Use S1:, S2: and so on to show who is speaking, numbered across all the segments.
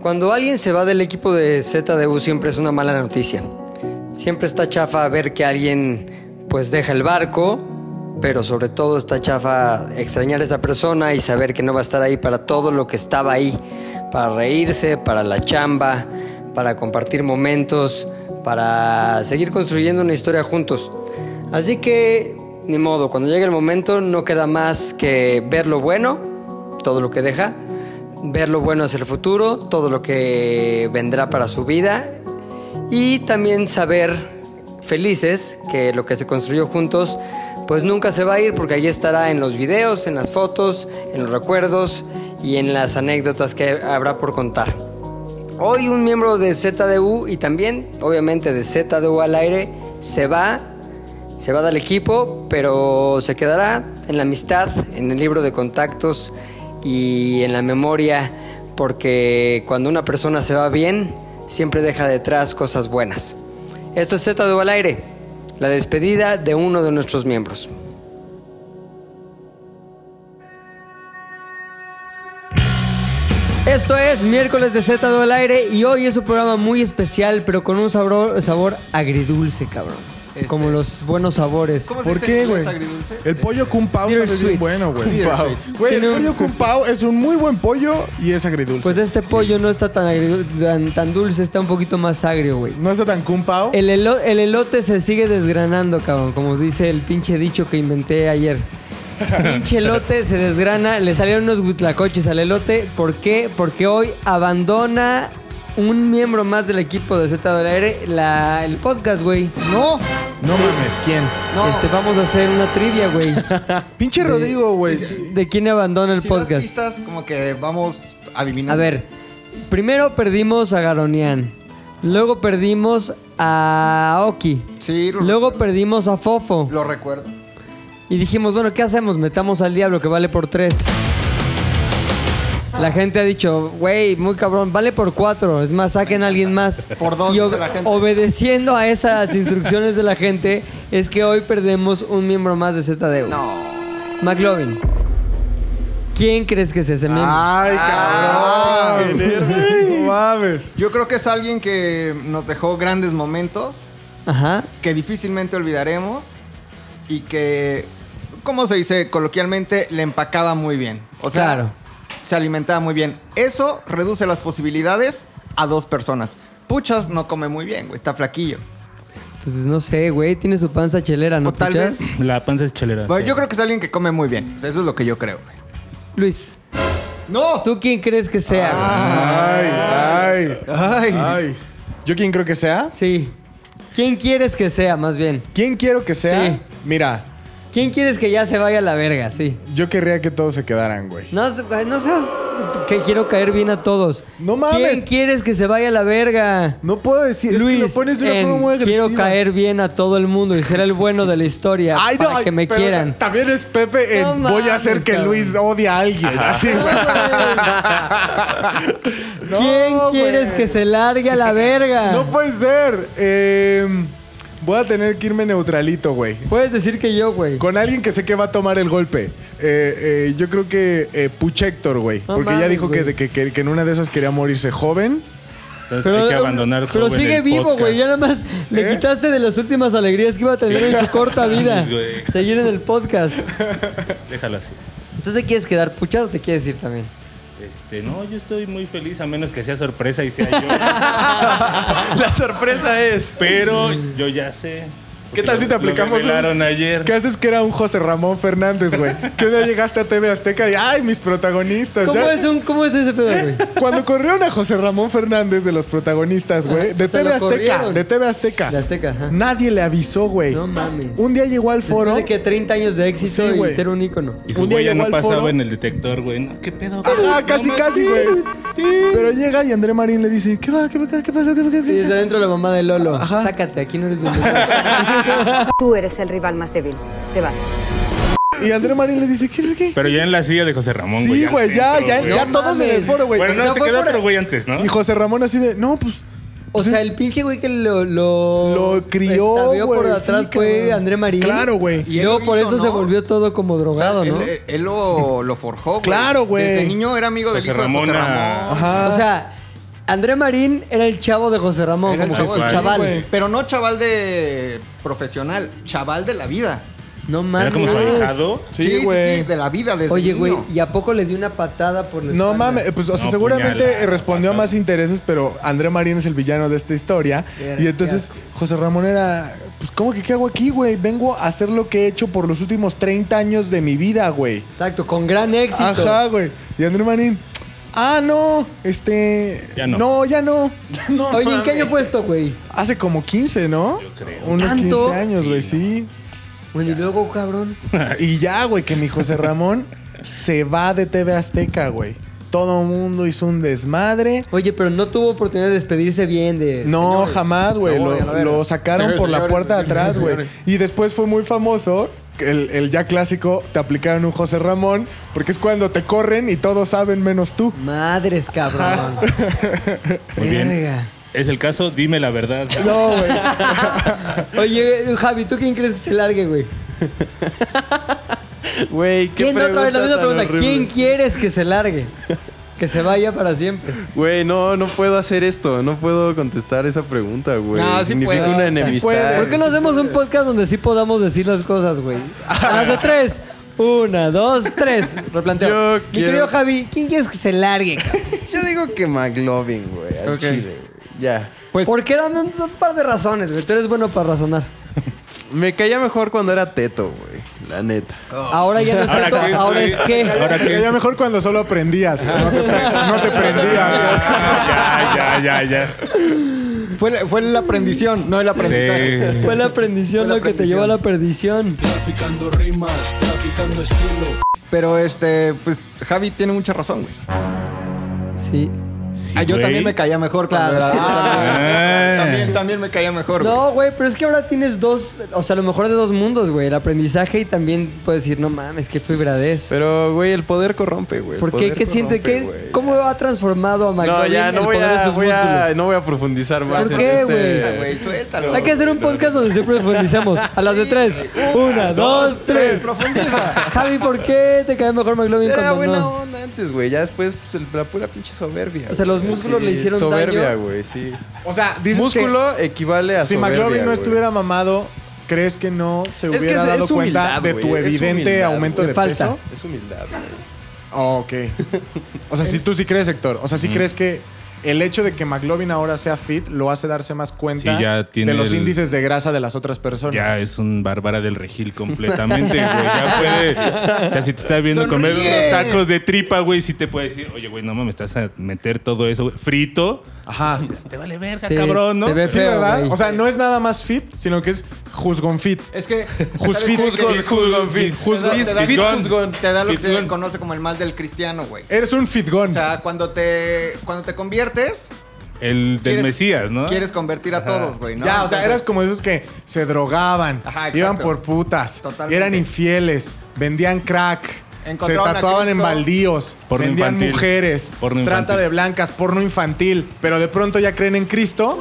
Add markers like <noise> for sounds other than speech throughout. S1: Cuando alguien se va del equipo de ZDU siempre es una mala noticia. Siempre está chafa ver que alguien pues deja el barco, pero sobre todo está chafa extrañar a esa persona y saber que no va a estar ahí para todo lo que estaba ahí, para reírse, para la chamba, para compartir momentos, para seguir construyendo una historia juntos. Así que ni modo, cuando llegue el momento no queda más que ver lo bueno, todo lo que deja ver lo bueno hacia el futuro, todo lo que vendrá para su vida y también saber felices que lo que se construyó juntos pues nunca se va a ir porque ahí estará en los videos, en las fotos, en los recuerdos y en las anécdotas que habrá por contar. Hoy un miembro de ZDU y también obviamente de ZDU al aire se va, se va del equipo, pero se quedará en la amistad, en el libro de contactos y en la memoria, porque cuando una persona se va bien, siempre deja detrás cosas buenas. Esto es Z al aire, la despedida de uno de nuestros miembros. Esto es miércoles de Z al aire y hoy es un programa muy especial, pero con un sabor, sabor agridulce, cabrón.
S2: Este.
S1: Como los buenos sabores.
S2: ¿Cómo se
S3: ¿Por
S2: dice
S3: qué,
S2: en inglés
S3: güey?
S2: agridulce?
S3: El pollo Kung Pao
S1: Dear
S3: sabe
S1: sweets.
S3: bien bueno, güey.
S2: Kung Pao.
S3: Güey, el
S1: Tiene un-
S3: pollo Kung Pao es un muy buen pollo y es agridulce.
S1: Pues este pollo no está tan, agridu- tan, tan dulce, está un poquito más agrio, güey.
S3: No está tan Kung Pao.
S1: El, elo- el elote se sigue desgranando, cabrón, como dice el pinche dicho que inventé ayer. Pinche elote se desgrana, le salieron unos huitlacoches al elote. ¿Por qué? Porque hoy abandona un miembro más del equipo de ZWR la, el podcast, güey.
S3: No. No mames, ¿quién?
S1: Este, vamos a hacer una trivia, güey.
S3: <laughs> Pinche
S1: De-
S3: Rodrigo, güey.
S1: ¿De quién abandona el
S2: Si das
S1: podcast?
S2: pistas, como que vamos adivinando.
S1: A ver, primero perdimos a Garonian. Luego perdimos a Oki.
S2: Sí, lo,
S1: Luego perdimos a Fofo.
S2: lo recuerdo.
S1: Y dijimos, bueno, ¿qué hacemos? Metamos al diablo que vale por tres. La gente ha dicho, güey, muy cabrón, vale por cuatro. Es más, saquen a alguien más.
S2: Por dos,
S1: Y
S2: dice la gente.
S1: obedeciendo a esas instrucciones de la gente, es que hoy perdemos un miembro más de ZDU. McLovin. ¿Quién crees que es ese miembro?
S3: Ay,
S2: Ah.
S3: cabrón. No mames.
S2: Yo creo que es alguien que nos dejó grandes momentos
S1: Ajá.
S2: que difícilmente olvidaremos y que, ¿cómo se dice coloquialmente? Le empacaba muy bien. O sea,
S1: Claro.
S2: se alimentaba muy bien. Eso reduce las posibilidades a dos personas. Puchas no come muy bien, güey, está flaquillo.
S1: Entonces, no sé, güey, tiene su panza chelera, ¿no?
S2: o tal
S1: puchas? <laughs>
S2: vez...
S4: La panza es chelera.
S2: Bueno,
S4: sí.
S2: yo creo que es alguien que come muy bien. O sea, eso es lo que yo creo, güey.
S1: Luis,
S2: ¡No!
S1: ¿tú quién crees que sea?
S2: Ah.
S3: Ay, ay.
S2: Ay.
S3: Ay. ¿Yo quién creo que sea?
S1: Sí. ¿Quién quieres que sea, más bien?
S3: ¿Quién quiero que sea?
S1: Sí.
S3: Mira,
S1: ¿Quién quieres que ya se vaya a la verga? Sí.
S3: yo querría que todos se quedaran, güey.
S1: No, se- güey, no seas que quiero caer bien a todos.
S3: No mames.
S1: ¿Quién quieres que se vaya a la verga?
S3: No puedo decir, es
S1: Luis,
S3: que lo pones de una
S1: en
S3: forma muy agresiva.
S1: quiero caer bien a todo el mundo y ser el bueno de la historia
S3: Ay, no,
S1: para que me
S3: pero
S1: quieran.
S3: También es Pepe en
S1: No
S3: voy a hacer
S1: mames,
S3: que
S1: cabrón.
S3: Luis odie a alguien. Así, güey. <laughs> No,
S1: ¿Quién
S3: güey.
S1: quieres que se largue a la verga?
S3: No puede ser. Eh, voy a tener que irme neutralito, güey.
S1: Puedes decir que yo, güey.
S3: Con alguien que sé que va a tomar el golpe. Eh, eh, yo creo que eh, Puchector, güey.
S1: No
S3: porque
S1: mames,
S3: ya dijo que,
S1: güey.
S3: que- que- que en una de esas quería morirse joven.
S4: Entonces hay que abandonar
S1: pero
S4: joven
S1: sigue
S4: el
S1: vivo,
S4: podcast.
S1: güey. Ya nada más le
S3: ¿Eh?
S1: quitaste de las últimas alegrías que iba a tener en su
S4: <laughs>
S1: corta vida.
S4: Mames, güey.
S1: Seguir en el podcast.
S4: Déjalo así.
S1: Entonces, ¿quieres quedar puchado o te quieres ir también?
S4: Este, no, yo estoy muy feliz, a menos que sea sorpresa y sea yo.
S3: <laughs>
S4: <laughs>
S3: La sorpresa es.
S4: pero yo ya sé.
S3: ¿Qué tal si te aplicamos
S4: Lo
S3: un-
S4: revelaron ayer.
S3: ¿Qué haces que era un José Ramón Fernández, güey? Que un día llegaste a TV Azteca y ¡ay, mis protagonistas!
S1: ¿Cómo
S3: ya-
S1: es, un, ¿Cómo es ese pedo, güey? <laughs>
S3: Cuando corrieron a José Ramón Fernández de los protagonistas, güey, de
S1: se lo
S3: TV Azteca,
S1: corrieron.
S3: de TV Azteca.
S1: De Azteca, ajá.
S3: Nadie le avisó, güey.
S1: No mames.
S3: Un día llegó al foro.
S1: Después de que 30 años de éxito
S3: Sí,
S1: y
S3: güey.
S1: ser un ícono.
S4: Y su
S3: Un día
S4: huella
S3: llegó
S4: no
S3: al
S4: pasaba
S3: foro.
S4: en el detector, güey. No, ¿Qué pedo?
S3: Ajá,
S4: No
S3: casi,
S4: me-
S3: casi, güey. Pero llega y André Marín le dice, ¿qué va? ¿Qué, va? ¿Qué pasó? ¿Qué, va? ¿Qué,
S1: Y desde
S3: qué?
S1: adentro la mamá de Lolo.
S3: Ajá.
S1: Sácate, aquí no
S3: <laughs>
S1: eres bienvenido.
S5: Tú eres el rival más débil. Te vas.
S3: Y André Marín le dice, ¿qué? qué?
S4: Pero ya en la silla de José Ramón, güey.
S3: sí,
S4: al
S3: güey, ya,
S4: centro,
S3: ya,
S4: güey.
S3: ya
S1: No
S3: todos en el
S1: mames.
S3: foro, güey.
S4: Bueno,
S1: Eso
S4: no, se
S1: fue
S4: quedó
S1: por-
S4: otro güey antes, ¿no?
S3: Y José Ramón así de, no, pues...
S1: O sea, el pinche güey que lo... Lo,
S3: Lo crió,
S1: estabeó por
S3: güey,
S1: atrás
S3: sí,
S1: fue
S3: cabrón.
S1: André Marín.
S3: Claro, güey.
S1: Y
S2: Y él
S1: luego
S2: lo
S1: por
S2: hizo,
S1: eso
S2: ¿no?
S1: se volvió todo como drogado,
S2: él,
S1: ¿no?
S2: él- él lo, lo forjó, güey.
S3: Claro, güey.
S2: Desde niño era amigo del
S4: José
S2: hijo de José
S4: Ramón a-
S2: Ramón.
S3: Ajá.
S1: O sea, André Marín era el chavo de José
S2: Ah,
S1: Ramón,
S3: Era el
S1: como
S3: chavo
S1: Jesús
S4: de-
S1: Chaval.
S3: güey.
S2: Pero no chaval de profesional, chaval de la vida.
S1: No
S4: Era
S1: mames.
S4: como su ahijado.
S3: Sí, güey.
S2: de la vida desde
S1: Oye, güey,
S2: niño.
S1: ¿y a poco le dio una patada por la
S3: No
S1: espalda?
S3: mames, pues o sea,
S4: No,
S3: seguramente
S4: puñalada,
S3: respondió a
S4: patada.
S3: más intereses, pero André Marín es el villano de esta historia.
S1: Verga,
S3: y
S1: qué
S3: entonces
S1: asco.
S3: José Ramón era, pues ¿cómo que qué hago aquí, güey? Vengo a hacer lo que he hecho por los últimos 30 años de mi vida, güey.
S1: Exacto, con gran éxito.
S3: Ajá, güey. Y André Marín, ah, no, este...
S4: Ya no.
S3: No, ya no. No,
S1: Oye, ¿en qué año
S3: mames.
S1: fue esto, güey?
S3: Hace como 15, ¿no?
S4: Yo creo.
S3: Unos
S1: ¿Tanto?
S3: 15 años, güey, sí.
S1: Bueno, y luego, cabrón.
S3: Y ya, güey, que mi José Ramón se va de TV Azteca, güey. Todo el mundo hizo un desmadre.
S1: Oye, pero no tuvo oportunidad de despedirse bien de.
S3: No,
S1: Eh, señores.
S3: jamás, güey.
S2: No,
S3: Lo-
S2: ya la
S3: lo,
S2: verga.
S3: sacaron
S2: Señores,
S3: por la
S2: señores,
S3: puerta de
S2: señores,
S3: atrás, güey.
S2: señores.
S3: Y después fue muy famoso, el, el ya clásico, te aplicaron un José Ramón, porque es cuando te corren y todos saben menos tú.
S1: Madres, cabrón.
S4: Muy bien.
S1: Verga.
S4: Es el caso, dime
S3: <laughs>
S4: la verdad.
S3: No, güey.
S1: Oye, Javi, ¿tú quién crees que se largue, güey?
S6: Güey, ¿qué
S1: ¿Quién otra vez la misma
S6: tan
S1: pregunta?
S6: horrible.
S1: ¿Quién quieres que se largue? Que se vaya para siempre.
S6: Güey, no, no puedo hacer esto. No puedo contestar esa pregunta, güey.
S2: No, sí
S6: Significa
S2: puedo,
S6: una
S2: sí
S6: enemistad.
S3: puedo.
S1: Ah, Pues, ¿Por qué no hacemos un podcast donde sí podamos decir las cosas, güey? Hace tres. Una, dos, tres. Replanteo.
S6: Yo
S1: Mi
S6: quiero-
S1: querido Javi, ¿quién quieres que se largue? cabrón?
S6: Yo digo que McLovin, güey. Al
S2: Ok.
S6: chile. Ya.
S2: Pues-
S1: ¿Por qué? Dame un par de razones, güey. Tú eres bueno para razonar.
S6: Me caía mejor cuando era teto, güey. La neta.
S1: Ahora ya no
S6: <laughs>
S1: es
S4: Ahora
S1: tanto,
S4: qué,
S1: ahora
S4: güey.
S1: es qué.
S4: Ahora qué.
S3: Ya mejor cuando solo aprendías, no te, pre- no te prendías.
S4: Ah, ya, ya, ya,
S2: Fue, la- fue la aprendición, no el
S4: ya.
S2: aprendizaje.
S4: Sí.
S1: Fue la perdición
S2: Fue la
S1: lo que te
S2: perdición.
S1: llevó a la perdición.
S7: Traficando rimas, traficando estilo.
S2: Pero este, pues Javi tiene mucha razón, güey.
S1: Sí.
S4: Sí,
S2: Ah, yo
S4: güey.
S2: también me caía mejor cuando
S1: Claro.
S2: era-
S4: Ah.
S2: También, también me caía mejor. güey.
S1: No, güey, pero es que ahora tienes dos, o sea, lo mejor de dos mundos, güey. El aprendizaje y también puedes decir, no mames, qué fibradez.
S6: Pero, güey, el poder corrompe, güey. El
S1: ¿Por qué?
S6: poder
S1: ¿Qué siente?
S6: corrompe,
S1: ¿Qué,
S6: güey.
S1: ¿Cómo ha transformado a
S6: No,
S1: McLovin
S6: ya, no
S1: el
S6: voy,
S1: poder de
S6: a,
S1: sus
S6: voy
S1: músculos?
S6: a, no voy a profundizar más en
S1: qué,
S2: Ah,
S6: este...
S2: güey, suéltalo.
S1: Hay que hacer un podcast donde siempre profundizamos. A las de tres. Una, dos, tres. Javi, ¿por qué te cae mejor McLovin
S6: Era
S1: cuando
S6: buena
S1: no?
S6: onda antes, güey. Ya después el- la pura pinche soberbia.
S1: O sea, los
S6: güey,
S1: músculos le hicieron
S6: Soberbia,
S1: daño.
S6: güey, sí.
S3: O sea, dices
S6: Músculo equivale
S3: que
S6: a
S3: si
S6: soberbia,
S3: McLovin no
S6: güey.
S3: estuviera mamado, ¿crees que no se
S6: Es que
S3: hubiera
S6: es-
S3: dado
S6: es humildad,
S3: cuenta de
S6: güey,
S3: tu
S6: es
S3: evidente
S6: humildad,
S3: aumento
S6: güey.
S3: de
S1: Le falta.
S3: peso?
S6: Es humildad, güey.
S3: Ah, ok. O sea, si tú sí crees, Héctor. O sea, si crees que el hecho de que McLovin ahora sea fit lo hace darse más cuenta
S4: Sí, ya tiene
S3: de los
S4: el-
S3: índices de grasa de las otras personas.
S4: Ya es un Bárbara del Regil completamente, güey. Ya puede. O sea, si te está viendo comer unos tacos de tripa, güey, sí te puede decir, oye, güey, no mames, estás a meter todo eso güey, frito.
S3: Ajá.
S4: Te vale verga,
S1: Sí,
S4: cabrón, ¿no?
S1: te ve
S3: Sí,
S1: feo,
S3: ¿verdad?
S1: güey.
S3: O sea, no es nada más fit, sino que es juzgón fit.
S2: Es que.
S3: Juzfit.
S2: ¿sabes qué?
S4: Juzgón, juzgón,
S2: Te da-
S4: juzgón,
S2: te da-
S4: juzgón.
S2: juzgón. Te da lo que se
S4: Juzgón.
S2: conoce como el mal del cristiano, güey.
S3: Eres un fitgón.
S2: O sea, cuando te, cuando te conviertes,
S4: El del
S2: quieres-
S4: Mesías, ¿no?
S2: Quieres convertir a todos, güey, ¿no?
S3: ya, o sea,
S2: Entonces,
S3: eras como esos que se drogaban,
S2: Ajá, exacto.
S3: iban por putas,
S2: Totalmente.
S3: eran infieles, vendían crack, se
S2: Encontraron a
S3: tatuaban en
S2: Cristo.
S3: baldíos,
S4: Porno
S3: vendían
S4: infantil.
S3: mujeres,
S4: Porno
S3: trata
S4: infantil.
S3: de blancas, porno infantil, pero de pronto ya creen en Cristo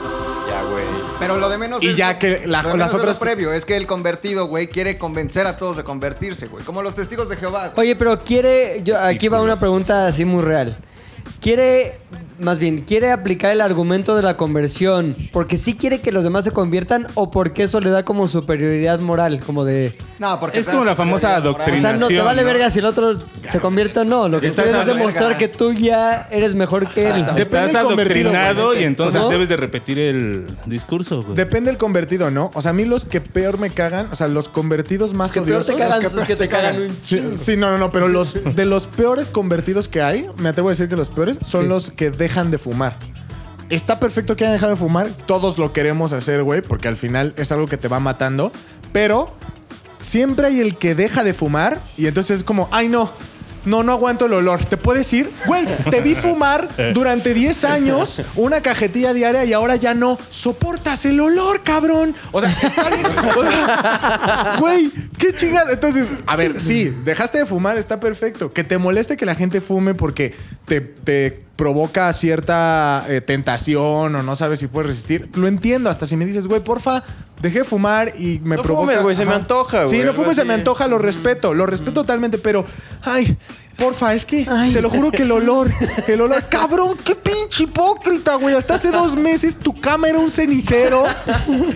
S6: Ya, güey.
S2: Pero lo de menos
S3: Y
S2: es-
S3: ya que la-
S2: lo de
S3: las
S2: menos es lo
S3: otras-
S2: previo es que el convertido, güey, quiere convencer a todos de convertirse, güey. Como los testigos de Jehová. güey.
S1: Oye, pero quiere. Yo, aquí va una
S4: Testículos.
S1: pregunta así muy real. Quiere. Más bien, ¿quiere aplicar el argumento de la conversión porque sí quiere que los demás se conviertan o porque eso le da como superioridad moral? Como de.
S2: No, porque
S4: Es como la famosa
S1: O
S4: doctrina.
S1: sea, no te vale
S4: Inclinación, ¿no?
S1: verga si el otro se convierte o no. Lo que
S4: Estás
S1: quieres
S4: a
S1: es
S4: la
S1: demostrar
S2: verga.
S1: que tú ya eres mejor que él.
S4: Estás
S3: del convertido,
S4: adoctrinado
S3: güey.
S4: y entonces
S1: ¿Cómo?
S4: debes de repetir el discurso, güey.
S3: Depende del convertido, ¿no? O sea, a mí los que peor me cagan, o sea, los convertidos más
S1: Que peor
S3: odiosos.
S1: te cagan es que te cagan un
S3: Sí, sí, no, no, no, pero los de los peores convertidos que hay, me atrevo a decir que los peores son
S1: Sí.
S3: los que dejan de fumar. Está perfecto que hayan dejado de fumar, todos lo queremos hacer, güey, porque al final es algo que te va matando, pero siempre hay el que deja de fumar y entonces es como, ay no, no, no aguanto el olor. Te puedes ir, güey, te vi fumar durante 10 años una cajetilla diaria y ahora ya no soportas el olor, cabrón. O sea, está bien. O sea, güey, qué chingada. Entonces, a ver,
S6: <laughs>
S3: sí, dejaste de fumar, está perfecto. Que te moleste que la gente fume porque te, te provoca cierta eh, tentación o no sabes si puedes resistir. Lo entiendo, hasta si me dices, güey, porfa, dejé de fumar y me
S6: No
S3: provoca-
S6: fumes, güey, se me
S3: Ajá.
S6: antoja,
S3: Sí,
S6: güey,
S3: no
S6: algo
S3: fumes, se me
S6: así. Mm.
S3: antoja, lo respeto, lo respeto totalmente, pero ay, porfa, es que te lo juro que el olor, el olor, cabrón, qué pinche hipócrita, güey. Hasta hace dos meses tu cama era un cenicero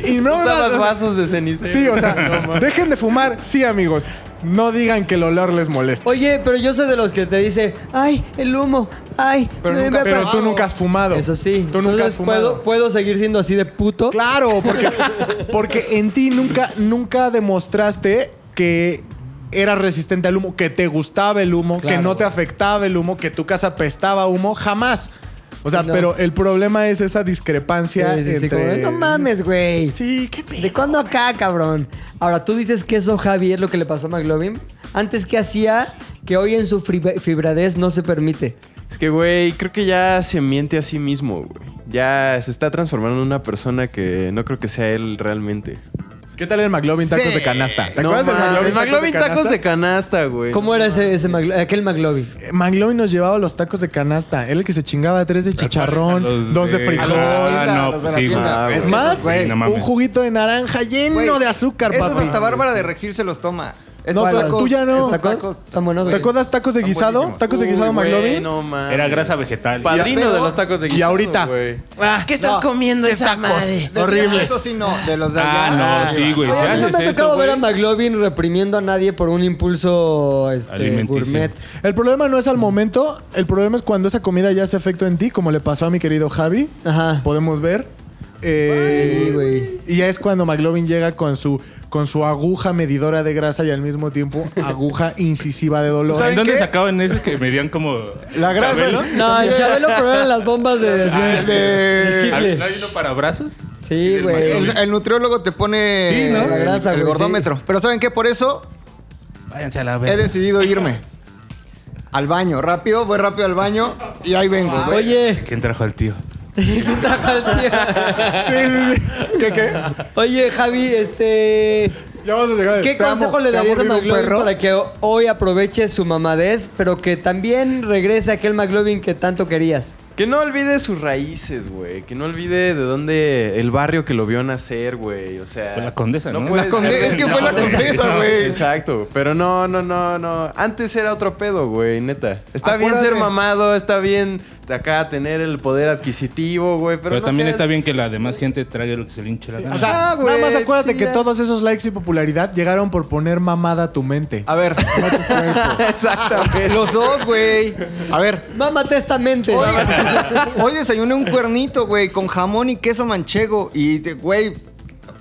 S3: y no me vas-
S6: Usabas vasos de cenicero.
S3: Sí, o sea, dejen de fumar, sí, amigos. No digan que el olor les molesta.
S1: Oye, pero yo soy de los que te dice, ay, el humo, ay.
S2: Pero
S1: me- me-
S2: nunca-
S3: Pero tú nunca has fumado.
S1: Eso sí.
S3: Tú nunca has
S1: Entonces,
S3: fumado.
S1: ¿puedo, ¿Puedo seguir siendo así de puto?
S3: Claro, porque, porque en ti nunca, nunca demostraste que eras resistente al humo, que te gustaba el humo, que
S1: Claro.
S3: no te afectaba el humo, que tu casa apestaba a humo, jamás. O sea,
S1: Sí, no.
S3: pero el problema es esa discrepancia
S1: Sí, sí, sí, como,
S3: entre...
S1: no mames, güey.
S3: Sí, qué pedo.
S1: ¿De cuándo acá, cabrón? Ahora, tú dices que eso, Javier, lo que le pasó a McLovin. Antes, ¿qué hacía? Que hoy en su fibra- fibradez no se permite.
S6: Es que, güey, creo que ya se miente a sí mismo, güey. Ya se está transformando en una persona que no creo que sea él realmente.
S3: ¿Qué tal el McLovin tacos
S2: Sí.
S3: de canasta? ¿Te
S6: No
S3: acuerdas del
S6: mames,
S3: McLovin,
S6: McLovin tacos de
S3: canasta?
S6: canasta, güey.
S1: ¿Cómo era ese, ese Maglo- aquel McLovin?
S3: Eh, McLovin nos llevaba los tacos de canasta. Era el que se chingaba tres de chicharrón,
S4: Los
S3: dos de frijol.
S4: Ah, no,
S2: los de la
S4: sí, güey.
S2: tienda.
S6: Ah,
S3: Es
S6: güey.
S3: más,
S4: Sí, no mames.
S3: un juguito de naranja lleno
S2: Güey,
S3: de azúcar,
S2: Esos
S3: papi.
S2: hasta Bárbara de Regir se los toma.
S3: No, pero tú ya no.
S2: esos
S1: ¿Tacos? Están buenos,
S3: ¿Te
S1: güey.
S3: acuerdas tacos de
S2: Están
S3: guisado?
S2: buenísimos.
S3: ¿Tacos de
S6: Uy,
S3: guisado
S6: güey,
S3: McLovin?
S6: no mames.
S4: Era grasa vegetal.
S6: Padrino
S2: Pero-
S6: de los tacos de
S3: y
S6: guisado.
S3: ahorita.
S6: güey.
S8: Ah, ¿Qué estás comiendo esa madre?
S2: De-
S3: Horribles.
S2: Eso sí no, de los de allá.
S4: Ah, no, sí, güey.
S1: Oye,
S4: Si
S1: a mí no
S4: haces
S1: me ha
S4: eso,
S1: tocado ver a
S4: güey.
S1: McLovin reprimiendo a nadie por un impulso este,
S4: Alimenticio.
S1: gourmet.
S3: El problema no es al momento, el problema es cuando esa comida ya se afectó en ti, como le pasó a mi querido Javi.
S1: Ajá.
S3: Podemos ver. Eh,
S1: Sí, güey.
S3: y ya es cuando McLovin llega con su, con su aguja medidora de grasa y al mismo tiempo aguja incisiva de dolor.
S4: ¿En dónde
S3: qué?
S4: sacaban eso que medían como.
S3: La grasa.
S4: ¿Chabelo?
S1: No, el Chabelo pero eran las bombas de, de- de
S4: ¿A-
S1: chicle.
S4: ¿No hay uno para brazos?
S1: Sí,
S4: del
S1: güey.
S2: El,
S4: McLovin.
S2: el nutriólogo te pone
S4: Sí, ¿no?
S2: el,
S1: La grasa,
S2: el
S1: güey,
S2: gordómetro. Pero ¿saben qué? Por eso
S4: Váyanse a la
S2: he decidido irme al baño. Rápido, voy rápido al baño y ahí vengo. güey.
S1: Oye, <laughs>
S4: ¿Quién trajo al tío?
S1: ¿qué trajo al tío?
S2: <laughs> ¿Qué, qué?
S1: Oye, Javi, este.
S3: Ya vamos a llegar al-
S1: ¿Qué
S3: te amo,
S1: consejo le
S3: te amo,
S1: darías a
S3: vivo
S1: McLovin
S3: perro.
S1: para que hoy aproveche su mamadez, pero que también regrese aquel McLovin que tanto querías?
S6: Que no olvide sus raíces, güey. Que no olvide de dónde. El barrio que lo vio nacer, güey. O sea.
S4: Fue la condesa, ¿no?
S6: puede
S2: La conde-
S6: ser-
S2: es que fue la condesa, güey.
S6: Exacto. Pero no, no, no, no. Antes era otro pedo, güey, neta. Está bien ser
S2: Acuérdate.
S6: mamado, está bien acá tener el poder adquisitivo, güey. Pero,
S4: Pero,
S6: no
S4: también
S6: seas-
S4: está bien que la demás gente traiga lo que se le hinche la gana.
S3: O sea,
S6: Ah, güey,
S3: nada más acuérdate
S6: sí,
S3: que
S6: ya.
S3: todos esos likes y popularidad llegaron por poner mamada a tu mente. <laughs>
S2: A <laughs> ver,
S6: Exactamente.
S2: <laughs> los dos, güey. A ver,
S1: Mámate esta mente.
S2: Hoy, hoy desayuné un cuernito, güey, con jamón y queso manchego. Y, de- güey,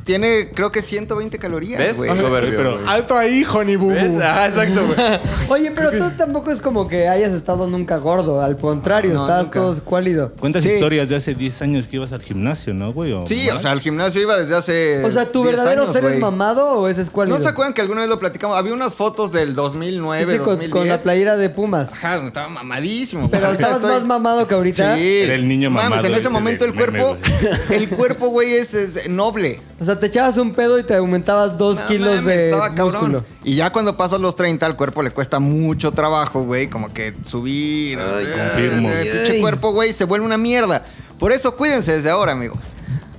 S2: tiene creo que 120
S6: ¿Ves?
S2: calorías, güey.
S6: Soberbio,
S4: Oye, pero-
S6: güey.
S3: Alto ahí, honey boo.
S6: ¿Ves?
S3: boo.
S6: Ah, exacto,
S2: <laughs>
S6: güey.
S1: <laughs> Oye, pero tú tampoco es como que hayas estado nunca gordo. Al contrario,
S2: No,
S1: estás
S2: nunca.
S1: todo escuálido.
S4: Cuentas
S2: Sí.
S4: historias de hace 10 años que ibas al gimnasio, ¿no, güey?
S2: Sí, o
S4: más.
S2: sea, al gimnasio iba desde hace.
S1: O sea, ¿tu
S2: 10
S1: verdadero
S2: Eh, años,
S1: ser es
S2: güey.
S1: mamado o es escuálido?
S2: ¿No se acuerdan que alguna vez lo platicamos? Había unas fotos del 2009,
S1: Ese con,
S2: 2010.
S1: con la playera de
S2: <laughs>
S1: Pumas.
S2: Ajá, donde estaba mamadísimo. güey.
S1: Pero
S2: Ahorita
S1: estabas
S2: estoy-
S1: más mamado que ahorita.
S2: Sí.
S4: Era el niño
S2: Mames,
S4: mamado
S2: en
S4: ese
S2: ese momento el
S4: del meme,
S2: cuerpo, <laughs> el cuerpo, güey, es, es noble.
S1: O sea, te echabas un pedo y te aumentabas dos
S2: No
S1: kilos
S2: mames,
S1: de
S2: estaba cabrón.
S1: músculo.
S2: Y ya cuando pasas los 30, al cuerpo le cuesta mucho trabajo, güey. Como que subir.
S4: Ay,
S2: eh,
S4: confirmo.
S2: eh, Pinche cuerpo, güey, se vuelve una mierda. Por eso cuídense desde ahora, amigos.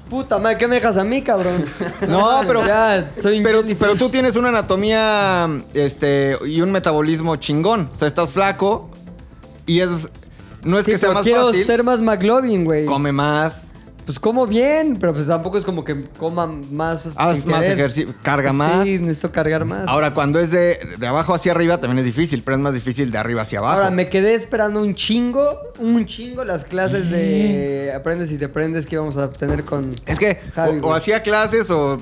S1: Puta madre, ¿qué me dejas a mí, cabrón?
S2: <laughs> No, pero.
S1: Ya, soy
S2: pero,
S1: Billy
S2: pero
S1: Fish.
S2: tú tienes una anatomía este, y un metabolismo chingón. O sea, estás flaco y es. No es
S1: Sí,
S2: que sea
S1: pero
S2: más
S1: quiero
S2: fácil.
S1: ser más McLovin, güey.
S2: Come más,
S1: Pues como bien, pero pues tampoco es como que coma más. pues,
S2: haz
S1: sin
S2: más
S1: querer.
S2: ejercicio, carga más.
S1: Sí, necesito cargar más.
S2: Ahora, cuando es de, de abajo hacia arriba también es difícil, pero es más difícil de arriba hacia abajo.
S1: Ahora, me quedé esperando un chingo, un chingo las clases de aprendes y te aprendes que íbamos a tener con...
S2: Es que
S1: Javi,
S2: o, o
S1: güey.
S2: hacía clases o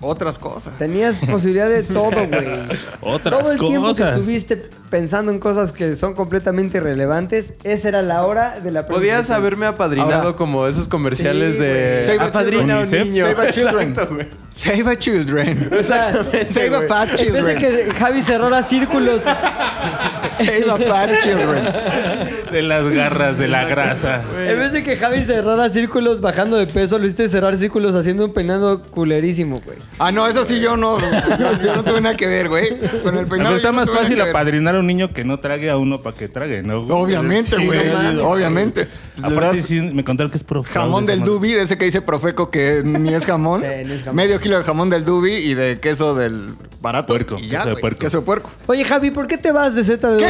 S2: otras cosas.
S1: Tenías posibilidad de todo, güey.
S4: <laughs> Otras
S1: Todo el tiempo que
S4: cosas.
S1: estuviste pensando en cosas que son completamente irrelevantes, esa era la hora de la
S6: Podías haberme apadrinado
S2: Ahora-
S6: como esos comerciales
S1: Sí,
S4: Eh,
S6: de.
S2: güey. Save a
S6: Apadrina a un
S4: Children.
S6: niño.
S2: Save a Children.
S6: Exacto, güey.
S2: Save a children.
S6: Exactamente,
S2: Save a
S6: güey.
S1: En
S2: fat
S1: vez de
S2: children.
S1: que Javi cerrara círculos.
S2: Save a fat children.
S4: de las garras de la grasa.
S1: En vez de que Javi cerrara círculos bajando de peso, lo hiciste cerrar círculos haciendo un peinado culerísimo, güey.
S2: Ah, no, eso sí yo no. Yo, yo no tuve nada que ver, güey. Con el peinado.
S4: Pero está
S2: yo no
S4: más
S2: tuve nada
S4: fácil
S2: que ver.
S4: apadrinar a un niño que no trague a uno para que trague, ¿no? güey?
S2: Obviamente,
S4: Sí,
S2: güey.
S4: no mames.
S2: obviamente. Pues, le
S4: Aparte,
S2: das
S4: sí, me contaron que es pro.
S2: Jamón del
S4: dubi
S2: dubi, de ese que dice Profeco que ni es jamón.
S1: <laughs> Sí, ni es jamón.
S2: Medio kilo de jamón del dubi y de queso del barato.
S4: Puerco,
S2: Y ya,
S4: queso de
S2: güey,
S4: puerco.
S2: Queso de puerco.
S1: Oye, Javi, ¿por qué te vas de Z de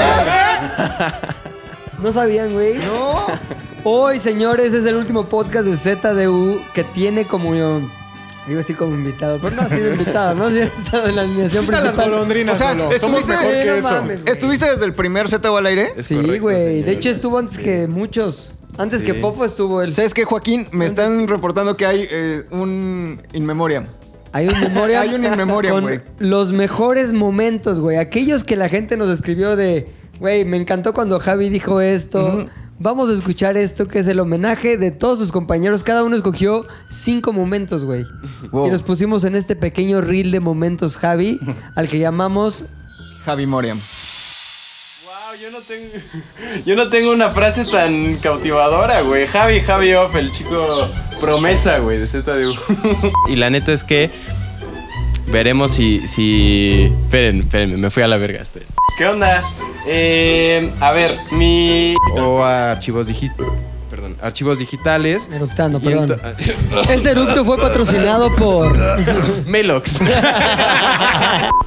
S1: No sabían, güey.
S2: No.
S1: Hoy, señores, es el último podcast de ZDU que tiene como. um, Iba a decir como invitado, pero no ha sido invitado, ¿no? Si ha estado en la alineación
S3: Quita las
S1: principal.
S3: golondrinas,
S2: O sea,
S3: Lolo. Somos
S2: estuviste-
S3: mejor
S1: Sí, no
S3: que eso.
S1: mames.
S2: ¿Estuviste desde el primer Z al aire?
S6: Es
S1: Sí,
S6: correcto,
S1: güey. De
S6: señor.
S1: hecho, estuvo antes que muchos. Antes que
S6: Sí.
S1: Fofo estuvo el.
S2: ¿Sabes qué, Joaquín? Me están reportando que hay eh, un in memoriam.
S1: Hay un
S6: <laughs>
S1: memoria.
S2: Hay un in memoriam, güey.
S1: Los mejores momentos, güey. Aquellos que la gente nos escribió de, güey, me encantó cuando Javi dijo esto. Vamos a escuchar esto, que es el homenaje de todos sus compañeros. Cada uno escogió cinco momentos, güey.
S2: Wow.
S1: Y los pusimos en este pequeño reel de momentos,
S6: <laughs>
S1: Javi, al que llamamos.
S2: Javi Moriam.
S9: Wow, Ah, yo no tengo. <laughs> Yo no tengo una frase tan cautivadora, güey. Javi, Javi Off, el chico promesa, güey, de ZDU. <laughs>
S6: Y la neta es que veremos si. si... Esperen, esperen, me fui a la verga, esperen.
S9: ¿Qué onda? Eh, a ver, mi.
S6: O a archivos digitales. Perdón, archivos digitales.
S1: Eructando,
S6: Y
S1: perdón.
S6: ento- <laughs>
S1: Este eructo fue patrocinado por.
S6: Melox.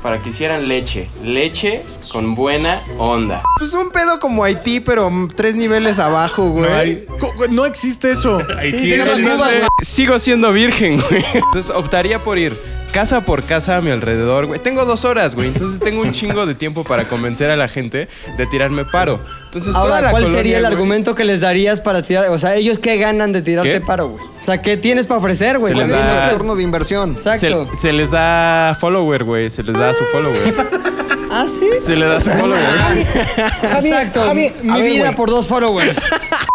S9: Para que hicieran leche. Leche con buena onda.
S6: pues un pedo como Haití, pero mm, tres niveles abajo, güey.
S4: No hay-
S3: Co- co- No existe eso.
S4: Ahí
S1: Sí, se
S4: tienes.
S1: llama Cubas,
S6: Sigo siendo virgen, güey. Entonces optaría por ir casa por casa a mi alrededor, güey. Tengo dos horas, güey. Entonces tengo un chingo de tiempo para convencer a la gente de tirarme paro. Entonces, toda
S1: Ahora,
S6: la
S1: ¿cuál
S6: colonia,
S1: sería el
S6: güey,
S1: argumento que les darías para tirar? O sea, ¿ellos qué ganan de tirarte
S6: ¿Qué?
S1: paro, güey? O sea, ¿qué tienes para ofrecer, güey?
S6: Se
S2: ¿Cuál es
S6: les
S1: Porque
S2: un
S6: da-
S1: siempre-
S2: retorno de inversión?
S1: Exacto.
S6: Se, se les da follower, güey. Se les da su follower.
S1: ¿Ah, sí?
S6: Se ¿eh? les da su follower.
S1: Exacto. mi vida por dos followers.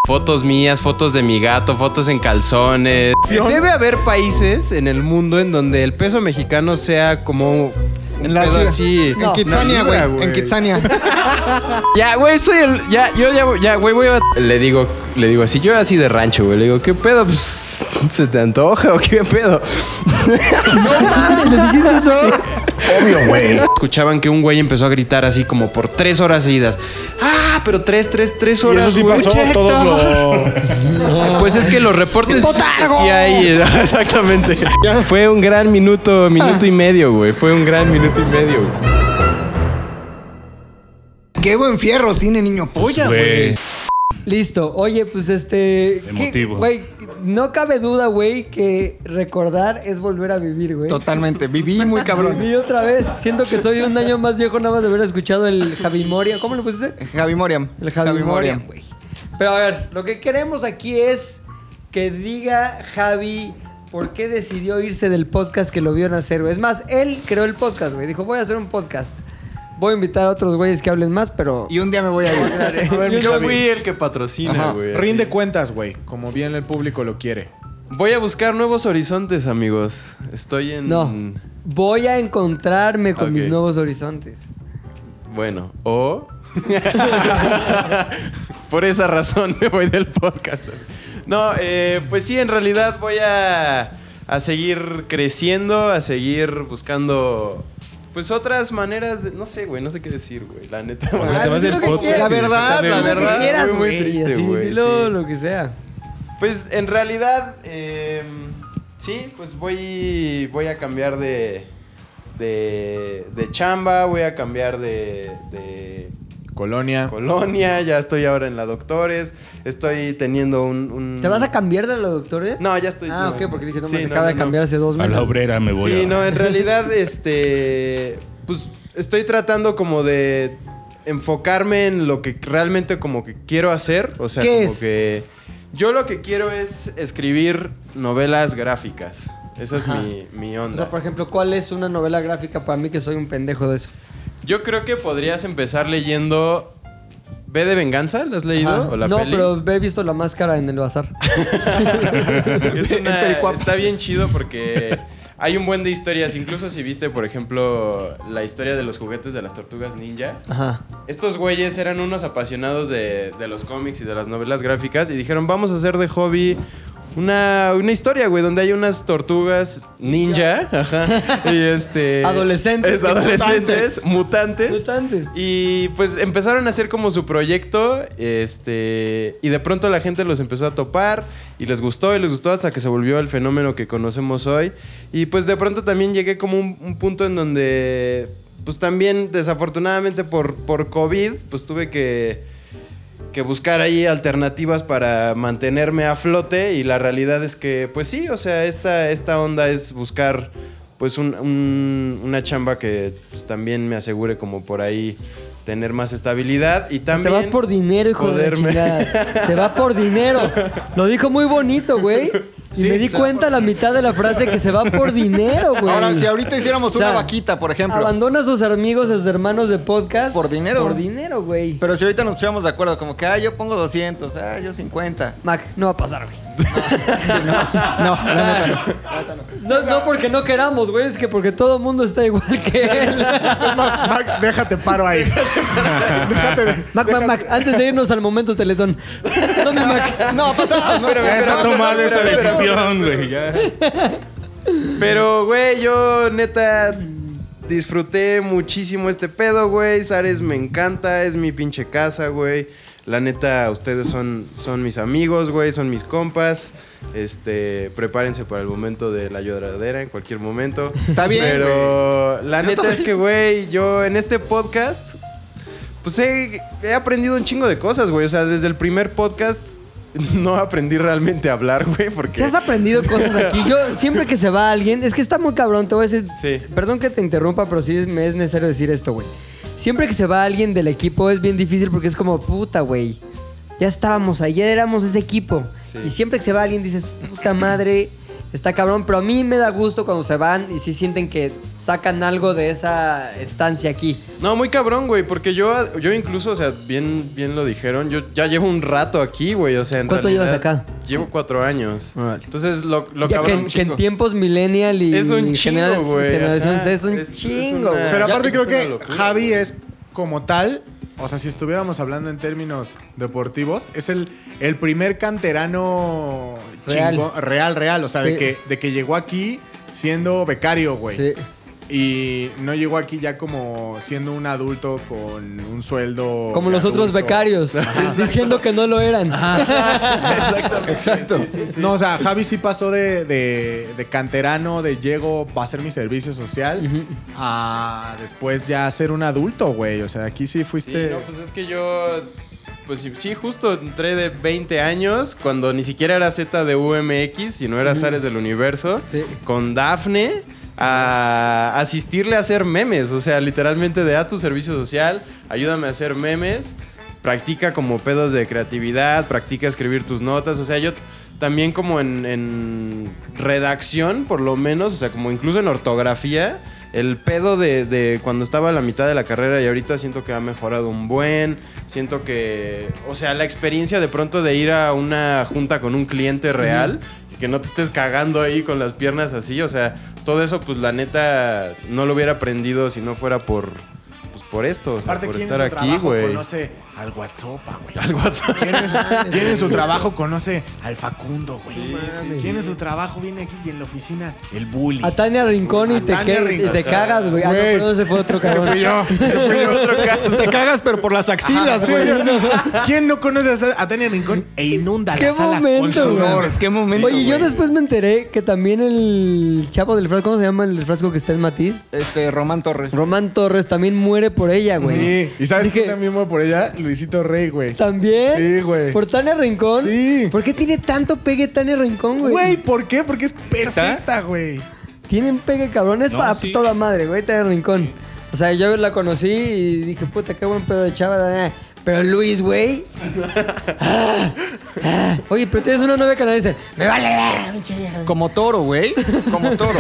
S6: Fotos mías, fotos de mi gato, fotos en calzones. Debe haber países en el mundo en donde el peso mexicano sea como un
S2: En la
S6: pedo
S2: ciudad-
S6: así.
S2: En Kitsania,
S6: Una libra,
S2: güey. En Kitsania.
S6: Ya, güey, soy el. Ya, yo ya, voy- ya, güey, voy a. Le digo, le digo así, yo así de rancho, güey. Le digo, ¿qué pedo? Pues, ¿Se te antoja o qué pedo? Sí. Obvio, güey. Escuchaban que un güey empezó a gritar así como por tres horas seguidas. Ah, pero tres, tres, tres
S3: Y
S6: horas.
S3: eso sí
S6: güey.
S3: pasó.
S6: Cheto.
S3: Todos lo.
S6: Pues es que los reportes sí hay, <laughs> exactamente. Fue un gran minuto, minuto y medio, güey. Fue un gran minuto y medio. güey.
S2: Qué buen fierro tiene niño polla, güey.
S4: Güey.
S1: Listo. Oye, pues este. ¿qué-
S4: Emotivo.
S1: Güey, no cabe duda, güey, que recordar es volver a vivir, güey.
S2: Totalmente. Viví muy
S1: <laughs>
S2: cabrón.
S1: Viví otra vez. Siento que soy un año más viejo, nada más de haber escuchado el Javi Moria. ¿Cómo lo pusiste?
S2: Javi Moriam.
S1: El Javi, Moria, güey. Pero a ver, lo que queremos aquí es que diga Javi por qué decidió irse del podcast que lo vio nacer, güey. Es más, él creó el podcast, güey. Dijo, voy a hacer un podcast. Voy a invitar a otros güeyes que hablen más, pero...
S2: Y un día me voy a ir. <laughs>
S3: A ver, mi
S6: Yo
S3: Javi,
S6: fui el que patrocina,
S2: Ajá.
S6: güey. así.
S3: Rinde cuentas, güey. Como bien el público lo quiere.
S6: Voy a buscar nuevos horizontes, amigos. Estoy en.
S1: No, voy a encontrarme con
S6: Ok.
S1: mis nuevos horizontes.
S6: Bueno, o. <laughs> Por esa razón me voy del podcast. No, eh, pues sí, en realidad voy a, a seguir creciendo, a seguir buscando. Pues otras maneras de. No sé, güey, no sé qué decir, güey. La neta.
S4: O
S6: <laughs>
S4: sea, te vas
S1: di
S4: del
S1: pues, lo que
S4: podcast.
S1: quieras.
S2: La
S4: y de
S2: verdad,
S4: ZDU.
S2: la verdad.
S1: Lo que quieras,
S6: Muy, muy
S1: güey,
S6: triste,
S1: así,
S6: güey,
S1: dilo
S6: sí.
S1: lo que sea.
S6: Pues en realidad, eh, sí, pues voy, voy a cambiar de, de, de chamba, voy a cambiar de, de
S3: Colonia.
S6: colonia, ya estoy ahora en la Doctores, estoy teniendo un... un-
S1: ¿Te vas a cambiar de la doctora?
S6: No, ya estoy...
S1: Ah,
S6: no.
S1: ok, porque dije, no,
S6: Mm. Sí,
S1: me acaba de
S6: no, no.
S1: cambiar hace dos
S4: A
S1: meses.
S4: la obrera me voy.
S6: Sí,
S4: a-
S6: no, en realidad, este. Pues estoy tratando como de enfocarme en lo que realmente como que quiero hacer. O sea,
S1: ¿Qué
S6: como
S1: es?
S6: que. Yo lo que quiero es escribir novelas gráficas. Esa es
S1: Ajá.
S6: mi, mi
S1: O
S6: onda.
S1: sea, por ejemplo, ¿cuál es una novela gráfica para mí que soy un pendejo de eso?
S6: Yo creo que podrías empezar leyendo. ¿B de venganza? ¿La has leído?
S1: Ajá.
S6: ¿O la
S1: no,
S6: peli? <laughs>
S1: pero he visto la máscara <laughs> en el bazar.
S6: Es una- está bien chido porque Hay un buen de historias, incluso si viste, por ejemplo, la historia de los juguetes de las tortugas ninja.
S2: Ajá.
S6: Estos güeyes eran unos apasionados de, de los cómics y de las novelas gráficas y dijeron, vamos a hacer de hobby una, una historia, güey, donde hay unas tortugas ninja, ajá, y
S1: <laughs>
S6: este...
S1: Adolescentes,
S6: es-
S1: que
S6: adolescentes, mutantes.
S1: Mutantes.
S6: Y pues empezaron a hacer como su proyecto, este... Y de pronto la gente los empezó a topar y les gustó y les gustó hasta que se volvió el fenómeno que conocemos hoy. Y pues de pronto también llegué como un, un punto en donde... Pues también, desafortunadamente, por, por COVID, pues tuve que que buscar ahí alternativas para mantenerme a flote y la realidad es que, pues sí, o sea, esta, esta onda es buscar pues un- un- una chamba que pues, también me asegure como por ahí tener más estabilidad y
S1: Te
S6: también...
S1: vas por dinero, hijo
S6: poderme-
S1: de la
S6: <laughs>
S1: chingada. Se va por dinero. Lo dijo muy bonito, güey. Y
S6: Sí,
S1: me di
S6: claro.
S1: cuenta a la mitad de la frase que se va por dinero, güey.
S2: Ahora, si ahorita hiciéramos
S1: Pues, O sea,
S2: una vaquita, por ejemplo.
S1: Abandona a sus amigos, a sus hermanos de podcast.
S2: Por dinero.
S1: Por dinero, güey.
S2: Pero si ahorita nos pusiéramos de acuerdo, como que, ah, yo pongo 200, ah, yo <laughs> 50.
S1: Mac, no va a pasar, güey.
S2: No,
S1: O sea, no, no porque no queramos, güey, es que porque todo el mundo está igual que él.
S3: <laughs> Es más, Mac, déjate paro ahí. déjate de-
S1: Mac, Mac, Mac, antes de irnos al momento <laughs> Teletón. No, mi Mac.
S2: no, pasa. No,
S4: Ya está tomada esa decisión, güey. Ya.
S6: Pero, güey, yo neta disfruté muchísimo este pedo, güey. Sares me encanta, es mi pinche casa, güey. La neta, ustedes son, son mis amigos, güey, son mis compas. Este, prepárense para el momento de la lloradera en cualquier momento.
S2: Está bien,
S6: Pero la
S2: Yo
S6: neta
S2: también.
S6: es que, güey, yo en este podcast, pues he, he aprendido un chingo de cosas, güey. O sea, desde el primer podcast <laughs> no aprendí realmente a hablar, güey, porque...
S1: Si has aprendido cosas aquí. Yo, siempre que se va alguien, es que está muy cabrón, te voy a decir.
S6: Sí.
S1: Perdón que te interrumpa, pero sí es- me es necesario decir esto, güey. Siempre que se va alguien del equipo es bien difícil porque es como, puta, güey. Ya estábamos, ayer éramos ese equipo.
S6: Sí.
S1: Y siempre que se va alguien dices, puta madre, está cabrón. Pero a mí me da gusto cuando se van y sí sienten que sacan algo de esa estancia aquí.
S6: No, muy cabrón, güey, porque yo, yo incluso, o sea, bien, bien lo dijeron, yo ya llevo un rato aquí, güey, o sea, en
S1: ¿Cuánto llevas
S6: realidad,
S1: acá?
S6: Llevo cuatro años.
S1: Órale.
S6: Entonces, lo, lo
S1: Ya que,
S6: cabrón...
S1: en- que en tiempos millennial y
S6: Es un chingo,
S1: generales-
S6: güey,
S1: generaciones
S6: ajá.
S1: es un
S6: Es- es
S1: chingo,
S6: una-
S1: güey.
S3: Pero
S6: Ya
S3: aparte creo
S6: tienes
S3: que
S6: una locura,
S3: Javi
S6: güey.
S3: es como tal, o sea, si estuviéramos hablando en términos deportivos, es el, el primer canterano
S1: Real.
S3: chingón- real, real, o sea, de,
S1: Sí.
S3: que, de que llegó aquí siendo becario, güey.
S1: Sí.
S3: Y no llegó aquí ya como siendo un adulto con un sueldo.
S1: Como
S3: de
S1: los otros
S3: adulto.
S1: becarios, <laughs> diciendo que no lo eran.
S6: Exactamente. Exacto.
S3: No, o sea, Javi sí pasó de, de- de canterano, de llego a hacer mi servicio social, a después ya ser un adulto, güey. O sea, aquí sí
S6: Sí,
S3: fuiste.
S6: no, pues es que yo... Pues sí- sí, justo entré de 20 años, cuando ni siquiera era Z de UMX, sino era Zares del Universo,
S1: Sí.
S6: con Dafne a asistirle a hacer memes, o sea, literalmente de haz tu servicio social, ayúdame a hacer memes, practica como pedos de creatividad, practica escribir tus notas, o sea, yo también como en, en redacción, por lo menos, o sea, como incluso en ortografía, el pedo de, de cuando estaba a la mitad de la carrera y ahorita siento que ha mejorado un buen, siento que, o sea, la experiencia de pronto de ir a una junta con un cliente real, que no te estés cagando ahí con las piernas así, o sea, todo eso pues la neta no lo hubiera aprendido si no fuera por... Pues por esto, o sea,
S3: Aparte,
S6: por
S3: ¿quién
S6: estar
S3: en su
S6: aquí,
S3: trabajo
S6: güey.
S3: conoce al Guatsopa, güey? <laughs> Al WhatsApp. ¿Quién en su, quién en su trabajo conoce al Facundo, güey? ¿Quién en su trabajo viene aquí y en la oficina? El bully.
S1: A <laughs> Tania Rincón y
S3: A
S1: te,
S3: Tania
S1: que-
S3: Rincón.
S1: y te cagas, güey. Ah, no,
S3: Güey.
S1: perdón, ese fue otro cabrón. <laughs>
S2: Te cagas, pero por las axilas, güey.
S3: ¿Quién no conoce a Tania Rincón e inunda
S1: ¿Qué
S3: la sala con
S1: momento,
S3: sudor?
S1: güey?
S2: Qué momento.
S1: Oye, yo
S2: güey.
S1: después me enteré que también el chavo del frasco, ¿cómo se llama el del frasco que está en Matiz?
S2: Este, Román Torres.
S1: Román Torres también muere por ella, güey.
S3: Sí, y sabes
S1: Dije,
S3: que también voy por ella, Luisito Rey, güey.
S1: ¿También?
S3: Sí, güey.
S1: ¿Por Tania Rincón?
S3: Sí.
S1: ¿Por qué tiene tanto pegue Tania Rincón, güey?
S3: Güey, ¿por qué? Porque es perfecta, güey.
S1: Tienen pegue cabrón, es
S4: No,
S1: para
S4: sí.
S1: toda madre, güey, Tania Rincón. O sea, yo la conocí y dije, puta, qué buen pedo de chava. da, da. Pero Luis, güey. ah, ah. Oye, pero tienes una novia canadiense. Me vale, ver, pinche vieja.
S2: Como toro, güey. Como
S1: <laughs>
S2: toro.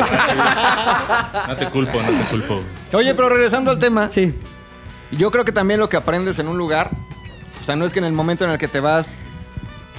S4: No te culpo, no te culpo.
S2: Oye, pero regresando al tema.
S1: Sí.
S2: Yo creo que también lo que aprendes en un lugar, o sea, no es que en el momento en el que te vas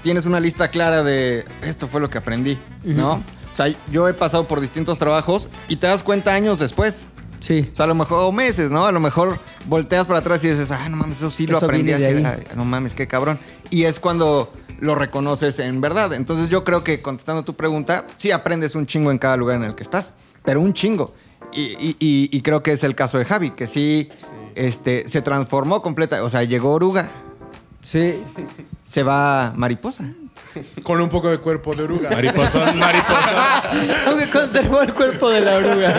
S2: tienes una lista clara de esto fue lo que aprendí, ¿no? O O sea, yo he pasado por distintos trabajos y te das cuenta años después.
S1: Sí.
S2: O sea, a lo mejor, o meses, ¿no? A lo mejor volteas para atrás y dices, ah, no mames, eso sí lo
S1: Eso
S2: aprendí
S1: viene de
S2: así.
S1: ahí.
S2: Ay, No mames, qué cabrón. Y es cuando lo reconoces en verdad. Entonces yo creo que contestando tu pregunta, sí aprendes un chingo en cada lugar en el que estás, pero un chingo. Y, y- y- y creo que es el caso de Javi, que sí, Este, se transformó completa. O sea, llegó oruga,
S1: Sí.
S2: se va mariposa.
S3: Con un poco de cuerpo de oruga.
S4: Mariposón, mariposón.
S1: Aunque conservó el cuerpo de la oruga.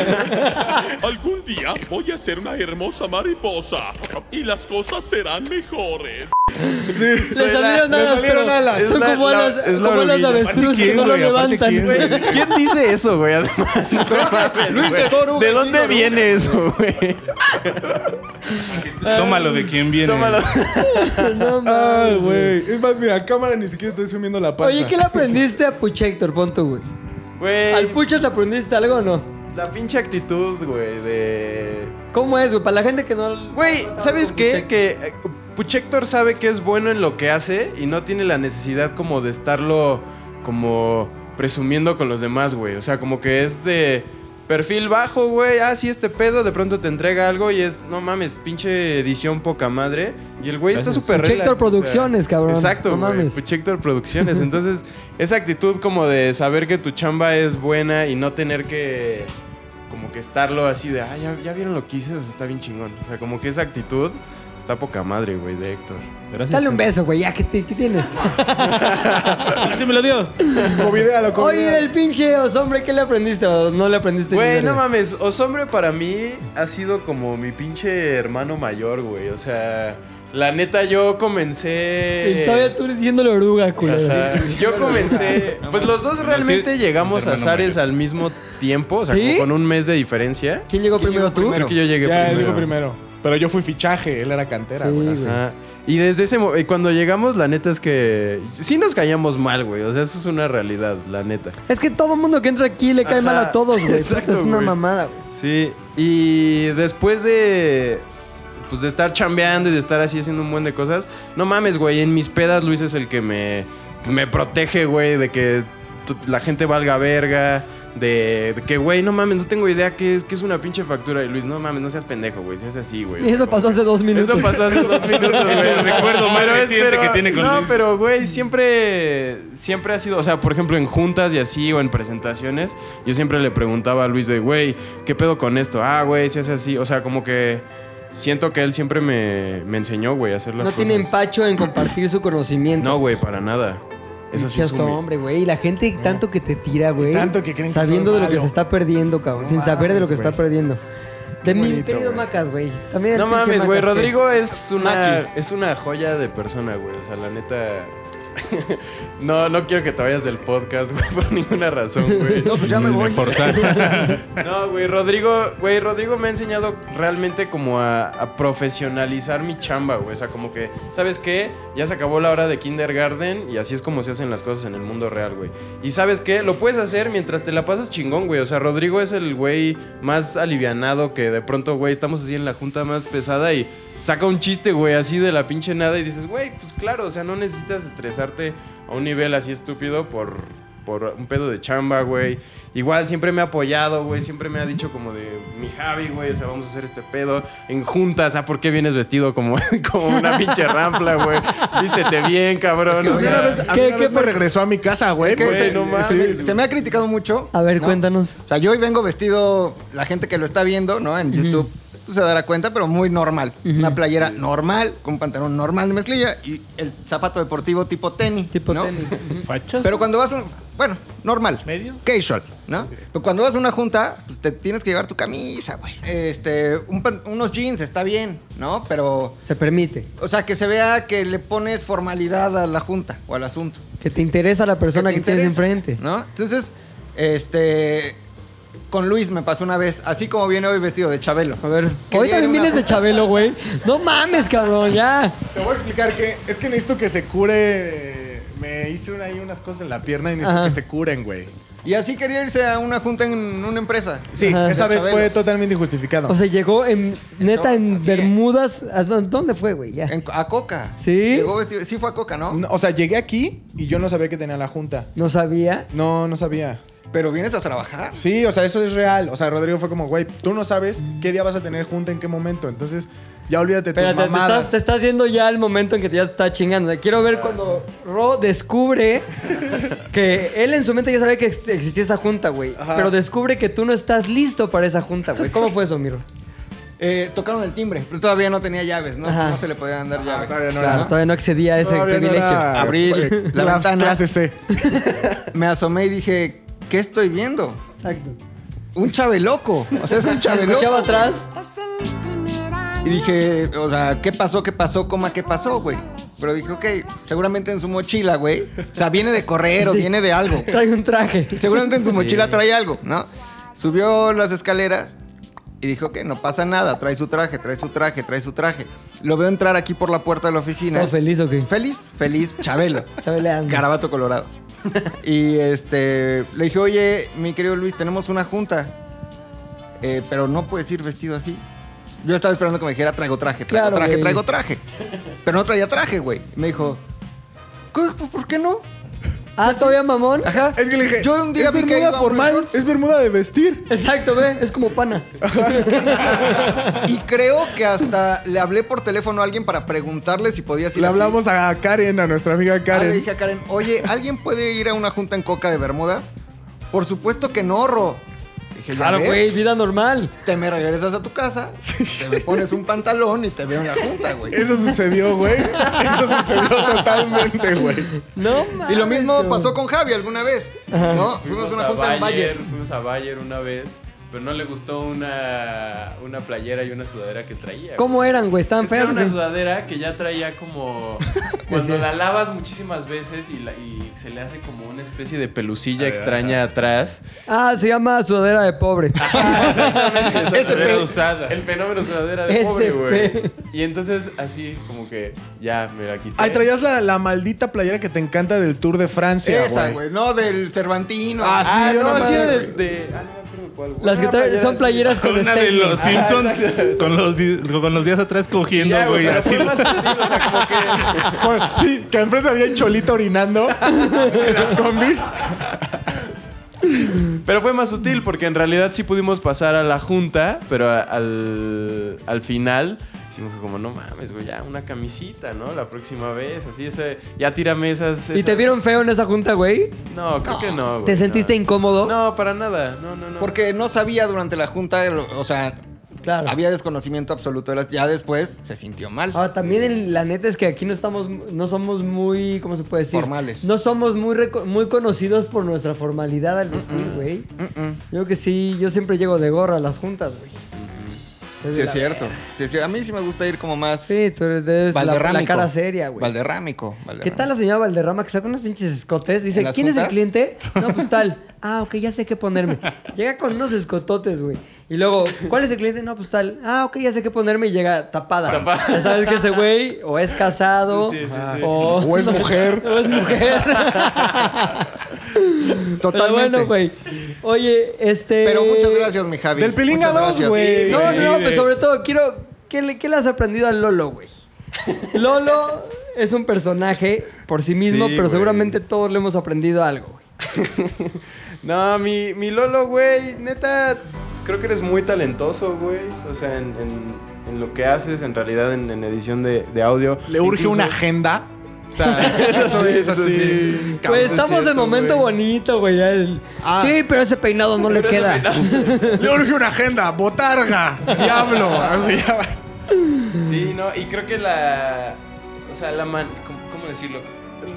S10: Algún día voy a ser una hermosa mariposa y las cosas serán mejores.
S1: Le salieron
S3: le
S1: alas.
S3: salieron
S1: pero
S3: alas.
S1: Son
S6: Es la-
S1: como
S6: la-
S1: alas,
S6: es la
S1: como alas de
S6: oruguilla.
S1: avestruz
S4: Aparte,
S1: que
S4: ¿quién,
S1: no lo
S4: güey? Aparte, ¿quién, güey?
S1: levantan.
S6: ¿Quién dice
S2: <laughs>
S6: eso, güey? Además,
S2: Luis llegó oruga.
S6: ¿de dónde viene eso, güey?
S4: Tómalo de quién viene.
S6: Tómalo.
S1: <laughs> No, mames,
S3: Ay, güey. Es más, mira, cámara ni siquiera estoy sumiendo la panza.
S1: Oye, ¿qué le aprendiste a Puchector? Pon tú, güey. ¿Al
S6: Güey,
S1: Puchas le aprendiste algo o no?
S6: la pinche actitud, güey, de...
S1: ¿Cómo es, güey? Para la gente que no.
S6: Güey, ¿sabes
S1: Ah, no,
S6: qué?
S1: Puchector.
S6: Que eh, Puchector sabe que es bueno en lo que hace y no tiene la necesidad como de estarlo como presumiendo con los demás, güey. O sea, como que es de perfil bajo, güey. Ah, sí, este pedo de pronto te entrega algo y es, no mames, pinche edición poca madre. Y el güey está
S4: Gracias.
S6: súper
S1: Puchector
S6: relax, o sea.
S1: Producciones, cabrón.
S6: Exacto,
S1: No
S6: güey.
S1: mames.
S6: Puchector
S1: <laughs>
S6: Producciones. Entonces, esa actitud como de saber que tu chamba es buena y no tener que como que estarlo así de, ah, ya, ya vieron lo que hice, o sea, está bien chingón. O sea, como que esa actitud está poca madre, güey, de Héctor.
S4: Gracias.
S1: Dale un beso, güey. Ya, ¿qué, te- qué tiene?
S4: Ah, sí me lo dio.
S3: Covidéalo,
S1: Oye,
S3: covidéalo.
S1: del pinche osombre, ¿qué le aprendiste o no le aprendiste? ni
S6: Güey, no
S1: vergas?
S6: mames, Osombre para mí ha sido como mi pinche hermano mayor, güey. O sea, la neta yo comencé...
S1: Y todavía tú diciéndole oruga, culero.
S6: Ajá. Yo comencé. Pues los dos realmente
S4: sí,
S6: llegamos
S4: sí,
S6: a
S4: hermano
S6: Zares
S4: mayor.
S6: al mismo tiempo, o sea,
S1: ¿Sí?
S6: como con un mes de diferencia.
S1: ¿Quién llegó primero, tú?
S6: Creo que yo llegué
S3: Ya, él
S6: primero.
S3: dijo primero. Pero yo fui fichaje, él era cantera,
S1: Sí,
S3: güey.
S1: güey.
S6: Ajá. Y desde ese mo- y cuando llegamos, la neta es que sí nos callamos mal, güey. O sea, eso es una realidad, la neta.
S1: Es que todo mundo que entra aquí le cae
S6: Ajá.
S1: mal a todos, güey.
S6: Exacto,
S1: es una
S6: güey.
S1: mamada, güey.
S6: Sí. Y después de. Pues de estar chambeando y de estar así haciendo un buen de cosas. No mames, güey. En mis pedas, Luis es el que me. Me protege, güey, de que t- la gente valga verga. De, de que, güey, no mames, no tengo idea qué es, qué es una pinche factura. Y Luis, no mames, no seas pendejo, güey. Si es así, güey.
S1: Y eso pasó hace dos minutos.
S6: Eso pasó hace dos minutos, güey.
S4: Es el recuerdo más
S6: Pero es-
S4: reciente
S6: pero-
S4: que tiene con
S6: No,
S4: Luis.
S6: pero, güey, siempre, siempre ha sido... O sea, por ejemplo, en juntas y así, o en presentaciones, yo siempre le preguntaba a Luis de, güey, ¿qué pedo con esto? Ah, güey, si es así. O sea, como que siento que él siempre me, me enseñó, güey, a hacer
S1: <laughs>
S6: las
S1: no
S6: cosas.
S1: tiene empacho en compartir su conocimiento.
S6: No, güey, para nada. Eso sí
S1: Pinche
S6: es así.
S1: hombre, güey. Y la gente tanto que te tira, güey.
S3: tanto que creen que
S1: Sabiendo
S3: soy
S1: de lo que
S3: malo.
S1: se está perdiendo, cabrón.
S3: No
S1: sin saber de lo que
S3: mames,
S1: está
S3: güey.
S1: perdiendo. De mi
S3: bonito,
S1: querido
S3: güey.
S1: Macas, güey. También el
S6: No
S1: pinche
S6: mames,
S1: Macas
S6: güey.
S1: que- <laughs>
S6: Rodrigo es una,
S2: Maki.
S6: es una joya de persona, güey. O sea, la neta. <laughs> no, no quiero que te vayas del podcast, güey, por ninguna razón,
S1: <laughs>
S6: güey.
S2: No, pues ya me voy.
S4: Reforzar.
S6: No, güey, Rodrigo, güey, Rodrigo me ha enseñado realmente como a, a profesionalizar mi chamba, güey. O sea, como que, ¿sabes qué? Ya se acabó la hora de kindergarten y así es como se hacen las cosas en el mundo real, güey. Y ¿sabes qué? Lo puedes hacer mientras te la pasas chingón, güey. O sea, Rodrigo es el güey más alivianado que de pronto, güey, estamos así en la junta más pesada y saca un chiste, güey, así de la pinche nada y dices, güey, pues claro, o sea, no necesitas estresarte a un nivel así estúpido por por un pedo de chamba, güey. Igual siempre me ha apoyado, güey. Siempre me ha dicho como de mi Javi, güey. O sea, vamos a hacer este pedo en juntas. Ah, ¿por qué vienes vestido como, <laughs> como una pinche rampla, güey? Vístete bien, cabrón.
S3: A
S6: o
S3: mí
S6: sea,
S3: una vez, a mí
S1: ¿Qué-
S3: una
S1: qué
S3: vez me regresó a mi casa, güey.
S2: Que
S3: porque-
S2: se,
S6: no mames,
S3: sí.
S2: se me ha criticado mucho.
S1: A ver,
S2: ¿no?
S1: cuéntanos.
S2: O sea, yo hoy vengo vestido, la gente que lo está viendo, ¿no? En YouTube pues, se dará cuenta, pero muy normal. Una playera normal, con un pantalón normal de mezclilla y el zapato deportivo tipo tenis.
S1: Tipo
S2: ¿no? <laughs>
S1: tenis.
S4: ¿Fachos?
S2: Pero cuando vas a, bueno, normal.
S4: ¿Medio?
S2: Casual, ¿no? Pero cuando vas a una junta, pues te tienes que llevar tu camisa, güey. Este, un pan- unos jeans está bien, ¿no? Pero,
S1: Se permite.
S2: o sea, que se vea que le pones formalidad a la junta o al asunto
S1: Que te interesa la persona que,
S2: te
S1: tienes
S2: interesa,
S1: enfrente.
S2: ¿No? Entonces, este. Con Luis me pasó una vez, así como viene hoy vestido de Chabelo.
S1: A ver.
S2: Que
S1: Hoy
S2: viene
S1: también
S2: una
S1: vienes de
S2: junta.
S1: Chabelo, güey. No mames, cabrón, ya.
S3: Te voy a explicar que es que necesito que se cure. Me hice una- ahí unas cosas en la pierna y necesito
S1: Ajá.
S3: que se curen, güey.
S2: Y así quería irse a una junta en una empresa.
S3: Sí,
S1: Ajá.
S3: esa
S2: De
S3: vez
S2: Chabelo.
S3: fue totalmente injustificado.
S1: O sea, llegó en. Neta, en
S2: Así es.
S1: Bermudas. ¿A dó- ¿Dónde fue, güey? Ya.
S2: En- a Coca.
S1: ¿Sí?
S2: Llegó vestido- sí fue a Coca, ¿no?
S3: No, o sea, llegué aquí y yo no sabía que tenía la junta.
S1: No sabía.
S3: No, no sabía.
S2: pero vienes a trabajar.
S3: Sí, o sea, eso es real. O sea, Rodrigo fue como, güey, tú no sabes qué día vas a tener junta, en qué momento. Entonces, ya olvídate de tus
S1: Espérate, te estás,
S3: mamadas.
S1: te estás yendo ya el momento en que te ya está chingando. Quiero ver cuando Ro descubre que él en su mente ya sabe que ex- existía esa junta, güey. Pero descubre que tú no estás listo para esa junta, güey. ¿Cómo fue eso, Miro?
S2: Eh, tocaron el timbre, pero todavía no tenía llaves, ¿no?
S1: Ajá.
S2: No se le podían dar llaves.
S3: todavía no
S1: Claro, todavía no accedía a ese
S3: Todavía no
S1: privilegio.
S3: era-
S2: Abrí
S3: Eh,
S2: la
S3: clas-
S2: ventana.
S3: Clase C.
S2: <laughs> Me asomé y dije, ¿qué estoy viendo?
S1: Exacto.
S2: Un chaveloco. O sea, es un
S1: <laughs>
S2: chaveloco.
S1: Escuchaba atrás.
S2: Y dije, o sea, ¿qué pasó? ¿Qué pasó? Coma, ¿qué pasó, güey? Pero dije, ok, seguramente en su mochila, güey. O sea, viene de correr o viene de algo.
S1: Trae un traje.
S2: Seguramente en su mochila trae algo, ¿no? Subió las escaleras y dijo que no pasa nada, trae su traje, trae su traje, trae su traje. Lo veo entrar aquí por la puerta de la oficina.
S1: ¿Todo feliz o qué?
S2: Feliz, feliz, Chabelo.
S1: Chabeleando.
S2: Garabato colorado. <laughs> Y este, le dije, oye, mi querido Luis, tenemos una junta, eh, pero no puedes ir vestido así. Yo estaba esperando que me dijera, traigo traje, traigo
S1: Claro,
S2: traje,
S1: güey.
S2: traigo traje. Pero no traía traje, güey. Me dijo, "¿Qué? ¿por qué no?
S1: Ah, todavía mamón.
S2: Ajá.
S3: Es que le dije,
S2: yo un día
S3: es
S2: vi que
S3: bermuda
S2: iba a un
S3: formal,
S2: shorts".
S3: es bermuda de vestir.
S1: Exacto, ve. Es como pana.
S2: Y creo que hasta le hablé por teléfono a alguien para preguntarle si podía ir
S3: Le
S2: así.
S3: hablamos a Karen, a nuestra amiga
S2: Ah, le
S3: Karen.
S2: dije a Karen, oye, ¿alguien puede ir a una junta en coca de Bermudas? Por supuesto que no, Ro. Dije, "Ya
S1: Claro,
S2: ves,
S1: güey. Vida normal.
S2: Te me regresas a tu casa, te me pones un pantalón y te veo en la junta, güey.
S3: Eso sucedió, güey. Eso sucedió totalmente, güey.
S1: No mames.
S2: Y lo mismo
S1: güey.
S2: pasó con Javi alguna vez, ¿no? Fuimos
S6: Fuimos
S2: a una
S6: a
S2: junta en
S6: Bayer,
S2: Bayer.
S6: fuimos a Bayer una vez, pero no le gustó una, una playera y una sudadera que traía.
S1: ¿Cómo eran, güey? ¿Estaban
S6: Es que
S1: feas?
S6: Era
S1: o
S6: una
S1: qué?
S6: sudadera que ya traía como. Cuando
S1: Sí.
S6: la lavas muchísimas veces y, la- y se le hace como una especie de pelucilla extraña atrás.
S1: Ah, se llama sudadera de
S4: <laughs>
S1: pobre.
S6: <laughs>
S4: Sudadera usada.
S6: El fenómeno sudadera de pobre,
S1: SP.
S6: güey. Y entonces, así como que ya me la quité.
S3: Ahí traías la, la maldita playera que te encanta del Tour de Francia,
S2: Esa, güey, no del Cervantino.
S3: Ah, sí,
S6: Ah,
S3: yo
S6: no,
S3: no
S6: así
S3: me-
S6: era de. de- ah, no me acuerdo cuál, güey.
S1: Las que
S6: Una
S1: traen son
S6: así.
S1: playeras con,
S4: Con una de los
S1: statements.
S4: Simpsons,
S6: exacto.
S4: con, los, di- con los días atrás
S6: Y
S4: cogiendo,
S6: ya,
S4: güey.
S6: pero
S4: así.
S6: fue más sutil, o sea, como que.
S3: Bueno, sí, que enfrente había un cholito
S4: <laughs>
S3: orinando en las combis.
S6: Pero fue más sutil porque en realidad sí pudimos pasar a la junta, pero a- al, al final hicimos como, no mames, güey, ya una camisita, ¿no? La próxima vez, así, ese, ya tírame
S1: <laughs>
S6: esas...
S1: ¿Y
S6: esas-
S1: te vieron feo en esa junta, güey?
S6: No, creo que no. güey,
S1: ¿Te sentiste
S6: no.
S1: incómodo?
S6: No, para nada, no, no, no.
S2: Porque no sabía durante la junta, o sea,
S1: Claro. Ah,
S2: había desconocimiento absoluto. de las- Ya después se sintió mal.
S1: Ahora, también el- la neta es que aquí no estamos, no somos muy, ¿cómo se puede decir?
S2: Formales.
S1: No somos muy, reco- muy conocidos por nuestra formalidad al vestir, güey. Yo que sí, yo siempre llego de gorra a las juntas, güey. Es de
S2: Sí, es
S1: la
S2: cierto.
S1: verga.
S2: Sí, es cier- A mí sí me gusta ir como más
S1: Sí, tú eres de eres la,
S2: valderrámico.
S1: la cara seria, güey.
S2: Valderrámico.
S1: ¿Qué
S2: valderrámico.
S1: tal la señora Valderrama que está con unos pinches escotes? Dice,
S2: ¿En las
S1: ¿quién es el
S2: juntas?
S1: cliente? No, pues tal. Ah, ok, ya sé qué ponerme. Llega con unos escototes, güey. Y luego, ¿cuál es el cliente? No, pues tal. Ah, ok, ya sé qué ponerme. Y llega tapada.
S6: Tapada.
S1: Ya sabes que ese güey o es casado.
S6: Sí, sí, sí.
S1: O,
S3: O es
S1: <laughs>
S3: mujer.
S1: O es mujer. Pero
S2: Totalmente.
S1: bueno, güey. Oye, este...
S2: Pero muchas gracias, mi Javi.
S3: Del Pilinga
S2: Muchas
S3: 2,
S2: gracias.
S3: güey.
S1: No,
S4: Sí,
S1: no,
S4: de-
S1: pero sobre todo quiero. ¿qué le, qué le has aprendido a Lolo, güey? Lolo es un personaje por sí mismo,
S6: Sí,
S1: pero
S6: güey.
S1: seguramente todos le hemos aprendido algo, güey.
S6: No, mi, mi Lolo, güey, neta, creo que eres muy talentoso, güey. O sea, en, en- en lo que haces, en realidad, en, en edición de, de audio.
S3: Le urge
S6: Incluso-
S3: una agenda.
S6: O sea, <laughs> eso
S3: Sí,
S6: sí, eso
S3: eso
S6: sí.
S3: sí.
S6: Cabrón,
S1: pues estamos
S6: es cierto,
S1: de momento
S6: güey.
S1: bonito, güey. ya el-
S3: Ah.
S1: Sí, pero ese peinado no le queda.
S3: Le urge una agenda. Botarga. Diablo. Así ya va.
S6: Sí, no, y creo que la. O sea, la man. ¿Cómo, cómo decirlo?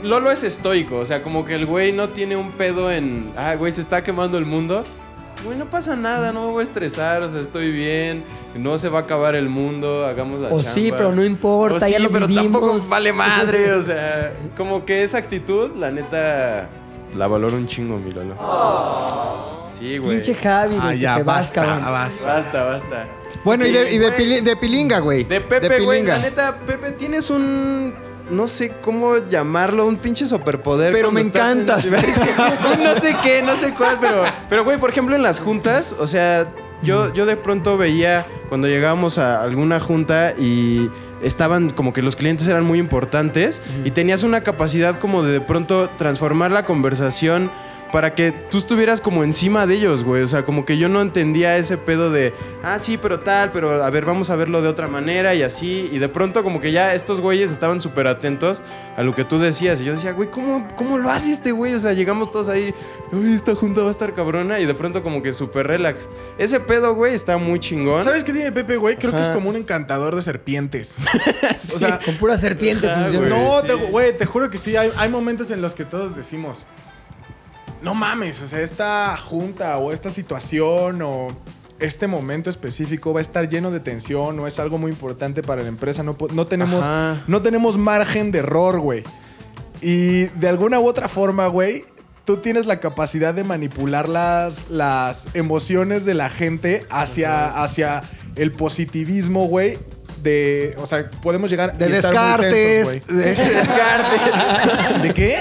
S6: Lolo es estoico, o sea, como que el güey no tiene un pedo en. Ah, güey, se está quemando el mundo. Güey, no pasa nada, no me voy a estresar, o sea, estoy bien, no se va a acabar el mundo, hagamos la
S1: O
S6: chamba.
S1: sí, pero no importa,
S6: O sí,
S1: ya lo
S6: pero tampoco
S1: vivimos.
S6: vale madre, o sea, como que esa actitud, la neta, la valoro un chingo, mi Lolo. Sí, güey.
S1: Pinche Javi, güey.
S3: Ah,
S1: que
S3: ya,
S1: te vas,
S3: basta,
S1: cabrón.
S3: basta.
S6: Basta, basta.
S2: Bueno, y de, y de,
S6: Güey.
S2: Pili- de Pilinga, güey.
S6: De Pepe, güey.
S2: Pilinga.
S6: La neta, Pepe, tienes un. No sé cómo llamarlo, un pinche superpoder.
S2: Pero
S6: cuando
S2: me
S6: estás en-
S2: encantas. <laughs>
S6: Es que, un no sé qué, no sé cuál, pero. Pero, güey, por ejemplo, en las juntas, o sea, yo, yo de pronto veía cuando llegábamos a alguna junta y estaban como que los clientes eran muy importantes y tenías una capacidad como de de pronto transformar la conversación para que tú estuvieras como encima de ellos, güey. O sea, como que yo no entendía ese pedo de, ah, sí, pero tal, pero a ver, vamos a verlo de otra manera y así. Y de pronto como que ya estos güeyes estaban súper atentos a lo que tú decías. Y yo decía, güey, ¿cómo, ¿cómo lo hace este güey? O sea, llegamos todos ahí, uy, esta junta va a estar cabrona. Y de pronto como que súper relax. Ese pedo, güey, está muy chingón.
S3: ¿Sabes qué tiene Pepe, güey? Creo que es
S6: Ajá.
S3: como un encantador de <laughs> serpientes. O sea,
S1: Con pura serpiente funciona.
S3: no, te- güey, te juro que sí. Hay, hay momentos en los que todos decimos, no mames, o sea, esta junta o esta situación o este momento específico va a estar lleno de tensión o es algo muy importante para la empresa. No, po- no, tenemos,
S6: Ajá.
S3: no tenemos margen de error, güey. Y de alguna u otra forma, güey, tú tienes la capacidad de manipular las, las emociones de la gente hacia, hacia el positivismo, güey. De, o sea, podemos llegar
S2: De
S3: y estar muy tensos, güey.
S2: descartes.
S3: <laughs>
S2: de-
S3: ¿De qué?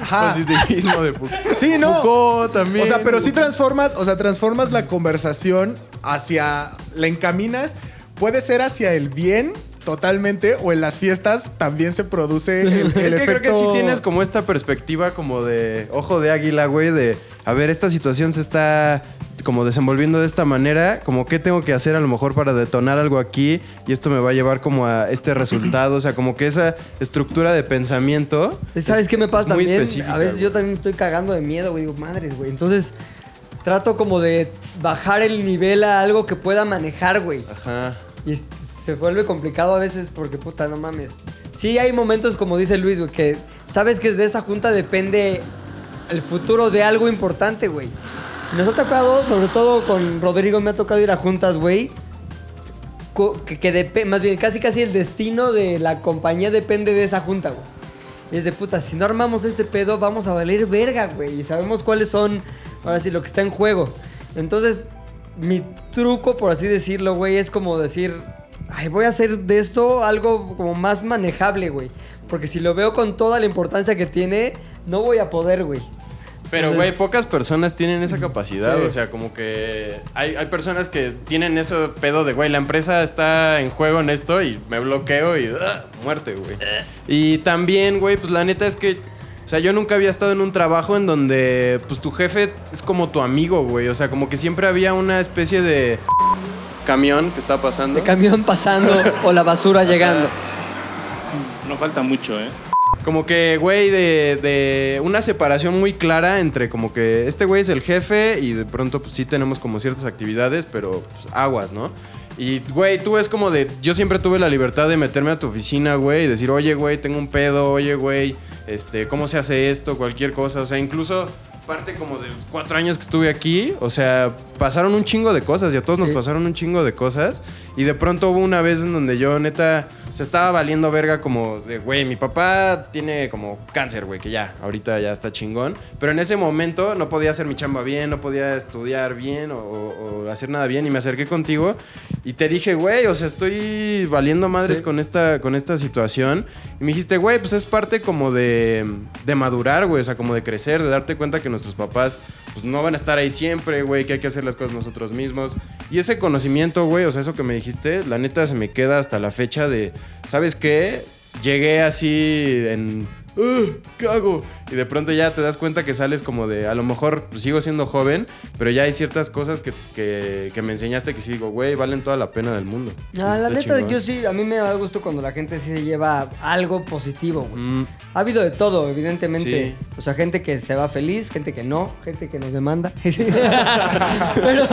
S3: Ajá.
S6: Positivismo Pues de Foucault.
S3: Sí, no.
S6: Foucault también.
S3: O sea, pero sí transformas, o sea, transformas la conversación hacia. La encaminas. Puede ser hacia el bien totalmente. O en las fiestas también se produce el,
S1: <laughs>
S3: el
S6: es que creo que sí
S3: efecto-
S6: tienes como esta perspectiva como de ojo de águila, güey, de a ver, esta situación se está como desenvolviendo de esta manera, como qué tengo que hacer a lo mejor para detonar algo aquí y esto me va a llevar como a este resultado, o sea, como que esa estructura de pensamiento
S1: ¿Sabes qué me pasa
S6: muy
S1: también?
S6: específica,
S1: a veces
S6: güey.
S1: yo también me estoy cagando de miedo, güey. Digo, madres, güey. Entonces trato como de bajar el nivel a algo que pueda manejar, güey.
S6: Ajá.
S1: Y es- se vuelve complicado a veces porque, puta, no mames. Sí hay momentos, como dice Luis, güey, que sabes que de esa junta depende el futuro de algo importante, güey. Nos ha tocado, sobre todo con Rodrigo, me ha tocado ir a juntas, güey. co- Que, que depe- más bien, casi casi el destino de la compañía depende de esa junta, güey. Y es de puta, si no armamos este pedo, vamos a valer verga, güey. Y sabemos cuáles son, ahora sí, lo que está en juego. Entonces, mi truco, por así decirlo, güey, es como decir, ay, voy a hacer de esto algo como más manejable, güey. Porque si lo veo con toda la importancia que tiene, no voy a poder, güey.
S6: Pero,
S1: Entonces-
S6: güey, pocas personas tienen esa capacidad.
S1: Sí.
S6: O sea, como que hay, hay personas que tienen ese pedo de, güey, la empresa está en juego en esto y me bloqueo y ¡ah! muerte, güey. Y también, güey, pues la neta es que, o sea, yo nunca había estado en un trabajo en donde, pues tu jefe es como tu amigo, güey. O sea, como que siempre había una especie de camión que está pasando.
S1: El camión pasando o la basura llegando.
S4: No falta mucho, ¿eh?
S6: Como que, güey, de, de una separación muy clara entre como que este güey es el jefe y de pronto pues sí tenemos como ciertas actividades, pero pues, aguas, ¿no? Y, güey, tú es como de... Yo siempre tuve la libertad de meterme a tu oficina, güey, y decir, oye, güey, tengo un pedo, oye, güey, este, ¿cómo se hace esto? Cualquier cosa. O sea, incluso parte como de los cuatro años que estuve aquí, o sea, pasaron un chingo de cosas y a todos nos
S1: Sí.
S6: pasaron un chingo de cosas. Y de pronto hubo una vez en donde yo, neta, se estaba valiendo verga como de, güey, mi papá tiene como cáncer, güey, que ya, ahorita ya está chingón. Pero en ese momento no podía hacer mi chamba bien, no podía estudiar bien o, o- o hacer nada bien. Y me acerqué contigo y te dije, güey, o sea, estoy valiendo madres
S1: Sí.
S6: con, esta, con esta situación. Y me dijiste, güey, pues es parte como de, de madurar, güey, o sea, como de crecer, de darte cuenta que nuestros papás pues no van a estar ahí siempre, güey, que hay que hacer las cosas nosotros mismos. Y ese conocimiento, güey, o sea, eso que me dijiste, la neta se me queda hasta la fecha de, ¿sabes qué? Llegué así en... "Ugh, ¿Qué hago? Y de pronto ya te das cuenta que sales como de, a lo mejor pues, sigo siendo joven, pero ya hay ciertas cosas que, que- que me enseñaste que sí digo, güey, valen toda la pena del mundo.
S1: Ah,
S6: Eso
S1: la
S6: está
S1: neta,
S6: chingón.
S1: yo sí, a mí me da gusto cuando la gente sí se lleva algo positivo, güey.
S6: Mm,
S1: Ha habido de todo, evidentemente.
S6: Sí.
S1: O sea, gente que se va feliz, gente que no, gente que nos demanda. <laughs> pero,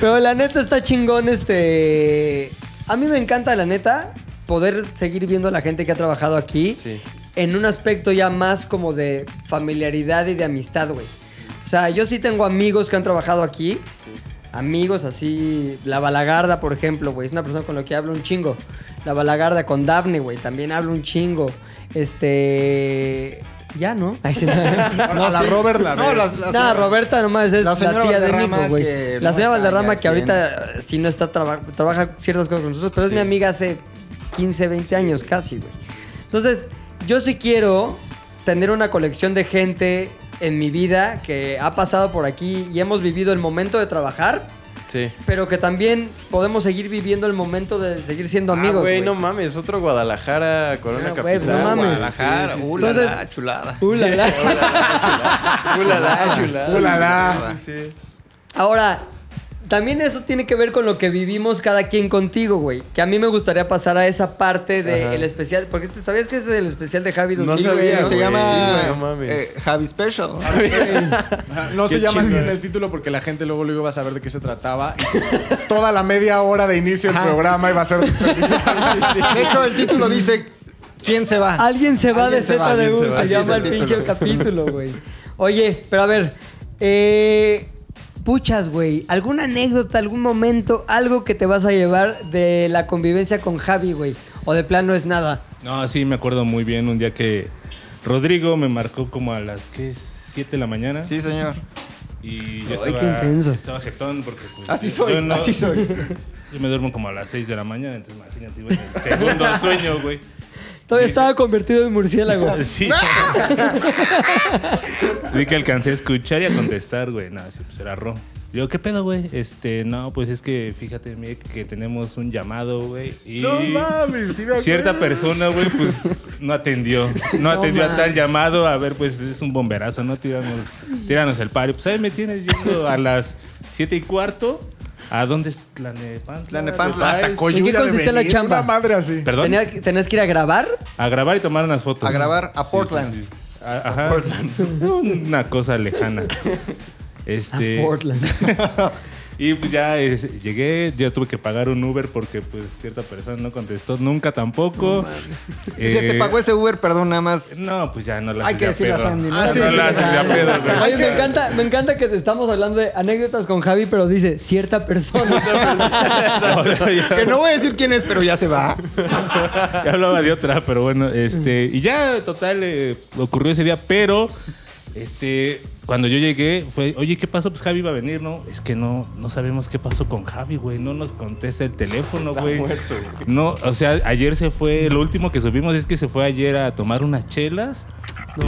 S1: pero la neta está chingón, este... A mí me encanta, la neta, poder seguir viendo a la gente que ha trabajado aquí
S6: sí.
S1: en un aspecto ya más como de familiaridad y de amistad, güey. O sea, yo sí tengo amigos que han trabajado aquí. Amigos así. La Balagarda, por ejemplo, güey. Es una persona con la que hablo un chingo. La Balagarda con Daphne, güey. También hablo un chingo. Este. Ya, ¿no? Ay, sí. <laughs>
S2: No, la Robert la No, las- las-
S1: Nada, Roberta nomás es
S2: la
S1: la,
S2: señora
S1: tía de
S2: Valderrama
S1: Nico, güey.
S2: que
S1: La
S2: no
S1: señora
S2: está
S1: Valderrama
S2: ya
S1: que ahorita eh, sí no está traba- trabaja ciertas cosas con nosotros, pero es mi amiga hace 15, 20 años casi, güey. Entonces, yo sí quiero tener una colección de gente en mi vida que ha pasado por aquí y hemos vivido el momento de trabajar,
S6: Sí.
S1: Pero que también podemos seguir viviendo el momento de seguir siendo
S6: Ah,
S1: amigos.
S6: güey,
S1: güey.
S6: no mames, otro Guadalajara, Corona
S1: Ah, güey,
S6: Capital.
S1: pues no mames.
S6: Guadalajara,
S1: Sí, sí, sí.
S6: ulala,
S1: Entonces-
S6: uh, chulada.
S1: Ulala.
S6: Ulala, chulada.
S3: Ulala.
S6: Sí.
S1: Ahora, también eso tiene que ver con lo que vivimos cada quien contigo, güey. Que a mí me gustaría pasar a esa parte del
S6: Ajá.
S1: especial. Porque este, ¿sabías que este es el especial de Javi
S6: No
S1: Dosil, güey,
S6: sabía,
S1: no?
S2: Se
S6: güey.
S2: llama
S6: Sí, güey, no mames.
S2: eh, Javi Special.
S3: No se
S6: Qué
S3: llama así
S6: chingón.
S3: en el título porque la gente luego luego va a saber de qué se trataba. Y toda la media hora de inicio del programa iba a ser desperdiciada.
S2: De hecho, el título dice ¿Quién se va?
S1: Alguien se va
S2: Alguien
S1: de
S2: se va,
S1: ZDU,
S2: alguien se
S1: se,
S2: va. Así es
S1: llama el
S2: el título.
S1: pinche
S2: <laughs>
S1: capítulo, güey. Oye, pero a ver, eh, puchas, güey, ¿alguna anécdota, algún momento, algo que te vas a llevar de la convivencia con Javi, güey? O de plan no es nada.
S4: No, sí, me acuerdo muy bien un día que Rodrigo me marcó como a las ¿qué? 7 de la mañana.
S2: Sí, señor.
S4: Y yo
S1: Ay,
S4: estaba,
S1: qué intenso.
S4: estaba jetón porque pues,
S2: Así
S4: yo-
S2: soy,
S4: yo no-
S2: así soy.
S4: <laughs> Yo me duermo como a las 6 de la mañana, entonces imagínate, güey, el segundo sueño, güey.
S1: Todavía estaba convertido en murciélago.
S4: Sí. Vi que alcancé a escuchar y a contestar, güey. Nada, sí, pues era Ro. Yo, ¿qué pedo, güey? Este, no, pues es que fíjate, mire, que tenemos un llamado, güey.
S3: <laughs>
S4: Y cierta persona, güey, pues no atendió. No atendió a tal
S1: mames.
S4: llamado. A ver, pues es un bomberazo, ¿no? Tíranos, tíranos el pari. Pues ahí me tienes yendo a las siete y cuarto. ¿A dónde es Tlanepantla?
S2: Tlanepantla.
S4: Hasta
S1: ¿En qué consiste la
S3: Una
S1: chamba?
S3: madre así.
S4: <laughs> Perdón.
S1: Tenía que- ¿Tenías que ir a grabar?
S4: A grabar y tomar unas fotos.
S2: A grabar a Portland.
S4: sí, sí. A- Ajá. <laughs> Una cosa lejana. Este.
S1: A Portland.
S4: Y pues ya es- llegué, yo tuve que pagar un Uber porque pues cierta persona no contestó nunca tampoco. Eh,
S2: Si te pagó ese Uber, perdón, nada
S4: <laughs>
S2: más.
S4: No, pues ya no la
S1: Hay que decirle a Sandy, ¿no?
S4: Ah, sí, no la haces de a pedo, güey.
S1: Oye, me encanta, me encanta que te estamos hablando de anécdotas con Javi, pero dice cierta persona.
S4: <laughs>
S2: Que no voy a decir quién es, pero ya se va.
S4: <laughs> Ya hablaba de otra, pero bueno, este. Y ya, total, eh, ocurrió ese día, pero. Este, cuando yo llegué, fue, oye, ¿qué pasó? Pues Javi iba a venir, ¿no? Es que no, no sabemos qué pasó con Javi, güey. No nos contesta el teléfono, güey. No, o sea, ayer se fue, lo último que supimos es que se fue ayer a tomar unas chelas.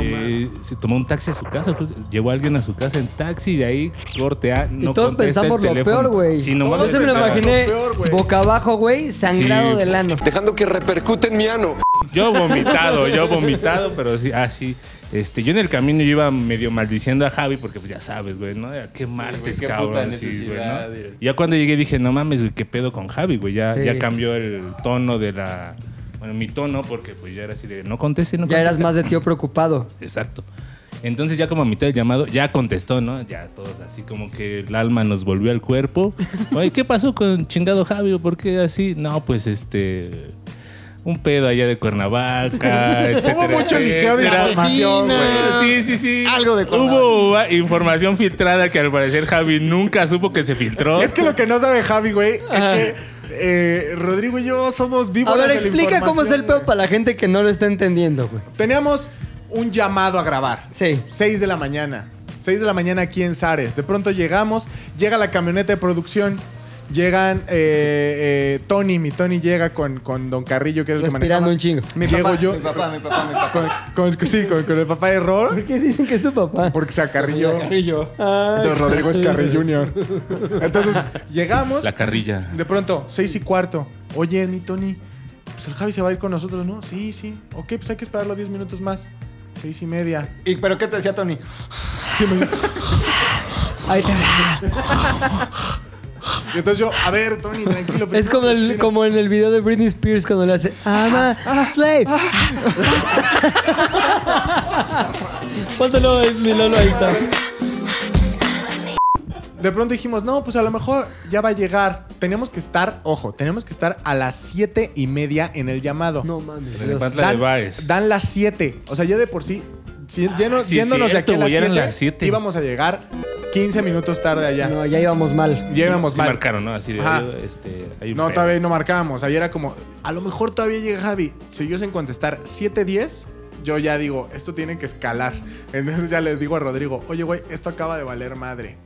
S4: Eh, se tomó un taxi a su casa, creo que llevó a alguien a su casa en taxi y de ahí corte A. No
S1: y todos
S4: contesta el
S1: pensamos lo
S4: teléfono.
S1: peor, güey.
S4: Sí, nomás
S1: Yo se me lo
S4: pensaba.
S1: imaginé
S3: lo peor, güey.
S1: boca abajo, güey, sangrado
S4: Sí.
S1: del ano.
S7: Dejando que repercute en mi ano.
S4: Yo vomitado, yo vomitado, pero sí, así. Este, yo en el camino yo iba medio maldiciendo a Javi porque pues ya sabes, güey, ¿no? Qué martes,
S6: qué puta
S4: cabrón. sí, güey,
S6: necesidad, este.
S4: ¿no?
S6: y-
S4: Y Ya cuando llegué dije, no mames, güey, qué pedo con Javi, güey. Ya,
S1: Sí.
S4: ya cambió el tono de la. Bueno, mi tono, porque pues ya era así de no conteste, no
S1: Ya eras
S4: conteste".
S1: más de tío preocupado.
S4: Exacto. Entonces ya como a mitad del llamado, ya contestó, ¿no? Ya todos así como que el alma nos volvió al cuerpo. Oye, ¿qué pasó con chingado Javi? ¿Por qué así? No, pues este... Un pedo allá de Cuernavaca, etcétera.
S3: mucho liqueo de
S4: etcétera.
S2: información, güey.
S4: Sí, sí, sí.
S2: Algo de Cuernavaca.
S4: Hubo ah, información filtrada que al parecer Javi nunca supo que se filtró.
S3: Es que lo que no sabe Javi, güey, es que eh, Rodrigo y yo somos
S1: A
S3: vivos.
S1: ver, explica cómo es el pedo
S3: pedo.
S1: para la gente que no lo está entendiendo, güey.
S3: Teníamos un llamado a grabar.
S1: Sí.
S3: 6 de la mañana. 6 de la mañana aquí en Sares. De pronto llegamos, llega la camioneta de producción. Llegan eh, eh, Tony, mi Tony llega con, con Don Carrillo, que era el que manejaba.
S1: Respirando un chingo.
S2: Mi
S3: Llego
S2: papá,
S3: yo
S2: mi papá, mi papá, mi papá.
S3: con, con- sí, con, con el papá de Ror,
S1: ¿Por qué dicen que es tu papá?
S3: porque se acarrilló.
S1: Carrillo. Ah,
S3: Entonces Rodrigo es Carrillo Junior. Entonces llegamos.
S4: La carrilla.
S3: De pronto, seis y cuarto. Oye, mi Tony, pues el Javi se va a ir con nosotros, ¿no? Sí, sí. Ok, pues hay que esperarlo 10 minutos más. Seis y media.
S2: ¿Y pero qué te decía Tony?
S3: Sí, me dice- <laughs>
S1: ahí te va.
S3: Y entonces yo, a ver, Tony, tranquilo.
S1: Es
S3: primero
S1: como, el-
S3: respira.
S1: como en el video de Britney Spears cuando le hace I'm
S4: Ah,
S1: a slave. Póntelo en mi Lolo, ahí está.
S3: De pronto dijimos, no, pues a lo mejor ya va a llegar. Tenemos que estar, ojo, tenemos que estar a las siete y media en el llamado.
S1: No mames. Dios.
S4: Tlanepantla de Baez.
S3: dan las 7. O sea, ya de por sí, si- lleno-
S4: sí,
S3: yéndonos de aquí
S4: cierto,
S3: a las
S4: güey, eran
S3: 7,
S4: las siete.
S3: íbamos a llegar 15 minutos tarde allá.
S1: No, ya íbamos mal.
S3: ya íbamos
S4: Sí
S3: mal.
S4: marcaron, ¿no? Así de...
S3: Ajá.
S4: "Oye, Este, hay un
S3: No,
S4: pedo".
S3: todavía no marcábamos. Ayer era como, a lo mejor todavía llega Javi. Siguió sin contestar 7-10. Yo ya digo, esto tiene que escalar. Entonces ya le digo a Rodrigo, oye, güey, esto acaba de valer madre.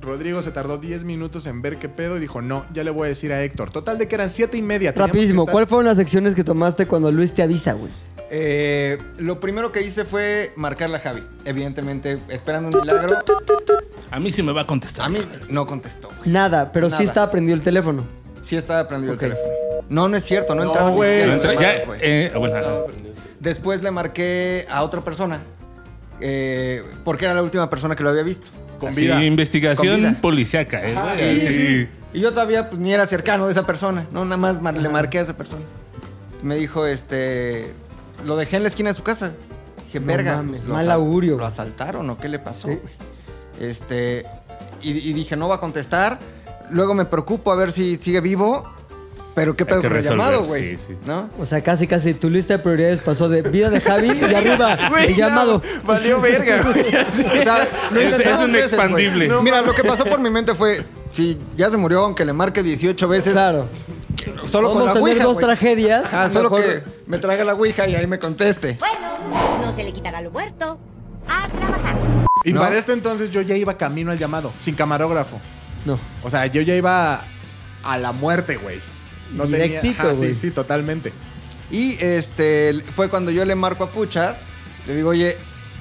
S3: Rodrigo se tardó 10 minutos en ver qué pedo y dijo, no, ya le voy a decir a Héctor. Total de que eran 7 y media. teníamos que
S1: Rapidísimo,
S3: estar-
S1: ¿cuáles fueron las secciones que tomaste cuando Luis te avisa, güey?
S2: Eh, lo primero que hice fue marcarla a Javi. Evidentemente, esperando un milagro.
S4: A mí sí me va a contestar.
S2: A mí no contestó. güey.
S1: Nada, pero sí
S2: Nada.
S1: está prendido el teléfono.
S2: Sí estaba prendido
S1: Ok.
S2: el teléfono. No, no es cierto, no entraron. ni
S3: güey.
S2: siquiera
S4: Pero
S2: las
S4: entra- ya,
S2: llamadas, güey.
S4: eh, bueno, ajá.
S2: Después le marqué a otra persona. eh, porque era la última persona que lo había visto.
S3: Con
S4: Sí,
S3: vida.
S4: investigación
S2: Con vida.
S4: policiaca. ¿eh?
S2: Ah,
S4: Sí,
S2: sí,
S4: sí.
S2: sí. Y yo todavía pues, ni era cercano de esa persona. No, nada más mar- le marqué a esa persona. Me dijo, este. Lo dejé en la esquina de su casa. Dije,
S1: No
S2: verga. pues,
S1: mames,
S2: lo
S1: mal
S2: asal-
S1: augurio.
S2: ¿Lo asaltaron o qué le pasó,
S1: Sí.
S2: güey? Este. Y, y dije, no va a contestar. Luego me preocupo a ver si sigue vivo. Pero qué pedo
S4: que
S2: con el
S4: resolver,
S2: llamado, güey.
S4: sí, sí.
S2: ¿No?
S1: O sea, casi, casi tu lista de prioridades pasó de vida de Javi y arriba
S2: <laughs>
S6: Güey,
S1: el llamado.
S6: no, valió verga, güey. así.
S2: O sea, lo
S4: Es-
S2: intenté
S4: es
S2: dos
S4: un
S2: veces, güey.
S4: expandible. No
S2: Mira, lo que pasó por mi mente fue. Si ya se murió, aunque le marque 18 veces,
S1: Claro.
S2: solo
S1: Vamos
S2: con la
S1: a tener
S2: ouija,
S1: dos
S2: güey.
S1: tragedias.
S2: Ah, solo
S1: Mejor-
S2: que me traiga la ouija y ahí me conteste.
S11: Bueno, no se le quitará lo muerto. A trabajar.
S3: Y
S2: ¿No?
S3: para este entonces yo ya iba camino al llamado, sin camarógrafo.
S1: No.
S3: O sea, yo ya iba a la muerte, güey. No tenía-
S1: Directito,
S3: ajá,
S1: güey.
S3: Sí, sí, totalmente.
S2: Y este fue cuando yo le marco a Puchas. Le digo, oye,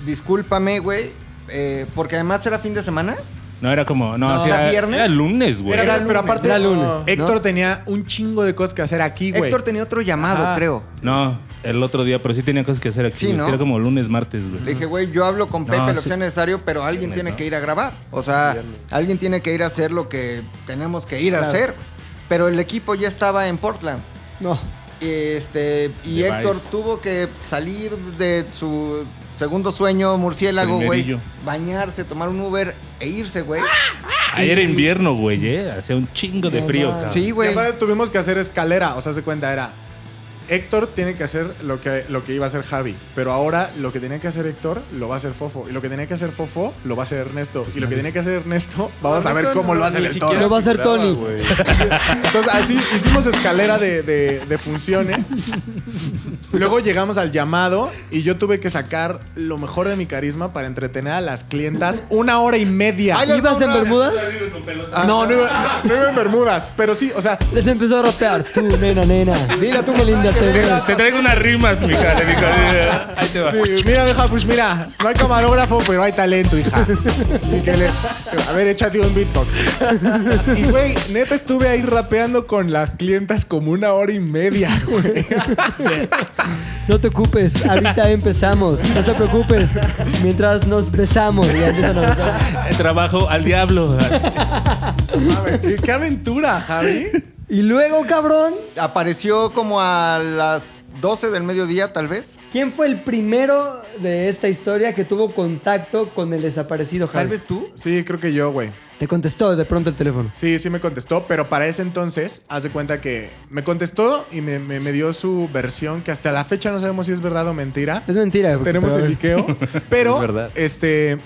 S2: discúlpame, güey. eh, porque además era fin de semana.
S4: No, era como. No,
S2: No.
S4: sí,
S2: ¿Era
S4: era,
S2: viernes?
S4: era lunes, güey.
S3: Era- pero
S2: lunes,
S3: aparte,
S1: era lunes,
S3: Héctor
S2: ¿no?
S3: tenía un chingo de cosas que hacer aquí, güey.
S2: Héctor tenía otro llamado,
S3: Ajá.
S2: creo.
S4: No, el otro día, pero sí tenía cosas que hacer aquí.
S2: Sí,
S4: güey.
S2: ¿no?
S4: Era como lunes, martes, güey.
S2: Le dije, güey, yo hablo con
S4: No,
S2: Pepe lo
S4: sí.
S2: que sea necesario, pero alguien
S4: Viernes,
S2: tiene
S4: ¿no?
S2: que ir a grabar. O sea, alguien tiene que ir a hacer lo que tenemos que ir a
S3: Claro.
S2: hacer. Pero el equipo ya estaba en Portland.
S1: No.
S2: Este, y
S4: Device.
S2: Héctor tuvo que salir de su segundo sueño murciélago, güey.
S4: Primerillo.
S2: Bañarse, tomar un Uber e irse, güey.
S1: Ah.
S4: Ahí era invierno, güey, ¿eh? Hacía un chingo de
S1: No
S4: frío,
S1: mames.
S4: cabrón.
S2: Sí,
S3: Y
S2: güey.
S3: aparte tuvimos que hacer escalera, o sea, se cuenta, era. Héctor tiene que hacer lo que, lo que iba a hacer Javi, pero ahora lo que tenía que hacer Héctor lo va a hacer Fofo, y lo que tenía que hacer Fofo lo va a hacer Ernesto, y lo que tenía que hacer Ernesto, vamos a ver
S6: Ernesto
S3: cómo
S6: no-
S3: lo hace el
S6: ni
S3: Héctor.
S6: siquiera
S1: Lo va a hacer
S6: figuraba,
S1: Tony.
S6: güey.
S3: Entonces, así hicimos escalera de, de- de funciones. Luego llegamos al llamado y yo tuve que sacar lo mejor de mi carisma para entretener a las clientas una hora y media. Ah,
S2: Ay, les
S1: ¿Ibas en
S2: nombra-
S1: Bermudas?
S3: No, no iba, no iba en Bermudas, pero sí, o sea,
S1: Les empezó a rapear. Tú, nena, nena. Dile a tu linda te veo.
S4: Te traigo unas rimas, mija.
S2: <laughs>
S4: Le dijo, ahí te va.
S3: Sí, mira, deja, pues mira, no hay camarógrafo, pero hay talento, hija. Y que le- a ver, échate un beatbox. Y, güey, neta estuve ahí rapeando con las clientas como una hora y media, güey.
S1: No te ocupes, ahorita empezamos. No te preocupes. Mientras nos besamos. Ya empiezan a besar.
S4: El trabajo al diablo.
S3: A ver, qué- qué aventura, Javi.
S1: Y luego, cabrón,
S2: Apareció como a las 12 del mediodía, tal vez.
S1: ¿quién fue el primero de esta historia que tuvo contacto con el desaparecido Javi?
S2: Tal vez tú.
S3: Sí, creo que yo, güey.
S1: Te contestó de pronto el teléfono.
S3: Sí, sí me contestó, pero para ese entonces, haz de cuenta que me contestó y me, me- me dio su versión, que hasta la fecha no sabemos si es verdad o mentira.
S1: Es mentira. porque-
S3: Tenemos
S1: pero a ver.
S3: el liqueo. Pero,
S6: Es verdad.
S3: este.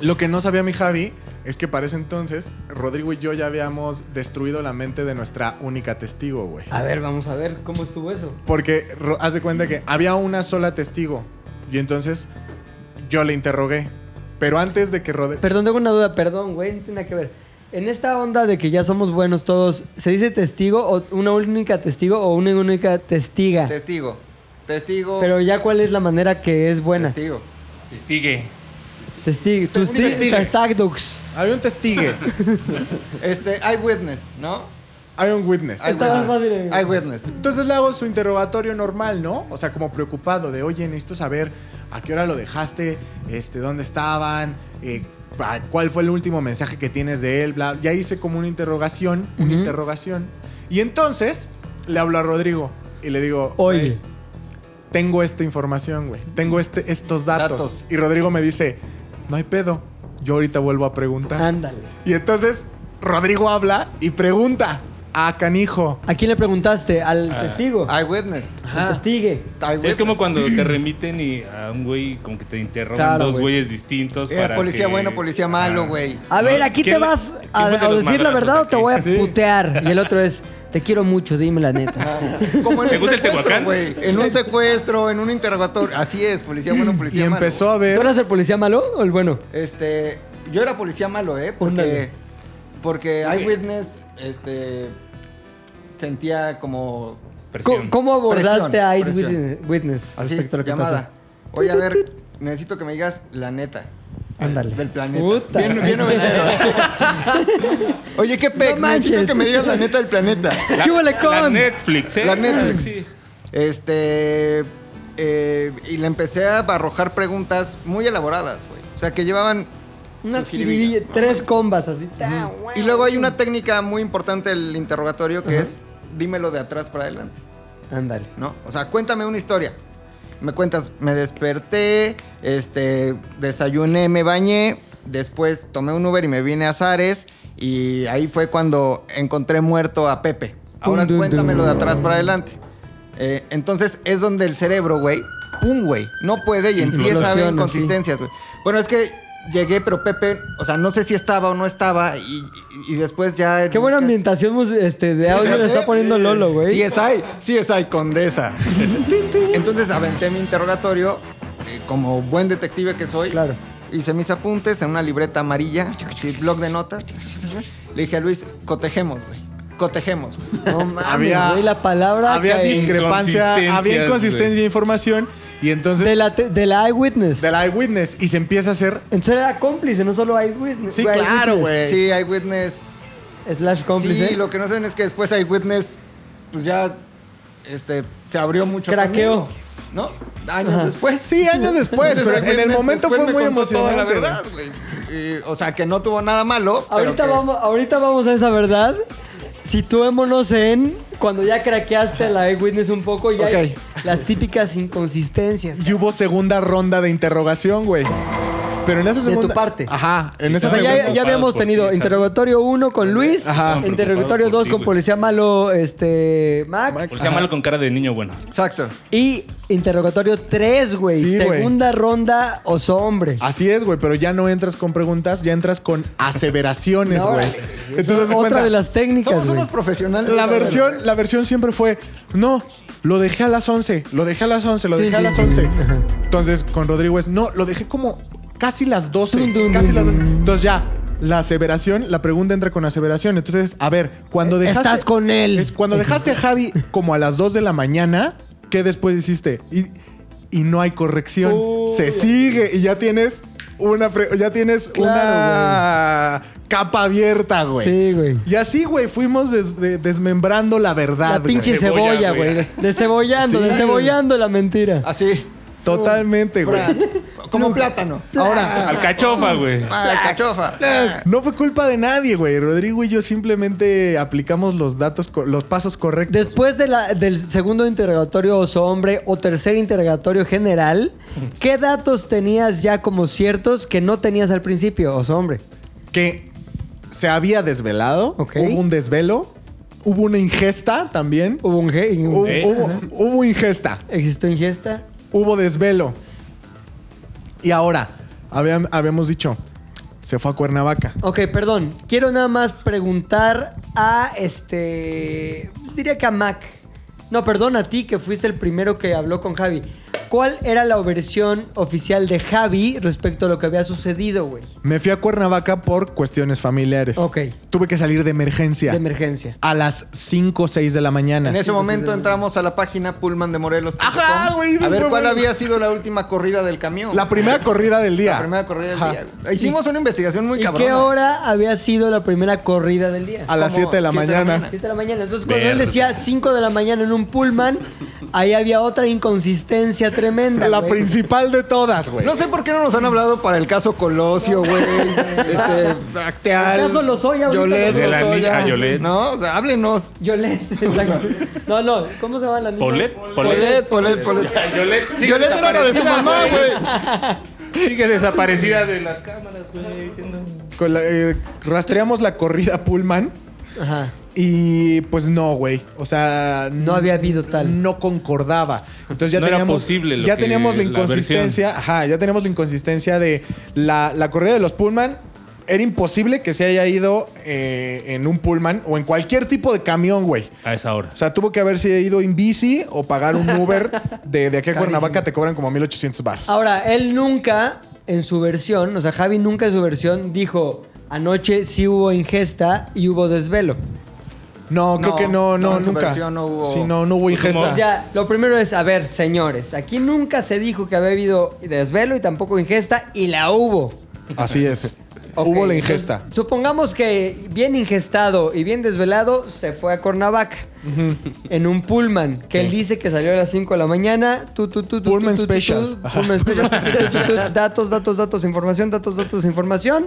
S3: Lo que no sabía mi Javi es que para ese entonces, Rodrigo y yo ya habíamos destruido la mente de nuestra única testigo, güey.
S1: A ver, vamos a ver cómo estuvo eso.
S3: Porque Ro- haz de cuenta que había una sola testigo. Y entonces yo le interrogué. Pero antes de que Rodrigo.
S1: Perdón, tengo una duda, perdón, güey, no tiene nada que ver. En esta onda de que ya somos buenos todos, ¿se dice testigo o una única testigo o una única testiga?
S2: Testigo. Testigo.
S1: Pero ya cuál es la manera que es buena.
S2: Testigo.
S4: Estigue.
S1: Testigo. Tus
S2: Testigue.
S1: testagdogs.
S3: Había un testigo.
S2: Este, eyewitness, ¿no?
S3: Había un witness.
S1: Está más fácil, eh.
S2: Eyewitness.
S3: Entonces le hago su interrogatorio normal, ¿no? O sea, como preocupado de, oye, necesito saber a qué hora lo dejaste, este, dónde estaban, eh, pa- cuál fue el último mensaje que tienes de él, bla. Ya hice como una interrogación, una
S1: Ujú.
S3: interrogación. Y entonces le hablo a Rodrigo y le digo,
S1: Oye.
S3: "Güey, tengo esta información, güey, tengo este, estos datos.
S2: Datos.
S3: Y Rodrigo me dice, no hay pedo, yo ahorita vuelvo a preguntar.
S1: Ándale.
S3: Y entonces Rodrigo habla y pregunta a Canijo.
S1: ¿A quién le preguntaste? Al
S2: Ah.
S1: testigo. Al
S2: Eyewitness.
S1: testigue.
S4: Sí, es como cuando te remiten y a un güey como que te interrogan
S1: Claro,
S4: dos
S1: güey.
S4: güeyes distintos
S2: Eh,
S4: para
S2: policía
S4: que-
S2: bueno, policía malo,
S4: Ajá.
S2: güey.
S1: A ver,
S4: No,
S1: aquí
S4: ¿quién
S1: te
S4: le-
S1: vas
S4: quién
S1: a,
S4: fue de
S1: a
S4: los
S1: decir la
S4: madrazos
S1: verdad o te
S4: aquí?
S1: voy a putear. Y el otro es, te quiero mucho, dime la neta.
S2: Como en
S4: ¿Te
S2: un
S4: gusta el
S2: secuestro,
S4: Tehuacán?
S2: güey. En un secuestro, en un interrogatorio. Así es, policía bueno,
S3: Y
S2: policía malo.
S3: empezó a
S1: ¿Tú
S3: ver...
S1: eras el policía malo o el bueno?
S2: Este, yo era policía malo, ¿eh?
S1: Ándale.
S2: Porque, porque Eyewitness, este, sentía como
S1: ¿Cómo,
S4: Presión.
S1: cómo abordaste
S2: Presión,
S1: a
S2: presión.
S1: Eyewitness Witness
S2: así,
S1: respecto a lo que
S2: llamada.
S1: pasa?
S2: Oye, a ver, necesito que me digas la neta. eh,
S1: Ándale.
S2: Del planeta.
S1: Puta. <laughs>
S2: Bien, bien noventero. Oye, qué pex,
S1: No
S2: necesito
S1: manches.
S2: que me digas la neta del planeta.
S1: La- ¿Qué huele con? la
S4: Netflix, ¿eh?
S2: La Netflix.
S4: Sí.
S2: Este. eh, y le empecé a arrojar preguntas muy elaboradas, güey. O sea, que llevaban
S1: Una
S2: Su jiribilla.
S1: jiribilla, tres combas así. ta,
S12: Ah,
S2: Y luego hay una técnica muy importante del interrogatorio que es dímelo de atrás para adelante,
S1: Ándale.
S2: ¿no? O sea, cuéntame una historia. Me cuentas, me desperté, este, desayuné, me bañé, después tomé un Uber y me vine a Zares y ahí fue cuando encontré muerto a Pepe. Ahora
S1: Tum, dun,
S2: cuéntamelo de
S1: dun.
S2: atrás para adelante. Eh, entonces es donde el cerebro, güey, pum, güey, no puede y empieza a
S1: Implosiona,
S2: haber
S1: sí.
S2: inconsistencias, güey. Bueno, es que llegué, pero Pepe, o sea, no sé si estaba o no estaba y, y- y después ya...
S1: Qué buena ambientación mus- este, de audio le está poniendo Lolo, güey.
S2: Sí es ahí, sí es ahí, condesa. Entonces aventé mi interrogatorio eh, como buen detective que soy. Claro. Hice mis apuntes en una libreta amarilla, sí, blog de notas. Le dije a Luis, cotejemos, güey. Cotejemos. güey".
S1: No mames,
S3: Había-
S1: güey, la palabra
S3: Había
S1: que-
S3: discrepancia, había inconsistencia de información y entonces... De
S1: la, de la eyewitness.
S3: De la eyewitness y se empieza a hacer...
S1: Entonces era cómplice, no solo eyewitness.
S3: Sí, claro, güey.
S2: Sí, hay witness.
S1: Slash cómplice.
S2: Sí, lo que no saben es que después hay witness, pues ya este, se abrió mucho.
S1: Craqueó.
S2: conmigo, ¿No? Años
S1: Ajá.
S2: después.
S3: Sí, años después,
S2: Entonces,
S3: pero
S2: Eyewitness
S3: en el momento
S2: después
S3: fue
S2: me
S3: muy
S2: contó toda
S3: emocionante.
S2: la verdad, güey. Y, O sea, que no tuvo nada malo. pero
S1: Ahorita,
S2: que-
S1: vamos, ahorita vamos a esa verdad. Situémonos en cuando ya craqueaste la eyewitness un poco y ya hay las típicas
S3: <laughs>
S1: inconsistencias.
S3: Y hubo segunda ronda de interrogación, güey. Pero en esa
S1: De
S3: segunda...
S1: tu parte.
S3: Ajá. En esa
S1: O sea,
S3: segunda...
S1: ya, ya habíamos tenido interrogatorio 1 con Luis,
S3: Ajá.
S1: interrogatorio 2 con policía malo este Mac,
S4: Policía malo con cara de niño bueno.
S2: Exacto.
S1: y interrogatorio 3, güey,
S3: Sí, güey.
S1: segunda ronda oso hombre.
S3: Así es, güey, pero ya no entras con preguntas, ya entras con aseveraciones,
S1: No,
S3: güey.
S1: órale.
S3: Entonces, haz de
S1: Otra
S3: cuenta,
S1: de las técnicas,
S2: Somos
S1: güey.
S2: unos profesionales.
S3: La versión, la versión siempre fue, no, lo dejé a las 11, lo dejé a las 11, lo dejé a las 11. Entonces con Rodrigo es, no, lo dejé como casi las 12, casi las 12. Entonces ya, la aseveración, la pregunta entra con aseveración. Entonces, a ver, cuando dejaste...
S1: Eh, Estás con él.
S3: Es cuando dejaste a Javi como a las 2 de la mañana, ¿qué después hiciste? Y, y no hay corrección.
S1: Oh.
S3: Se sigue y ya tienes una, pre- ya tienes una capa abierta, güey.
S1: Sí, güey.
S3: Y así, güey, fuimos des- de- desmembrando Ah, pues, la verdad.
S1: La
S3: güey.
S1: pinche cebolla, güey. des- Descebollando,
S3: Sí.
S1: descebollando la mentira.
S2: Así.
S3: Totalmente, güey.
S2: Como plátano.
S3: Ahora,
S4: Alcachofa, güey.
S2: Ah, cachofa.
S3: no fue culpa de nadie, güey. Rodrigo y yo simplemente aplicamos los datos, co- los pasos correctos.
S1: Después de la- del segundo interrogatorio oso hombre o tercer interrogatorio general, ¿qué datos tenías ya como ciertos que no tenías al principio, oso hombre?
S3: que se había desvelado,
S1: Ok.
S3: hubo un desvelo, hubo una ingesta también.
S1: Hubo un G.
S3: Hubo,
S1: un-
S3: hubo- hubo ingesta,
S1: ¿Existió ingesta?
S3: hubo desvelo. Y ahora, habían- habíamos dicho, se fue a Cuernavaca.
S1: Ok, perdón. Quiero nada más preguntar a este. Diría que a Mac. No, perdón, a ti que fuiste el primero que habló con Javi. ¿Cuál era la versión oficial de Javi respecto a lo que había sucedido, güey?
S3: Me fui a Cuernavaca por cuestiones familiares.
S1: Ok.
S3: Tuve que salir de emergencia.
S1: De emergencia.
S3: a las 5 o 6 de la mañana.
S2: En ese momento entramos a la página Pullman de Morelos.
S3: Ajá, güey, eso
S2: A ver
S3: fue
S2: cuál
S3: bueno.
S2: había sido la última corrida del camión.
S3: La primera corrida del día.
S2: La primera corrida del
S3: Ajá.
S2: día. güey. Hicimos una investigación muy
S1: ¿Y
S2: cabrona.
S1: qué hora había sido la primera corrida del día?
S3: A las
S2: Como
S3: 7 de la
S2: siete de la
S3: mañana.
S2: mañana.
S1: 7 de la mañana. Entonces, cuando él
S4: Verde.
S1: decía 5 de la mañana en un pullman, ahí había otra inconsistencia tremenda.
S3: La
S1: güey.
S3: principal de todas, güey.
S2: No sé por qué no nos han hablado para el caso Colosio, güey. este, Acteal.
S1: El caso Lozoya ahorita
S2: Yolet,
S1: no-
S4: De la
S2: Lozoya.
S4: niña Yolet.
S2: No, o sea, háblenos.
S1: Yolette, <laughs> exacto. No, no, ¿cómo se llama la niña?
S4: Polet.
S2: Polet, Polet, Polet.
S4: Yolet, sigue
S2: Yolet era la de su
S4: desaparecida,
S2: mamá, güey.
S4: Sigue desaparecida de las cámaras, güey.
S3: Con la- eh, rastreamos la corrida Pullman
S1: Ajá.
S3: y pues no, güey. O sea,
S1: No había habido tal.
S3: no concordaba. Entonces ya
S4: No era
S3: teníamos
S4: posible lo
S3: ya
S4: que-
S3: teníamos la
S4: la
S3: inconsistencia, ajá, ya teníamos la inconsistencia de la, la corrida de los Pullman era imposible que se haya ido eh, en un Pullman o en cualquier tipo de camión, güey.
S4: A esa hora.
S3: O sea, tuvo que haberse ido en bici o pagar un Uber de, de aquí a
S1: Carísimo. Ah.
S3: Cuernavaca te cobran como 1800 bar.
S1: Ahora, él nunca, en su versión, o sea, Javi nunca en su versión dijo, anoche sí hubo ingesta y hubo desvelo.
S3: No, creo
S2: No,
S3: que no,
S2: no,
S3: no,
S2: en su
S3: nunca.
S2: versión no hubo-
S3: Sí, no, no hubo ingesta.
S1: O sea, lo primero es, a ver, señores, aquí nunca se dijo que había habido desvelo y tampoco ingesta y la hubo. <laughs>
S3: Así es. Hubo la ingesta.
S1: Supongamos que bien ingestado y bien desvelado se fue a Cuernavaca en un Pullman que él dice que salió a las 5 de la mañana. Tú, tú, tú, tú,
S3: Pullman
S1: tú, tú,
S3: Special.
S1: tú, Pullman Special. Tú, tú, tú, Datos, datos, datos, información, datos, datos, información.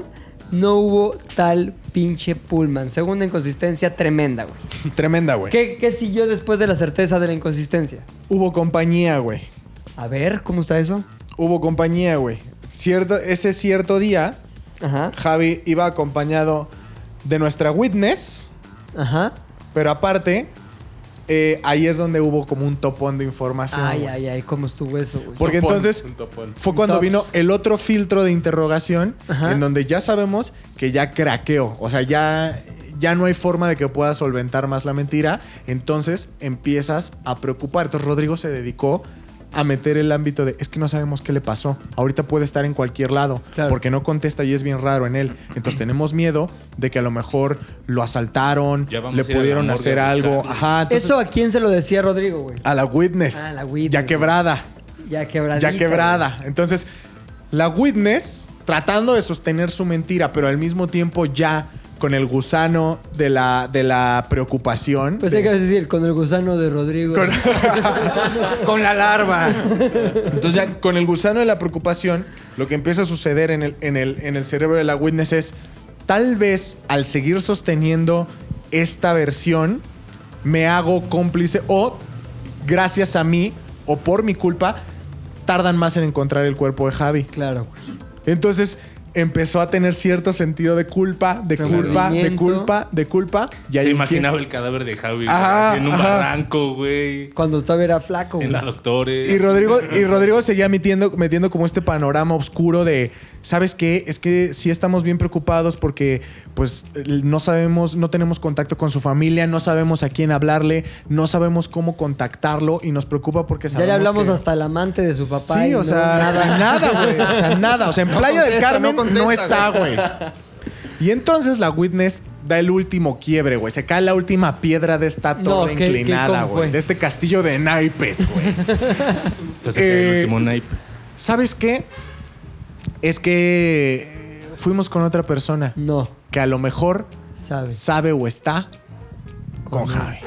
S1: No hubo tal pinche Pullman. Segunda inconsistencia tremenda, güey.
S3: Tremenda, güey.
S1: ¿Qué, ¿Qué siguió después de la certeza de la inconsistencia?
S3: Hubo compañía, güey.
S1: A ver, ¿cómo está eso?
S3: Hubo compañía, güey. Cierto, ese cierto día, Javi iba acompañado de nuestra witness.
S1: Ajá.
S3: Pero aparte, eh, ahí es donde hubo como un topón de información.
S1: Ay,
S3: güey.
S1: ay, ay, ¿cómo estuvo eso, güey?
S3: Porque
S1: Topón.
S3: entonces fue
S1: Un
S3: cuando
S1: tops.
S3: vino el otro filtro de interrogación,
S1: Ajá.
S3: en donde ya sabemos que ya craqueó. O sea, ya, ya no hay forma de que pueda solventar más la mentira. Entonces empiezas a preocupar. Entonces Rodrigo se dedicó a meter el ámbito de es que no sabemos qué le pasó. Ahorita puede estar en cualquier lado porque no contesta y es bien raro en él. Entonces tenemos miedo de que a lo mejor lo asaltaron,
S4: Ya vamos
S3: le
S4: a ir a la
S3: pudieron
S4: morgue a
S3: hacer algo.
S4: buscarlo.
S3: Ajá, entonces-
S1: ¿Eso a quién se lo decía Rodrigo, güey?
S3: a la witness.
S1: Ah, la witness,
S3: Ya
S1: güey.
S3: quebrada.
S1: Ya quebradita.
S3: Ya quebrada. Entonces, la witness tratando de sostener su mentira, pero al mismo tiempo ya con el gusano de la, de la preocupación.
S1: Pues hay que decir, con el gusano de Rodrigo.
S3: con la larva. Entonces, ya con el gusano de la preocupación, lo que empieza a suceder en el, en el, en el cerebro de la witness es, tal vez al seguir sosteniendo esta versión, me hago cómplice o, gracias a mí o por mi culpa, tardan más en encontrar el cuerpo de Javi.
S1: <laughs> Claro.
S3: Entonces empezó a tener cierto sentiro de culpa, de culpa, de
S4: Remordimiento.
S3: culpa, de culpa. Y ahí
S4: Se imaginaba el cadáver de Javi güey,
S3: Ajá,
S4: así en un
S3: ajá.
S4: barranco, güey.
S1: Cuando todavía era flaco,
S4: En la doctores.
S3: Y Rodrigo, y Rodrigo seguía metiendo, metiendo como este panorama oscuro de, ¿sabes qué? Es que sí estamos bien preocupados porque pues no sabemos, no tenemos contacto con su familia, no sabemos a quién hablarle, no sabemos cómo contactarlo y nos preocupa porque
S1: Ya
S3: sabemos
S1: le hablamos
S3: que-
S1: hasta al amante de su papá.
S3: Sí,
S1: y
S3: o
S1: no,
S3: sea,
S1: nada.
S3: <laughs> nada, güey. O sea, nada. O sea, en
S2: No
S3: Playa del
S2: contesta,
S3: Carmen
S2: no
S3: no,
S2: contesta,
S3: está,
S2: güey.
S3: güey. Y entonces la Witness da el último quiebre, güey. Se cae la última piedra de esta
S1: No,
S3: torre
S1: ¿qué- qué-
S3: inclinada,
S1: cómo
S3: güey.
S1: fue?
S3: De este castillo de naipes, güey.
S4: Entonces cae el
S3: Eh,
S4: último naipe.
S3: ¿Sabes qué? Es que eh, fuimos con otra persona.
S1: No.
S3: Que a lo mejor
S1: sabe,
S3: o está con Javi.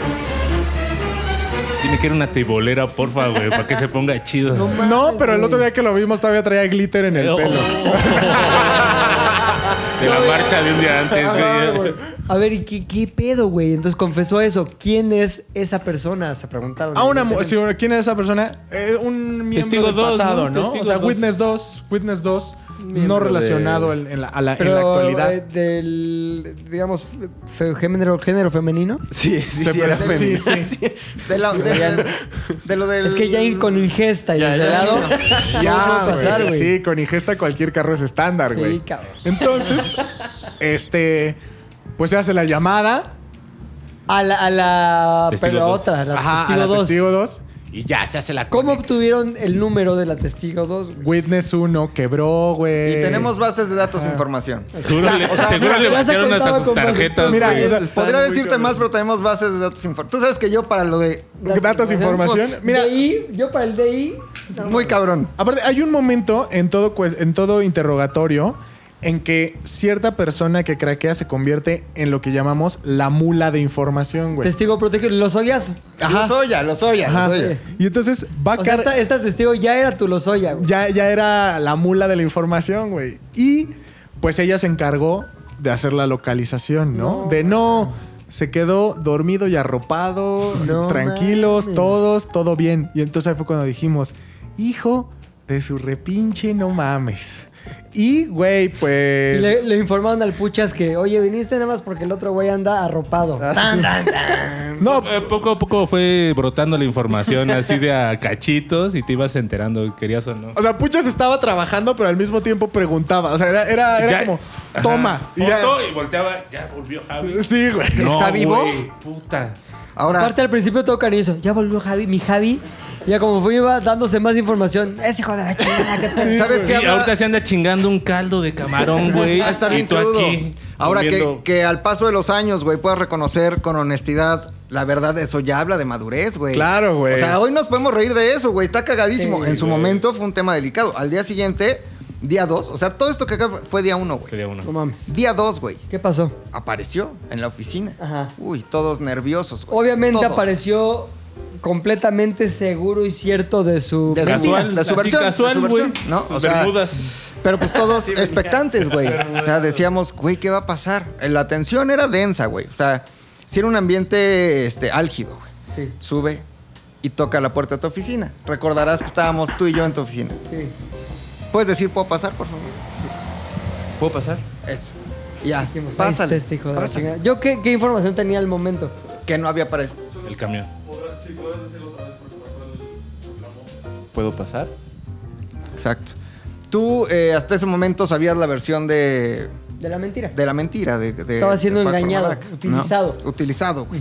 S4: Tiene que ir una tibolera, porfa, güey, para que se ponga chido.
S3: No, pero el otro día que lo vimos todavía traía glitter en el
S4: Oh.
S3: pelo.
S4: De la marcha de un día
S3: Ah,
S4: antes, güey.
S1: A ver, ¿y qué, qué pedo, güey? Entonces confesó eso. ¿quién es esa persona? Se preguntaron.
S3: A una mu- sí, bueno, ¿Quién es esa persona? Eh, un miembro
S1: Testigo
S3: del
S1: dos,
S3: pasado,
S1: ¿no?
S3: ¿no?
S1: Testigo
S3: O sea,
S1: dos.
S3: Witness 2, Witness 2,
S1: Miembro
S3: no relacionado
S1: de-
S3: en, en la, a la-
S1: Pero,
S3: en la actualidad.
S1: eh, del, digamos, fe- género, género femenino.
S13: Sí,
S3: Se parece- sí, sí.
S2: De, la- de-
S1: Ya no.
S2: de lo del.
S1: Es que ya in- con ingesta y
S3: Ya,
S1: desvelado.
S3: <laughs> ya,
S1: no vamos a pasar,
S3: güey.
S1: güey.
S3: Sí, con ingesta cualquier carro es estándar,
S1: Sí,
S3: güey.
S1: cabrón.
S3: <laughs> Entonces, este, pues se hace la llamada.
S1: A la, a la
S3: Testigo
S1: pero
S3: dos.
S1: otra, a la
S3: Ajá,
S1: testigo
S3: a la
S1: 2.
S3: testigo 2. Y ya se hace la
S1: ¿Cómo obtuvieron el número de la testigo 2?
S3: Witness 1 quebró, güey.
S2: Y tenemos bases de datos e información.
S4: Seguro le- seguro
S2: ya
S4: le
S2: se
S4: vaciaron
S2: contaba
S4: hasta sus
S2: con bases.
S4: tarjetas,
S2: Mira,
S4: güey.
S2: o sea,
S4: Están
S2: podría
S4: muy
S2: decirte
S4: cabrón.
S2: más, pero tenemos bases de datos e información. Tú sabes que yo para lo de
S3: Datos, información. Mira,
S1: DI, yo para el DI.
S2: muy cabrón.
S3: Aparte, hay un momento en todo, cues- en todo interrogatorio en que cierta persona que craquea se convierte en lo que llamamos la mula de información, güey.
S1: Testigo protegido. Los ollas.
S2: Los Oya, los Oya,
S3: Ajá.
S2: los Oya.
S3: Y entonces va a
S1: O sea,
S3: car-
S1: esta, esta testigo ya era tu lozoya, güey.
S3: Ah, ya, ya era la mula de la información, güey. Y pues ella se encargó de hacer la localización, ¿no? de no, se quedó dormido y arropado,
S1: No
S3: tranquilos,
S1: mames.
S3: todos, todo bien. Y entonces ahí fue cuando dijimos, hijo de su repinche, no mames. Y, güey,
S1: Y
S3: pues... <laughs>
S1: le, le informaron al Puchas que, oye, viniste nada más porque el otro güey anda arropado.
S3: Ah,
S1: Tan, tan, tan.
S3: No,
S4: Eh, poco a poco fue brotando
S2: <laughs>
S4: la información así de a cachitos y te ibas enterando que querías o no.
S3: O sea, Puchas estaba trabajando, pero al mismo tiempo preguntaba. O sea, era, era, era
S4: Ya-
S3: como, toma.
S4: Ajá.
S3: Y ya-
S4: Foto y volteaba, ya volvió Javi.
S3: Sí, güey.
S4: No,
S2: ¿Está vivo?
S4: güey, puta.
S2: Ahora,
S1: Aparte, al principio todo cariñoso. Ya volvió Javi, mi Javi. Ya como fue, iba dándose más información. Ese hijo de la chingada
S3: <laughs>
S1: que te...
S2: ¿sabes
S4: Sí,
S2: qué habla?
S4: ahorita se anda chingando un caldo
S2: <laughs>
S4: de camarón, güey.
S2: Va a estar
S4: y
S2: bien
S4: tú
S2: crudo.
S4: aquí.
S2: Ahora que,
S4: comiendo-
S2: que al paso de los años, güey, puedas reconocer con honestidad la verdad, eso ya habla de madurez, güey.
S3: Claro, güey.
S2: O sea, hoy nos podemos reír de eso, güey. Está cagadísimo.
S1: Sí,
S2: en su momento fue un tema delicado. Al día siguiente Día 2, o sea, todo esto que acá fue día 1, güey. Fue
S4: día 1.
S14: No mames.
S2: Día 2, güey.
S14: ¿Qué pasó?
S2: Apareció en la oficina. Ajá. Uy, todos nerviosos, güey.
S14: Obviamente
S2: Todos.
S14: apareció completamente seguro y cierto de su...
S2: De su-
S14: mentira.
S2: de su versión. de su versión, ¿no? O sea, Pero pues todos expectantes, güey. O sea, decíamos, güey, ¿qué va a pasar? La tensión era densa, güey. O sea, si era un ambiente este, álgido, güey.
S14: Sí.
S2: Sube y toca la puerta de tu oficina. Recordarás que estábamos tú y yo en tu oficina.
S14: Sí.
S2: ¿Puedes decir, puedo pasar, por favor?
S6: ¿Puedo pasar?
S2: Eso. Ya,
S14: Dijimos, ahí está
S2: pásale.
S14: este hijo de la
S2: pásale.
S14: chingada. ¿Yo qué, qué información tenía al momento?
S2: Que no había parecido.
S4: El camión.
S6: ¿Puedo pasar?
S2: Exacto. Tú eh, hasta ese momento sabías la versión de,
S14: De la mentira.
S2: de la mentira. De, de-
S14: Estaba siendo
S2: de Paco
S14: engañado,
S2: Rabanne, ¿no?
S14: utilizado.
S2: Utilizado, güey.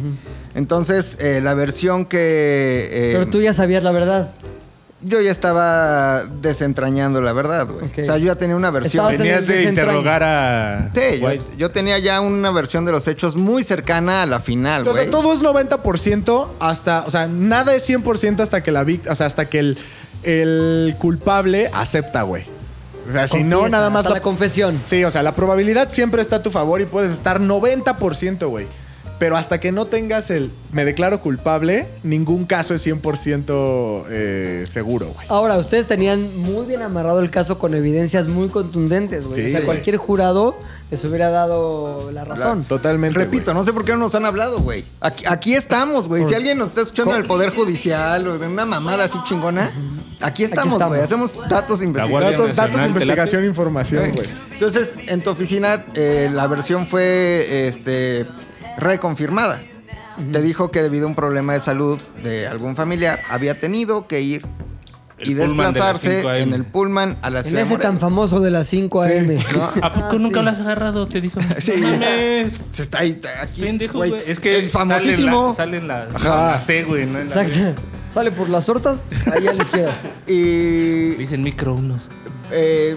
S2: Entonces, eh, la versión que... eh,
S14: Pero tú ya sabías la verdad.
S2: Yo ya estaba desentrañando la verdad, güey.
S14: Ok.
S2: O sea, yo ya tenía una versión.
S14: Estabas en Venías el de desentraño. interrogar
S4: a...
S2: Sí, yo, yo tenía ya una versión de los hechos muy cercana a la final,
S4: Ah,
S3: O sea,
S2: güey.
S3: o sea, todo es 90% hasta, o sea, nada es 100% hasta que la víctima, o sea, hasta que el, el culpable acepta, güey. O sea, si no,
S14: Confiesa,
S3: nada más...
S14: hasta la confesión.
S3: Sí, o sea, la probabilidad siempre está a tu favor y puedes estar 90%, güey. Pero hasta que no tengas el me declaro culpable, ningún caso es 100% eh, seguro, güey.
S14: Ahora, ustedes tenían muy bien amarrado el caso con evidencias muy contundentes, güey.
S3: Sí.
S14: o sea, cualquier jurado les hubiera dado la razón.
S3: La- Totalmente.
S2: Repito, no sé por qué no nos han hablado, güey. Aquí, aquí estamos, güey. Si alguien nos está escuchando del Poder Judicial o de una mamada así chingona, aquí estamos,
S3: estamos.
S2: güey. Hacemos datos
S3: Guardia
S2: investigados.
S3: Datos- datos, investigación, información, güey.
S2: Entonces, en tu oficina eh, la versión fue este, reconfirmada. Te dijo que debido a un problema de salud de algún familiar había tenido que ir y
S4: El pullman de las
S2: desplazarse
S4: 5 AM.
S2: en el pullman a la
S14: En
S2: ciudad de
S14: ese tan
S2: Morelos.
S14: famoso de las 5 AM.
S4: ¿A poco nunca lo has agarrado? Te dijo.
S2: Ah, <laughs> Sí.
S4: No mames.
S2: Se está ahí, aquí,
S4: Pendejo,
S2: güey.
S4: güey. Es que
S2: Es famosísimo.
S4: Sale en la, sale en la-
S2: Ajá.
S4: la C, güey. ¿no? En la B.
S14: <laughs> Exacto. Sale por las tortas, ahí a la izquierda.
S2: Y
S4: Le dicen micro unos.
S2: eh,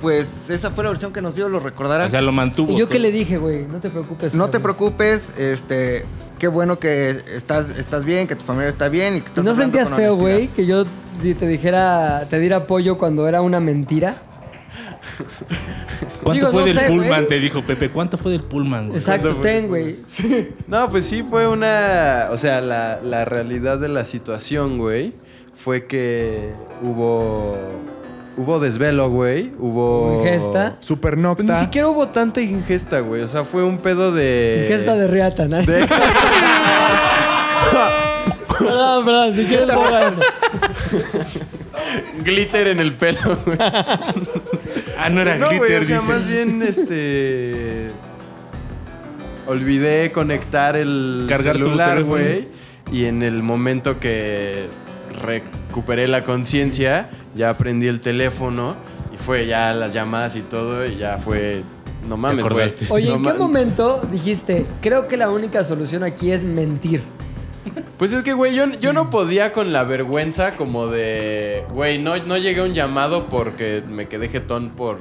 S2: pues esa fue la versión que nos dio, lo recordarás.
S4: O sea, lo mantuvo.
S14: ¿Y yo qué
S4: todo.
S14: le dije, güey? No te preocupes.
S2: No te
S14: cabrón.
S2: preocupes, este, qué bueno que estás, estás bien, que tu familia está bien y que
S14: ¿Y
S2: estás
S14: ¿No
S2: hablando
S14: sentías
S2: con
S14: feo,
S2: honestidad.
S14: güey, que yo di- te dijera, te diera apoyo cuando era una mentira?
S4: ¿Cuánto
S14: Digo,
S4: fue
S14: no
S4: del
S14: sé,
S4: Pullman?
S14: güey.
S4: Te dijo Pepe. ¿Cuánto fue del Pullman, güey?
S14: Exacto, ten, güey.
S6: Sí. No, pues sí fue una. O sea, la, la realidad de la situación, güey, fue que hubo. Hubo desvelo, güey. Hubo.
S14: Ingesta.
S6: Ni
S3: Supernocta.
S6: siquiera hubo tanta ingesta, güey. O sea, fue un pedo de.
S14: Ingesta de riata,
S1: <laughs>
S14: ¿no?
S6: Eh, <laughs> de-
S14: Perdón, perdón, si quieres ponga eso.
S9: Glitter en el pelo, güey.
S4: Ah, no era
S6: No, güey,
S4: glitter,
S6: o sea,
S4: dice.
S6: más bien, este... Olvidé conectar el
S4: Cargar tu
S6: celular,
S4: teléfono.
S6: güey. Y en el momento que recuperé la conciencia, ya prendí el teléfono. Y fue ya las llamadas y todo, y ya fue... No mames, güey.
S4: acordaste.
S14: Oye,
S6: No
S14: ¿en qué
S6: ma-
S14: momento dijiste, creo que la única solución aquí es mentir?
S6: Pues es que, güey, yo, yo no podía con la vergüenza como de... Güey, no, no llegué a un llamado porque me quedé jetón por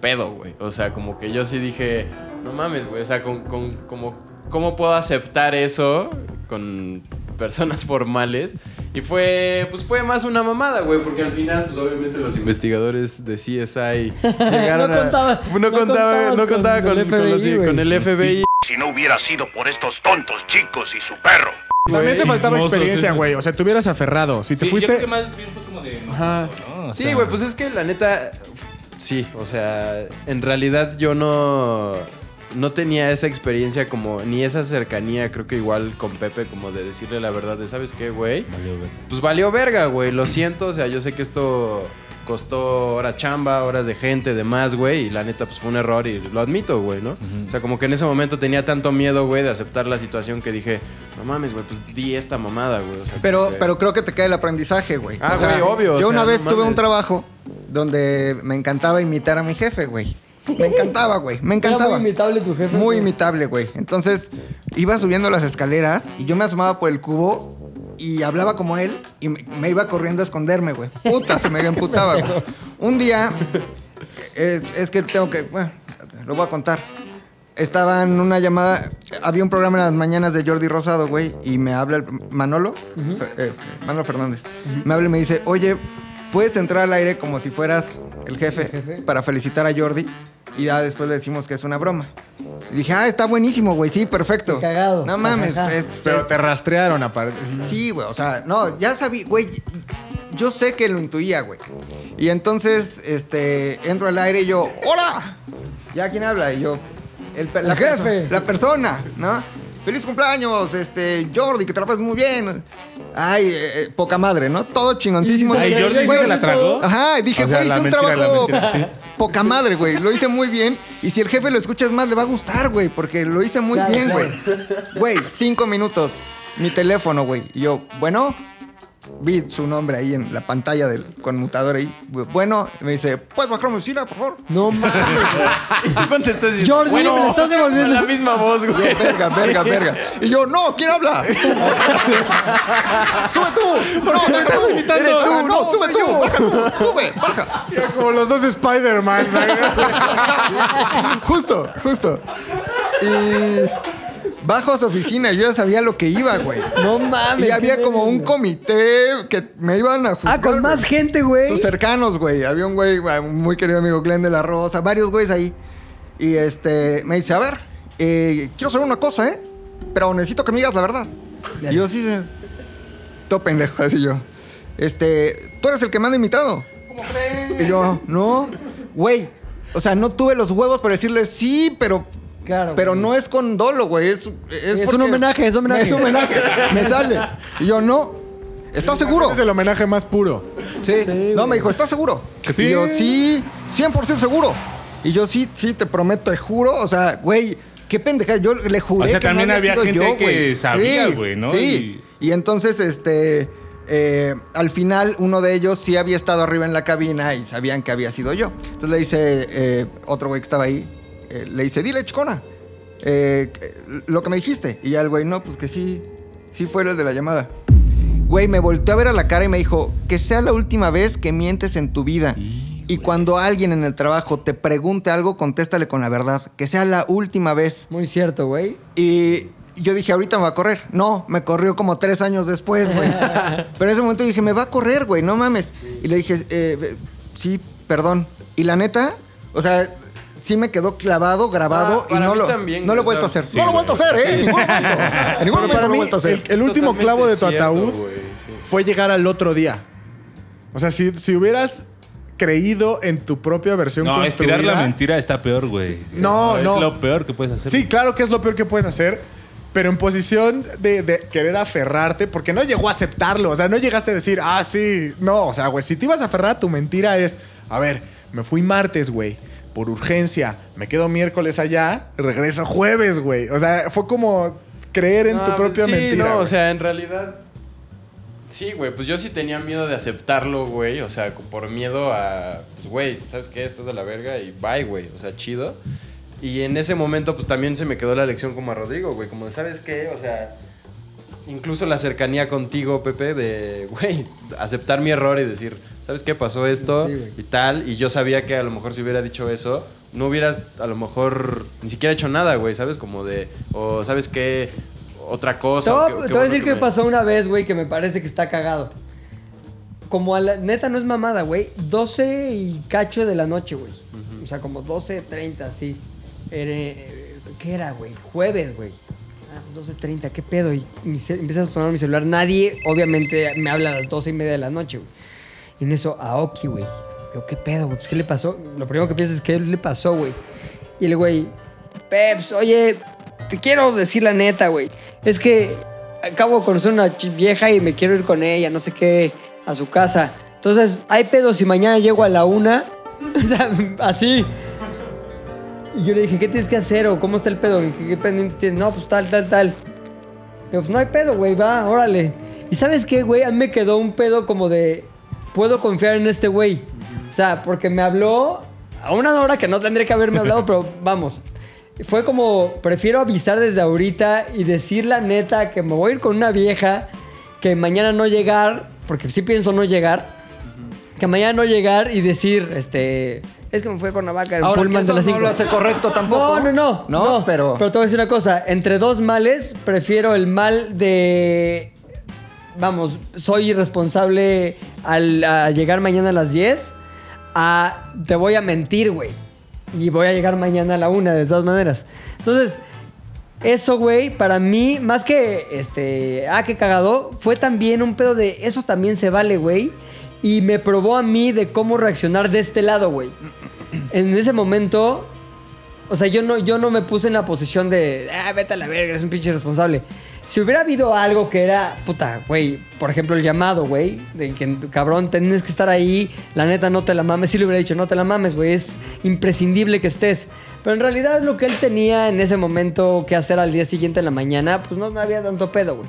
S6: pedo, güey. O sea, como que yo sí dije, no mames, güey. O sea, con, con- como, ¿cómo puedo aceptar eso con personas <laughs> formales? Y fue, pues fue más una mamada, güey, porque al final, pues obviamente los investigadores de CSI
S14: <laughs>
S6: llegaron
S14: No
S6: a-
S14: contaba-
S6: no
S14: no
S6: contaba,
S14: contabas
S6: no
S14: con
S6: contaba con,
S14: el
S6: con los-
S14: FBI, güey.
S6: con el FBI.
S10: Si no hubiera sido por estos tontos chicos y su perro.
S3: También te faltaba
S4: Chismosos,
S3: experiencia,
S4: esos.
S3: güey. O sea, te hubieras aferrado. Si te
S4: Sí, Yo
S3: fuiste...
S4: creo que más bien fue como de. no,
S3: Ajá.
S4: no, o
S6: Sí,
S4: sea,
S6: güey, pues es que la neta. Sí, o sea, en realidad yo no. No tenía esa experiencia como. Ni esa cercanía, creo que igual con Pepe, como de decirle la verdad de, ¿sabes qué, güey?
S4: valió, güey.
S6: Pues valió verga, güey, lo siento, o sea, yo sé que esto costó horas chamba, horas de gente, de más, güey, y la neta, pues fue un error y lo admito, güey, ¿no? O sea, como que en ese momento tenía tanto miedo, güey, de aceptar la situación que dije, no mames, güey, pues di esta mamada, güey, o sea.
S2: Pero,
S6: como que-
S2: pero creo que te cae el aprendizaje, güey.
S6: Ah, güey, obvio,
S2: Yo
S6: o sea,
S2: una
S6: no
S2: vez tuve
S6: mames.
S2: un trabajo donde me encantaba imitar a mi jefe, güey. Me encantaba, güey.
S14: Era
S2: Me encantaba.
S14: muy imitable tu jefe.
S2: Muy
S14: güey.
S2: imitable, güey. Entonces, iba subiendo las escaleras y yo me asomaba por el cubo y hablaba como él y me, me iba corriendo a esconderme, güey. Puta, se me emputaba, güey. Un día, es, es que tengo que, bueno, lo voy a contar. Estaba en una llamada, había un programa en las mañanas de Jordi Rosado, güey, y me habla el Manolo, Fe- eh, Manolo Fernández. Me habla y me dice, oye, Puedes entrar al aire como si fueras el jefe, para felicitar a Jordi y ya después le decimos que es una broma. Y dije, ah, está buenísimo, güey, sí, perfecto.
S1: cagado.
S2: No mames,
S1: Ajá.
S2: es-
S3: Pero te rastrearon aparte.
S2: Sí, güey, o sea, no, ya sabía, güey, yo sé que lo intuía, güey. Y entonces, este, entro al aire y yo, ¡Hola! ¿Ya quién habla? Y yo, el, pe- la
S1: El jefe.
S2: perso- la persona, ¿no? ¡Feliz cumpleaños, este, Jordi, que te la pases muy bien! Ay, eh, eh, poca madre, ¿no? Todo chingoncísimo.
S4: Ay, Jordi sí
S2: Güey,
S4: se la tragó.
S2: Ajá, y dije,
S4: O sea,
S2: güey,
S4: la
S2: hice un
S4: mentira, la
S2: trabajo
S4: mentira, sí.
S2: poca madre, güey. Lo hice muy bien. Y si el jefe lo escucha es más, le va a gustar, güey. Porque lo hice muy
S1: Claro,
S2: bien,
S1: claro.
S2: güey. Güey, cinco minutos. Mi teléfono, güey. Y yo, bueno, vi su nombre ahí en la pantalla del conmutador ahí. Bueno, y me dice, ¿puedes bajar mi oficina, por favor?
S1: No mames.
S6: Y tú contestas diciendo,
S1: Jordi,
S6: bueno,
S1: me la estás devolviendo.
S6: con la misma voz,
S2: Yo,
S6: güey.
S2: verga,
S6: Sí.
S2: verga, verga. Y yo, no,
S3: <laughs>
S2: ¿quién habla? ¡Sube tú! ¡No, no, tú! ¡Eres
S3: Ah,
S2: tú! ¡No, sube tú! ¡Baja tú! ¡Sube! ¡Baja!
S3: Como los dos Spider-Man.
S2: <laughs> Justo, justo. Y bajo a su oficina, yo ya sabía lo que iba, güey.
S1: No mames.
S2: Y había
S1: qué
S2: como un
S1: verga.
S2: comité que me iban a juzgar.
S1: Ah, con más
S2: güey.
S1: gente, güey.
S2: Sus cercanos, güey. Había un güey, güey, un muy querido amigo, Glenn de la Rosa, varios güeyes ahí. Y este, me dice, a ver, eh, quiero saber una cosa, ¿eh? Pero necesito que me digas la verdad. Y yo sí, sí, todo pendejo, así yo. Este, tú eres el que me han invitado. ¿Cómo crees? Y yo, no, güey. O sea, no tuve los huevos para decirle sí, pero...
S1: Claro,
S2: pero
S1: güey.
S2: no es con dolo, güey. Es,
S1: Es
S2: es,
S1: un
S2: porque-
S1: homenaje, es un homenaje.
S2: <laughs> Es un homenaje. me sale. Y yo, no. ¿Estás seguro?
S3: Es el homenaje más puro.
S2: Sí.
S1: Sí,
S2: no,
S1: güey.
S2: me dijo, ¿estás seguro?
S3: Que sí.
S2: Y yo, sí, 100% seguro. Y yo, sí, sí, te prometo, te juro. O sea, güey, qué pendejada. Yo le juré.
S4: O sea,
S2: que no
S4: también había
S2: sido
S4: gente
S2: yo,
S4: que
S2: güey.
S4: sabía,
S2: Sí,
S4: güey, ¿no?
S2: Sí. Y entonces, este. eh, al final, uno de ellos sí había estado arriba en la cabina y sabían que había sido yo. Entonces le dice eh, otro güey que estaba ahí, eh, le dice, dile, chicona, eh, lo que me dijiste. Y ya el güey, no, pues que sí, sí fue el de la llamada. Güey, me volteó a ver a la cara y me dijo, que sea la última vez que mientes en tu vida. Y cuando alguien en el trabajo te pregunte algo, contéstale con la verdad. Que sea la última vez.
S1: Muy cierto, güey.
S2: Y yo dije, ahorita me va a correr. No, me corrió como tres años después, güey. Pero en ese momento dije, me va a correr, güey, no mames. Y le dije, eh, eh, sí, perdón. Y la neta, o sea, sí me quedó clavado, grabado
S6: Ah,
S2: y
S6: para
S2: no
S6: mí
S2: lo,
S6: también,
S2: no lo he
S6: o
S2: vuelto a
S6: sea,
S2: hacer.
S6: sí,
S2: no lo he
S6: güey.
S2: vuelto a hacer, ¿eh? En ningún momento. En ningún
S3: Pero
S2: momento
S3: para
S2: lo he
S3: mí,
S2: vuelto a hacer.
S3: el, el último
S6: Totalmente
S3: clavo de tu
S6: cierto,
S3: ataúd
S6: güey, sí.
S3: fue llegar al otro día. O sea, si, si hubieras creído en tu propia versión
S4: No,
S3: construida...
S4: estirar la mentira está peor, güey.
S3: No, no.
S4: Es lo peor que puedes hacer.
S3: Sí, claro que es lo peor que puedes hacer, pero en posición de, de querer aferrarte, porque no llegó a aceptarlo. O sea, no llegaste a decir, ah, sí. No, o sea, güey, si te ibas a aferrar a tu mentira es, a ver, me fui martes, güey, por urgencia, me quedo miércoles allá, regreso jueves, güey. O sea, fue como creer en
S6: Ah,
S3: tu
S6: pues
S3: propia
S6: sí,
S3: mentira.
S6: No, o
S3: güey.
S6: sea, en realidad. Sí, güey, pues yo sí tenía miedo de aceptarlo, güey. O sea, por miedo a. Pues, güey, ¿sabes qué? Estás de la verga y bye, güey. O sea, chido. Y en ese momento, pues también se me quedó la lección como a Rodrigo, güey. Como, de, ¿sabes qué? O sea, incluso la cercanía contigo, Pepe, de, güey, aceptar mi error y decir, ¿sabes qué? Pasó esto
S1: Sí, güey.
S6: y tal. Y yo sabía que a lo mejor si hubiera dicho eso, no hubieras a lo mejor ni siquiera hecho nada, güey, ¿sabes? Como de, o ¿sabes qué? Otra cosa.
S1: Te
S6: o
S1: voy a- te
S6: qué- qué
S1: voy a
S6: bueno
S1: decir que
S6: me-
S1: me pasó una vez, güey, que me parece que está cagado. Como a la neta no es mamada, güey. 12 y cacho de la noche, güey. O sea, como 12.30, así. Era, eh, ¿Qué era, güey? Jueves, güey. Ah, 12.30, ¿qué pedo? Y mi ce- empieza a sonar mi celular. Nadie, obviamente, me habla a las 12 y media de la noche, güey. Y en eso, Aoki, güey. Yo, ¿qué pedo, güey? Pues, ¿Qué le pasó? Lo primero que piensas es, ¿qué le pasó, güey? Y el güey, Peps, oye, te quiero decir la neta, güey. Es que acabo de conocer una ch- vieja y me quiero ir con ella, no sé qué, a su casa. Entonces, hay pedo si mañana llego a la una. <laughs> O sea, así. Y yo le dije, ¿qué tienes que hacer o cómo está el pedo? ¿Qué, qué pendientes tienes? No, pues tal, tal, tal. Y yo, pues no hay pedo, güey, va, órale. ¿Y sabes qué, güey? A mí me quedó un pedo como de, puedo confiar en este güey. O sea, porque me habló a una hora que no tendría que haberme hablado,
S2: <laughs>
S1: pero vamos. Fue como, prefiero avisar desde ahorita y decir la neta que me voy a ir con una vieja, que mañana no llegar, porque sí pienso no llegar, que mañana no llegar y decir, este, es que me fue con la vaca, el
S2: Ahora,
S1: pullman de
S2: que eso
S1: las
S2: no
S1: cinco".
S2: lo hace correcto tampoco.
S1: No, no, no.
S2: No, pero-
S1: Pero te voy a decir una cosa. Entre dos males, prefiero el mal de. Vamos, soy irresponsable al a llegar mañana a las 10 a te voy a mentir, güey. Y voy a llegar mañana a la una, de todas maneras. Entonces, eso, güey, para mí, más que este, ah, qué cagado, fue también un pedo de eso también se vale, güey. Y me probó a mí de cómo reaccionar de este lado, güey. En ese momento, o sea, yo no, yo no me puse en la posición de, ah, vete a la verga, eres un pinche responsable. Si hubiera habido algo que era, puta, güey, por ejemplo, el llamado, güey, de que, cabrón, tenés que estar ahí, la neta, no te la mames, sí le hubiera dicho, no te la mames, güey, es imprescindible que estés. Pero en realidad lo que él tenía en ese momento que hacer al día siguiente en la mañana, pues no, no había tanto pedo, güey.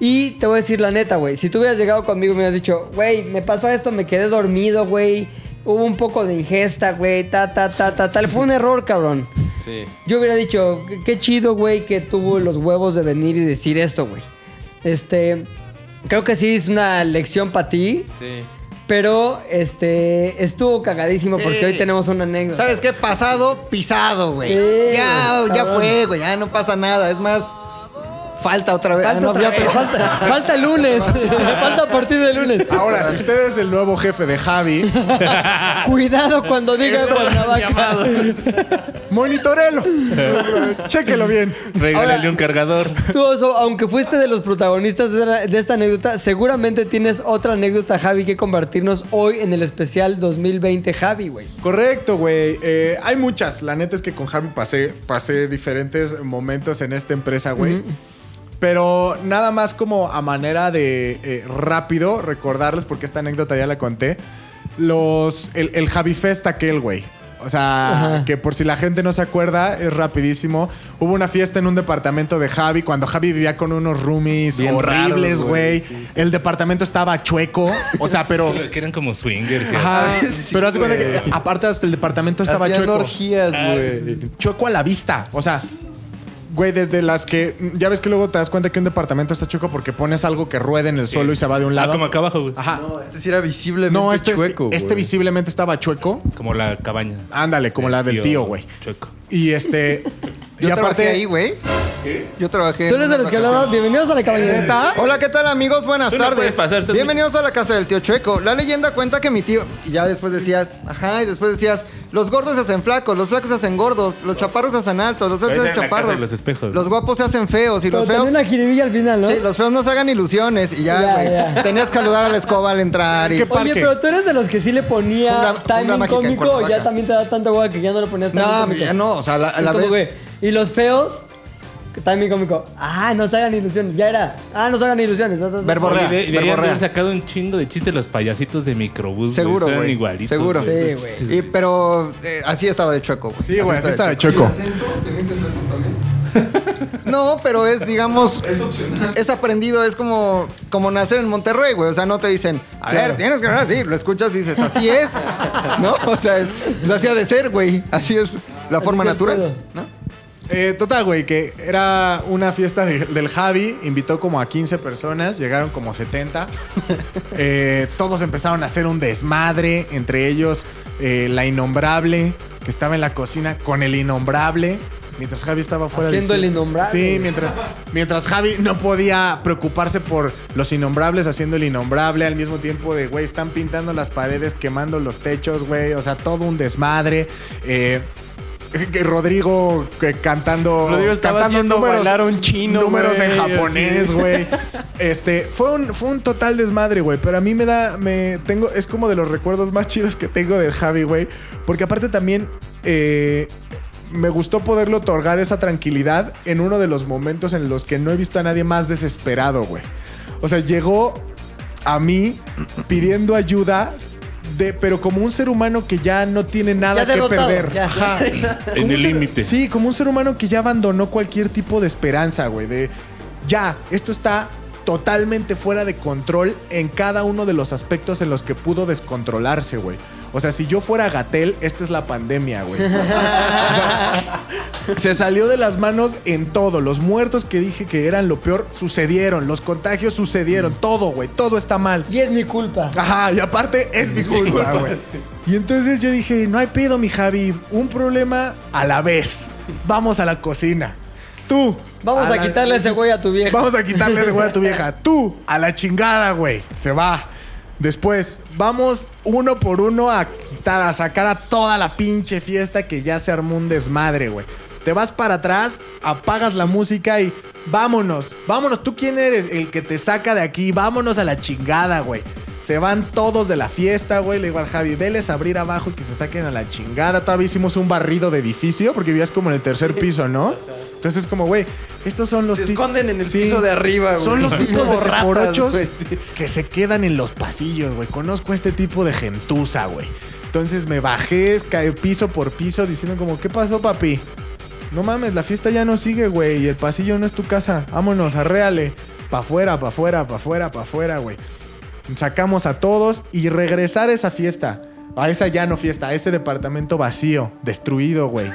S1: Y te voy a decir la neta, güey, si tú hubieras llegado conmigo y me hubieras dicho, güey, me pasó esto, me quedé dormido, güey, hubo un poco de ingesta, güey, ta, ta, ta, ta, tal, fue un error, cabrón.
S6: Sí.
S1: Yo hubiera dicho, qué, qué chido, güey, que tuvo los huevos de venir y decir esto, güey. Este, creo que sí es una lección para ti.
S6: Sí.
S1: Pero, este, estuvo cagadísimo porque
S2: Sí.
S1: hoy tenemos una anécdota.
S2: ¿Sabes qué? Pasado, pisado, güey.
S1: Sí,
S2: ya,
S1: güey,
S2: ya
S1: cabrón.
S2: fue, güey. Ya no pasa nada. Es más, falta otra vez. Ah,
S1: Falta,
S2: no,
S1: otra
S2: ya
S1: vez,
S2: te-
S1: falta, falta el <laughs> lunes. falta a partir del lunes.
S3: Ahora, si usted es el nuevo jefe de
S2: <laughs>
S3: Javi,
S1: Ah, Cuidado cuando diga Cuernavaca.
S3: monitorelo. Chéquelo bien.
S4: Regálale un cargador.
S1: Tú, Oso, aunque fuiste de los protagonistas de, la- de esta anécdota, seguramente tienes otra anécdota, Javi, que compartirnos hoy en el especial 2020 Javi, güey.
S3: Correcto, güey. Eh, hay muchas. La neta es que con Javi pasé, pasé diferentes momentos en esta empresa, güey. Pero nada más como a manera de eh, rápido recordarles, porque esta anécdota ya la conté, los, el, el Javi Fest aquel, güey. O sea,
S1: Ajá.
S3: que por si la gente no se acuerda, es rapidísimo. Hubo una fiesta en un departamento de Javi cuando Javi vivía con unos roomies
S4: Bien
S3: horribles,
S4: raros, güey.
S3: güey.
S4: Sí, sí,
S3: el departamento estaba chueco. O sea, pero
S4: Sí, que eran como swingers. Ah, ¿sí?
S3: Ajá, pero haz de cuenta
S6: güey.
S3: que aparte hasta el departamento estaba
S6: Hacían
S3: chueco.
S6: orgías,
S4: Ah,
S6: güey.
S3: Chueco a la vista. O sea, güey, de, de las que. Ya ves que luego te das cuenta que un departamento está chueco porque pones algo que rueda en el suelo y se va de un
S4: Ah,
S3: lado.
S4: como acá abajo, güey.
S3: Ajá.
S6: Este sí era visiblemente
S3: No, este,
S6: chueco.
S3: este
S6: güey.
S3: visiblemente estaba chueco.
S4: Como la cabaña.
S3: Ándale, como la del tío, güey.
S4: Chueco.
S3: Y este.
S2: Yo
S3: y
S2: trabajé
S3: aparte.
S2: ahí, güey. Yo trabajé.
S1: Tú
S2: en
S1: eres de
S2: una
S1: los que hablaban. Bienvenidos a la caballera.
S3: ¿Neta?
S2: Hola, ¿qué tal amigos? Buenas
S4: Tú no
S2: tardes.
S4: puedes pasar, estás
S2: Bienvenidos a la casa del tío Chueco. La leyenda cuenta que mi tío... Y ya después decías, ajá, y después decías, los gordos se hacen flacos, los flacos se hacen gordos, los chaparros se hacen altos, los altos
S4: Ahorita
S2: se hacen
S4: en la casa de
S2: chaparros.
S4: los espejos.
S2: Los guapos se hacen feos y
S1: Pero
S2: los
S1: tenía
S2: feos...
S1: una jiribilla al final, ¿no?
S2: Sí, los feos no se hagan ilusiones y
S1: Ya,
S2: ya,
S1: ya.
S2: güey. Tenías que saludar a la escoba al entrar y...
S3: ¿Qué
S1: Oye,
S3: parque.
S1: pero tú eres de los que sí le ponía
S2: Jungla- jungla
S1: timing
S2: mágica en
S1: cómico o ya
S2: Cuernavaca.
S1: también te da tanta hueá que ya no le ponías timing
S2: No,
S1: cómico.
S2: ya no, o sea, a la, a
S1: Es
S2: la
S1: como,
S2: vez...
S1: güey, Y los feos, que timing cómico. Ah, no se hagan ilusiones. Ya era. Ah, no se hagan ilusiones. no, no, no.
S2: Verborrea,
S4: Oye, de- deberían
S2: verborrea.
S4: haber sacado un chingo de chistes los payasitos de microbús.
S2: Seguro,
S4: Eran
S2: güey.
S4: igualitos.
S2: Seguro.
S1: güey.
S4: Esos
S1: Sí,
S4: chistes.
S2: Y, pero eh, así estaba de chueco, güey.
S3: Sí, güey, así estaba
S2: estaba de
S3: chueco.
S2: No, pero es, digamos, es, aprendido, es como, como nacer en Monterrey, güey. O sea, no te dicen, a ver, tienes que hablar así, lo escuchas y dices, así es, ¿no? O sea, es, pues, así ha de ser, güey. Así es la forma
S1: es el
S2: natural,
S1: pedo.
S2: ¿no?
S3: Eh, total, güey, que era una fiesta de- del Javi, invitó como a 15 personas, llegaron
S1: <laughs>
S3: como 70. Eh, todos empezaron a hacer un desmadre, entre ellos eh, la innombrable, que estaba en la cocina con el innombrable, mientras Javi estaba fuera
S1: Haciendo
S3: del-
S1: el innombrable.
S3: Sí, mientras, mientras Javi no podía preocuparse por los innombrables haciendo el innombrable, al mismo tiempo de, güey, están pintando las paredes, quemando los techos, güey, o sea, todo un desmadre. Eh, que Rodrigo que cantando
S6: Rodrigo estaba
S3: cantando
S6: haciendo bailar a un chino,
S3: números
S6: güey,
S3: en japonés
S6: así.
S3: güey este fue un fue un total desmadre güey pero a mí me da me tengo es como de los recuerdos más chidos que tengo del Javi güey porque aparte también eh, me gustó poderle otorgar esa tranquilidad en uno de los momentos en los que no he visto a nadie más desesperado güey o sea llegó a mí pidiendo ayuda de, pero como un ser humano que ya no tiene nada que
S1: derrotado,
S3: perder.
S1: ya.
S3: Ajá.
S4: En el límite.
S3: Sí, como un ser humano que ya abandonó cualquier tipo de esperanza, güey. De ya, esto está totalmente fuera de control en cada uno de los aspectos en los que pudo descontrolarse, güey. O sea, si yo fuera Gatel, esta es la pandemia, güey. <laughs> O sea, se salió de las manos en todo. Los muertos que dije que eran lo peor sucedieron. Los contagios sucedieron. Todo, güey. Todo está mal.
S1: Y es mi culpa.
S3: Ajá, y aparte es mi culpa, güey. Y entonces yo dije, no hay pedo, mi Javi, un problema a la vez. Vamos a la cocina. Tú.
S2: Ah,
S1: Vamos a,
S3: la-
S1: quitarle ese güey a tu vieja.
S3: Vamos a quitarle ese güey a tu vieja. Tú, a la chingada, güey. Se va. Después, vamos uno por uno a quitar, a sacar a toda la pinche fiesta que ya se armó un desmadre, güey. Te vas para atrás, apagas la música y vámonos, vámonos. ¿Tú quién eres? El que te saca de aquí, vámonos a la chingada, güey. Se van todos de la fiesta, güey. Le digo al Javi, veles a abrir abajo y que se saquen a la chingada. Todavía hicimos un barrido de edificio porque vivías como en el tercer piso, ¿no? Entonces es como, güey, estos son los...
S6: Se
S3: ti-
S6: esconden en el piso de arriba, güey.
S3: Son
S6: <laughs>
S3: los tipos de
S6: Como ratas,
S3: morochos
S6: güey, sí.
S3: que se quedan en los pasillos, güey. Conozco este tipo de gentuza, güey. Entonces me bajé, caí piso por piso diciendo como, ¿qué pasó, papi? No mames, la fiesta ya no sigue, güey. Y el pasillo no es tu casa. Vámonos, arréale. Pa' afuera, pa' afuera, pa' afuera, pa' afuera, güey. Sacamos a todos y regresar a esa fiesta. A esa ya no fiesta, a ese departamento vacío, destruido,
S6: <laughs>
S3: güey.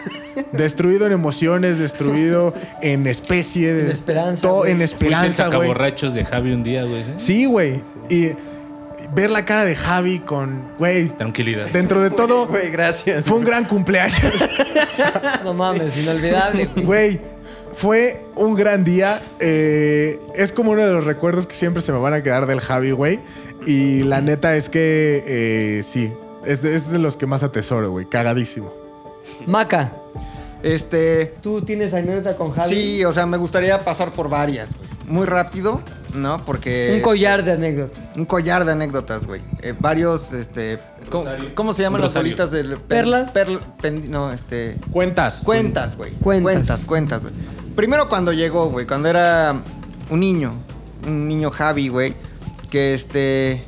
S3: destruido en emociones, destruido en especie. En esperanza. en
S4: Fuiste
S3: esperanza, güey.
S4: sacaborrachos de Javi un día, güey. ¿eh?
S3: Sí, güey. Y ver la cara de Javi con, güey,
S4: Tranquilidad.
S3: dentro de todo,
S6: gracias.
S3: fue un gran cumpleaños. <laughs>
S14: No mames, inolvidable.
S2: <laughs>
S3: Güey, fue un gran día. Eh, es como uno de los recuerdos que siempre se me van a quedar del Javi, güey. Y la neta es que eh, sí, es de, es de los que más atesoro, güey. Cagadísimo.
S14: Maca.
S2: Este.
S14: ¿Tú tienes anécdota con Javi?
S2: Sí, o sea, me gustaría pasar por varias, güey. Muy rápido, ¿no? Porque.
S14: Un collar de anécdotas.
S2: Un collar de anécdotas, güey. Eh, varios, este. ¿cómo,
S14: rosario.
S2: cómo se llaman
S14: Un
S2: las
S14: rosario.
S2: bolitas del. per-
S14: ¿Perlas?
S2: perl- pen- no, este.
S3: Cuentas.
S2: Cuentas, güey.
S14: Cuentas.
S2: Cuentas, cuentas, güey. Primero cuando llegó, güey, cuando era un niño, un niño Javi, güey, que este.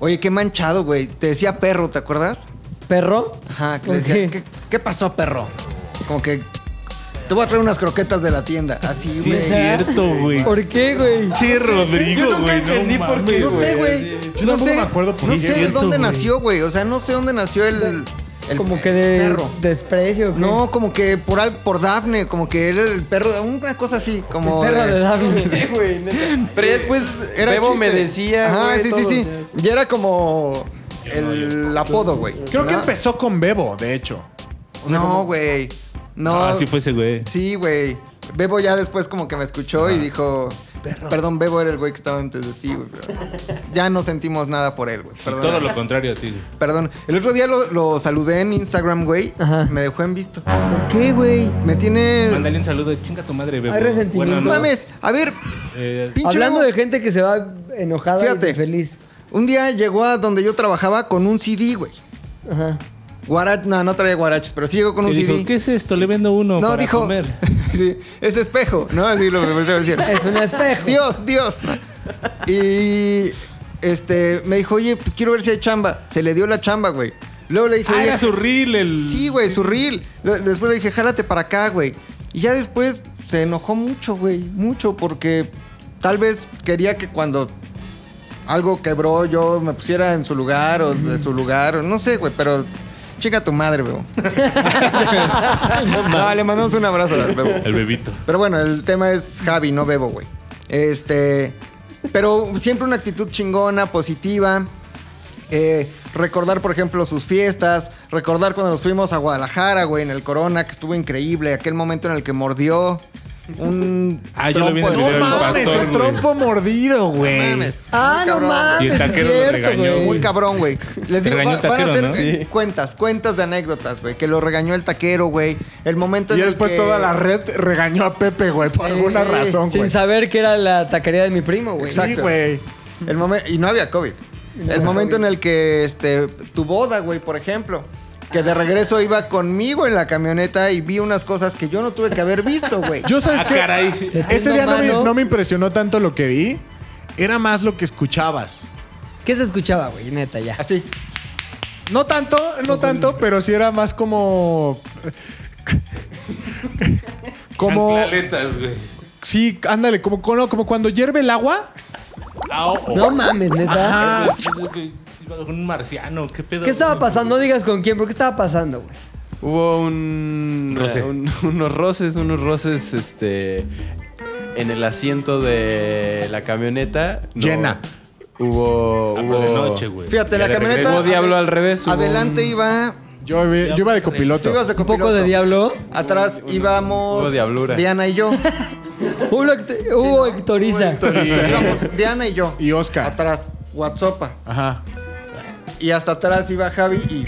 S2: Oye, qué manchado, güey. Te decía perro, ¿te acuerdas?
S14: ¿Perro?
S2: Ajá, que le
S14: Ok.
S2: decía, ¿qué, qué pasó, perro? Como que. Te voy a traer unas croquetas de la tienda. Así, güey.
S4: Sí, es cierto, güey.
S14: ¿Por qué, güey?
S4: Che, Rodrigo, güey. no mames,
S2: No sé, güey.
S3: Yo
S2: no
S3: tampoco
S2: sé,
S3: me acuerdo por
S2: no
S3: qué.
S2: sé
S3: Cierto,
S2: dónde
S3: güey.
S2: nació, güey. O sea, no sé dónde nació el. el
S14: Como que de
S2: perro.
S14: desprecio. ¿qué?
S2: No, como que por, al- por Dafne, como que era el perro, una cosa así, como...
S14: El perro de
S2: <laughs>
S14: Dafne.
S2: Sí, güey, neta.
S6: Pero ya después
S2: Era
S6: pues, Bebo
S2: chiste.
S6: me decía,
S2: Ajá,
S6: güey,
S2: sí, sí,
S6: todos,
S2: sí.
S6: ya, sí.
S2: Y era como el apodo, güey.
S3: Creo que
S2: ¿verdad?
S3: empezó con Bebo, de hecho.
S2: No, güey. No.
S4: Ah, sí fue ese güey.
S2: Sí, güey. Bebo ya después como que me escuchó
S3: Ah.
S2: y dijo... Perdón, Bebo era el güey que estaba antes de ti, güey. pero Ya no sentimos nada por él, güey. Perdón.
S4: Todo lo contrario a ti.
S2: Perdón. El otro día lo, lo saludé en Instagram, güey. Me dejó en visto.
S14: ¿Por qué, güey?
S2: Me tiene...
S4: Mándale un saludo. Chinga tu madre, bebé.
S14: Hay resentimiento.
S2: No mames, a ver,
S4: Eh,
S2: pinche
S14: Hablando
S2: Bebo.
S14: de gente que se va enojada
S2: Fíjate.
S14: y feliz.
S2: Un día llegó a donde yo trabajaba con un CD, güey.
S14: Ajá.
S2: Guarach, no, no traía guaraches, pero sí llegó con
S4: y
S2: un
S4: dijo,
S2: CD.
S4: ¿qué es esto? Le vendo uno
S2: no,
S4: para
S2: dijo. <laughs>
S4: comer.
S2: sí, es espejo, ¿no? Así lo volvió a decir.
S14: Es un espejo.
S2: Dios, Dios. Y este, me dijo, oye, pues, quiero ver si hay chamba. Se le dio la chamba, güey. Luego le dije,
S4: Ah,
S2: oye,
S4: era su reel el...
S2: Sí, güey, su reel. Lo- Después le dije, jálate para acá, güey. Y ya después se enojó mucho, güey. Mucho, porque tal vez quería que cuando algo quebró yo me pusiera en su lugar o de su lugar. o No sé, güey, pero chica tu madre, bebo. <laughs> no, le mandamos un abrazo al bebo.
S4: El bebito.
S2: Pero bueno, el tema es Javi, no bebo, güey. Este. Pero siempre una actitud chingona, positiva. Eh, recordar, por ejemplo, sus fiestas. Recordar cuando nos fuimos a Guadalajara, güey, en el Corona, que estuvo increíble. Aquel momento en el que mordió un.
S4: Ah, yo lo vi en el
S2: trompo
S4: video
S2: de-
S4: del
S3: Mames,
S4: pastor,
S3: un trompo mordido,
S2: No
S3: güey.
S2: mames.
S14: Ah,
S2: Muy
S14: no
S2: cabrón,
S14: mames.
S4: Y el
S14: es
S4: taquero lo
S14: cierto,
S4: regañó,
S14: güey.
S2: Muy cabrón, güey. Les digo,
S4: Regañó
S2: va-
S4: el
S2: van a
S4: taquero,
S2: hacer
S4: ¿no?
S2: eh, cuentas, cuentas de anécdotas, güey. Que lo regañó el taquero, güey. El momento
S3: Y
S2: en el
S3: después
S2: que-
S3: toda la red regañó a Pepe, güey, por alguna
S2: sí,
S3: razón,
S14: Sin
S3: güey.
S14: saber que era la taquería de mi primo, güey.
S3: Sí,
S2: Exacto.
S3: güey.
S2: El momen- y no había COVID.
S14: no
S2: el
S14: había
S2: momento
S14: COVID.
S2: en el que este, tu boda, güey, por ejemplo, que de regreso iba conmigo en la camioneta y vi unas cosas que yo no tuve que haber visto, güey.
S3: Yo sabes
S4: Ah,
S3: que
S4: caray. Te
S3: ese
S14: tengo
S3: día no me,
S14: mano.
S3: no me impresionó tanto lo que vi, era más lo que escuchabas.
S14: ¿Qué se escuchaba, güey? Neta, ya.
S2: Así.
S3: No tanto, no tanto, pero sí era más como como
S4: Chanclaletas, güey.
S3: sí, ándale, como como, como cuando hierve el agua.
S4: Ah, oh, oh.
S14: No mames, neta.
S4: Ah, es que iba con un marciano. ¿Qué pedo?
S14: ¿Qué estaba pasando? No digas con quién, pero ¿qué estaba pasando, güey?
S6: Hubo un, eh,
S4: Roce.
S6: un- <laughs> unos roces, unos roces este en el asiento de la camioneta. No,
S3: Llena.
S6: Hubo
S4: Ah,
S6: hubo
S4: pero de noche, güey.
S2: Fíjate,
S4: Ya
S2: la
S4: de
S2: camioneta.
S4: regreso.
S6: Hubo diablo
S2: ade-
S6: al revés, hubo
S2: Adelante
S6: un-
S2: iba.
S3: Yo, iba- yo iba de
S2: tú
S3: copiloto.
S2: ibas de
S14: Un poco
S2: copiloto.
S14: de diablo.
S2: Atrás íbamos.
S6: hubo diablura.
S2: Diana y
S6: <laughs>
S2: yo.
S14: Hubo, hecto- hubo Hectoriza.
S6: eh,
S2: Íbamos Diana y yo.
S3: Y Oscar.
S2: Atrás. WhatsApp.
S3: Ajá.
S2: Y hasta atrás iba Javi y.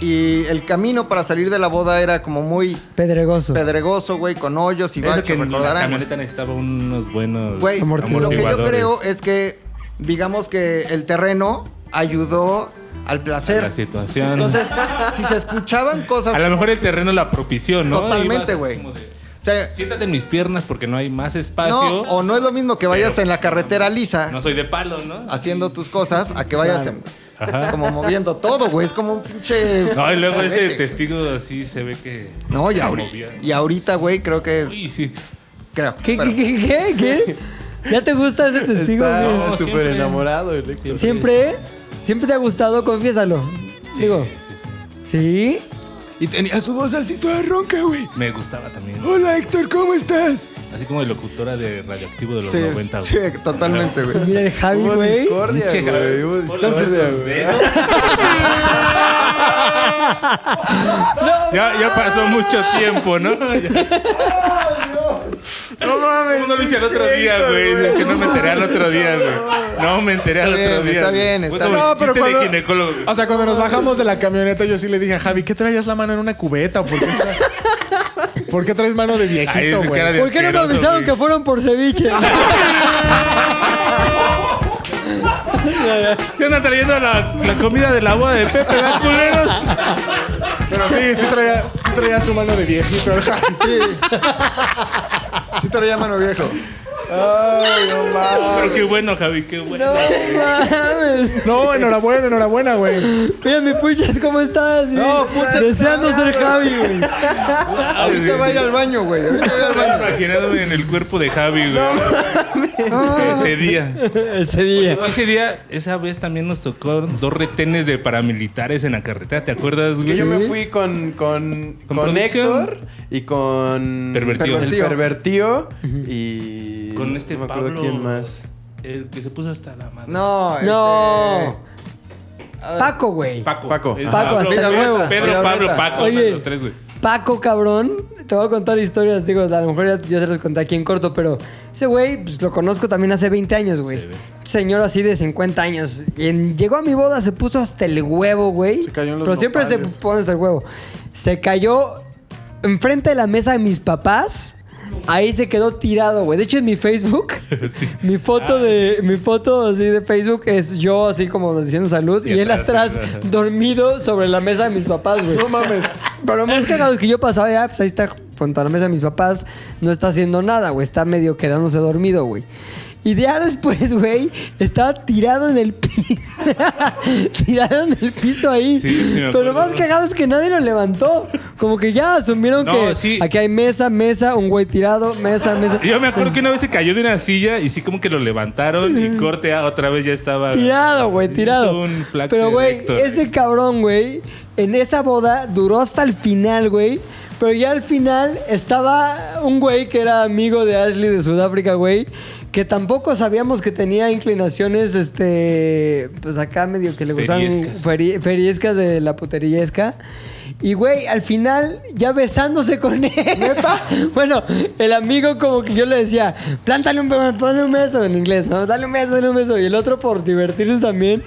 S2: Y el camino para salir de la boda era como muy.
S1: Pedregoso.
S2: Pedregoso, güey, con hoyos y
S4: Eso
S2: baches,
S4: que la
S2: recordarán.
S4: camioneta necesitaba unos buenos
S2: Güey, lo que yo
S4: pues, amortiguadores.
S2: creo es que, digamos que el terreno ayudó al placer.
S4: La situación.
S2: Entonces, si se escuchaban cosas.
S4: a lo mejor el terreno la propició, ¿no?
S2: Totalmente,
S4: Ibas
S2: güey.
S4: como de,
S2: sea,
S4: Siéntate en mis piernas porque no hay más
S2: No,
S4: espacio. No,
S2: o no es lo mismo que vayas en la carretera lisa
S4: soy de palo, ¿no?
S2: haciendo tus cosas a que vayas en-
S4: Ajá.
S2: como moviendo todo, güey. Es como un pinche.
S4: No, y luego ese este,
S2: Vete.
S4: testigo así se ve que.
S2: No, y
S4: que
S2: ahorita,
S4: movía.
S2: y ahorita, güey, creo que.
S4: Uy, sí.
S2: Creo.
S1: ¿Qué,
S2: pero-
S1: qué, qué,
S2: <laughs>
S1: qué? qué? ¿Ya te gusta ese testigo?
S6: Está
S1: güey?
S6: súper enamorado el Héctor.
S1: ¿Siempre? ¿Siempre te ha gustado? Confiésalo. Digo. ¿Sí?
S3: Y tenía su voz así toda ronca, güey.
S4: Me gustaba también.
S3: Hola, Héctor, ¿cómo estás?
S4: Así como de locutora de radioactivo de los
S2: Sí,
S4: 90.
S2: sí, totalmente, güey.
S1: Mira el Javi,
S6: Hubo
S1: güey.
S6: discordia,
S4: Pinche
S6: güey.
S4: Javi.
S6: hubo
S4: Entonces,
S6: discordia, güey.
S4: Ya, ya pasó mucho tiempo, ¿no? No mames. Uno lo hice al otro día, güey. Es que no me enteré al otro día, güey. No me enteré al
S2: Está
S4: otro
S2: bien,
S4: día.
S2: está
S4: güey.
S2: bien,
S4: Fue
S2: está
S4: como
S2: bien.
S4: el
S3: No, pero
S4: chiste
S3: cuando-
S4: de ginecólogo. güey.
S3: O sea, cuando nos bajamos de la camioneta, yo sí le dije a Javi, ¿qué traías la mano en una cubeta? ¿Por qué, tra- <laughs> ¿Por qué traes mano de
S4: Ay,
S3: viejito,
S4: ese cara
S3: güey?
S4: de
S1: ¿Por qué no me
S4: asqueroso,
S1: avisaron
S4: güey.
S1: que fueron por ceviche?
S4: ¿Qué andan trayendo la, la comida de la boda de Pepe, ¿verdad, culeros?
S3: Pero sí, sí traía, sí traía su mano de viejito.
S2: <laughs> Sí. Sí, te lo llaman viejo.
S6: Ay, no mames.
S4: Pero qué bueno, Javi, qué bueno.
S1: mames.
S3: No, enhorabuena, enhorabuena, güey.
S1: Mira, mi puchas, ¿cómo estás?
S2: No, puchas,
S1: Deseando
S2: está-
S1: ser Javi, güey.
S2: Ahorita va a ir al
S1: <laughs>
S2: baño, güey. Ahorita va a ir al baño.
S4: Estoy imaginándome en el cuerpo de Javi, güey. Ese día.
S1: Ese día.
S4: Pues Ese día, esa vez también nos tocó dos retenes de paramilitares en la carretera, ¿te acuerdas,
S6: Que
S4: güey?
S6: yo me fui con, con,
S4: ¿Con
S6: con
S4: producción?
S6: Héctor y con.
S4: Pervertido.
S6: El pervertido. Y.
S4: Con este
S6: No me acuerdo
S4: Pablo.
S6: quién más.
S4: El que se puso hasta la madre.
S2: No, este-
S1: No. Paco, güey.
S4: Paco.
S6: Paco.
S4: Es
S1: Paco, hasta
S4: Pedro,
S2: Villanueva.
S4: Pedro,
S2: Villanueva.
S4: Pablo, Paco.
S1: Oye.
S4: Los tres, güey.
S1: Paco, cabrón, te voy a contar historias, digo, a lo mejor ya, ya se los conté aquí en corto, pero ese güey, pues lo conozco también hace 20 años, güey. Señor así de 50 años. Y en- llegó a mi boda, se puso hasta el huevo, güey.
S3: Se cayó en los
S1: Pero siempre se
S3: nopales.
S1: pone hasta el huevo. Se cayó enfrente de la mesa de mis papás. Ahí se quedó tirado, güey. De hecho, en mi
S3: <laughs>
S1: Facebook, mi foto
S3: Ah,
S1: de mi foto así de Facebook es yo así como diciendo salud y,
S4: Y
S1: él
S4: atrás,
S1: atrás dormido sobre la mesa de mis papás, güey.
S3: No mames.
S1: Pero lo más cagado es que yo pasaba ya, pues ahí está junto a la mesa de mis papás, no está haciendo nada, güey, está medio quedándose dormido, güey. Y ya después, güey, estaba tirado en el piso. <laughs> tirado en el piso ahí.
S4: Sí, sí me
S1: Pero lo
S4: acuerdo.
S1: más cagado es que nadie lo levantó. Como que ya asumieron
S4: No,
S1: que
S4: sí.
S1: aquí hay mesa, mesa, un güey tirado, mesa, mesa.
S4: Yo me acuerdo que una vez se cayó de una silla y sí como que lo levantaron y corte ah, otra vez ya estaba
S1: Tirado, güey,
S4: Hizo
S1: tirado.
S4: Un flax
S1: Pero, güey,
S4: erector,
S1: ese cabrón, güey, en esa boda duró hasta el final, güey. Pero ya al final estaba un güey que era amigo de Ashley de Sudáfrica, güey. Que tampoco sabíamos que tenía inclinaciones, este. Pues acá medio que le gustaban
S4: Feriescas.
S1: feri- feriescas de la puterillesca. Y, güey, al final ya besándose con él. ¿Neta? <laughs> bueno, el amigo como que yo le decía, plántale un, be- ponle un beso en inglés, ¿no? Dale un beso, dale un beso. Y el otro, por divertirse también,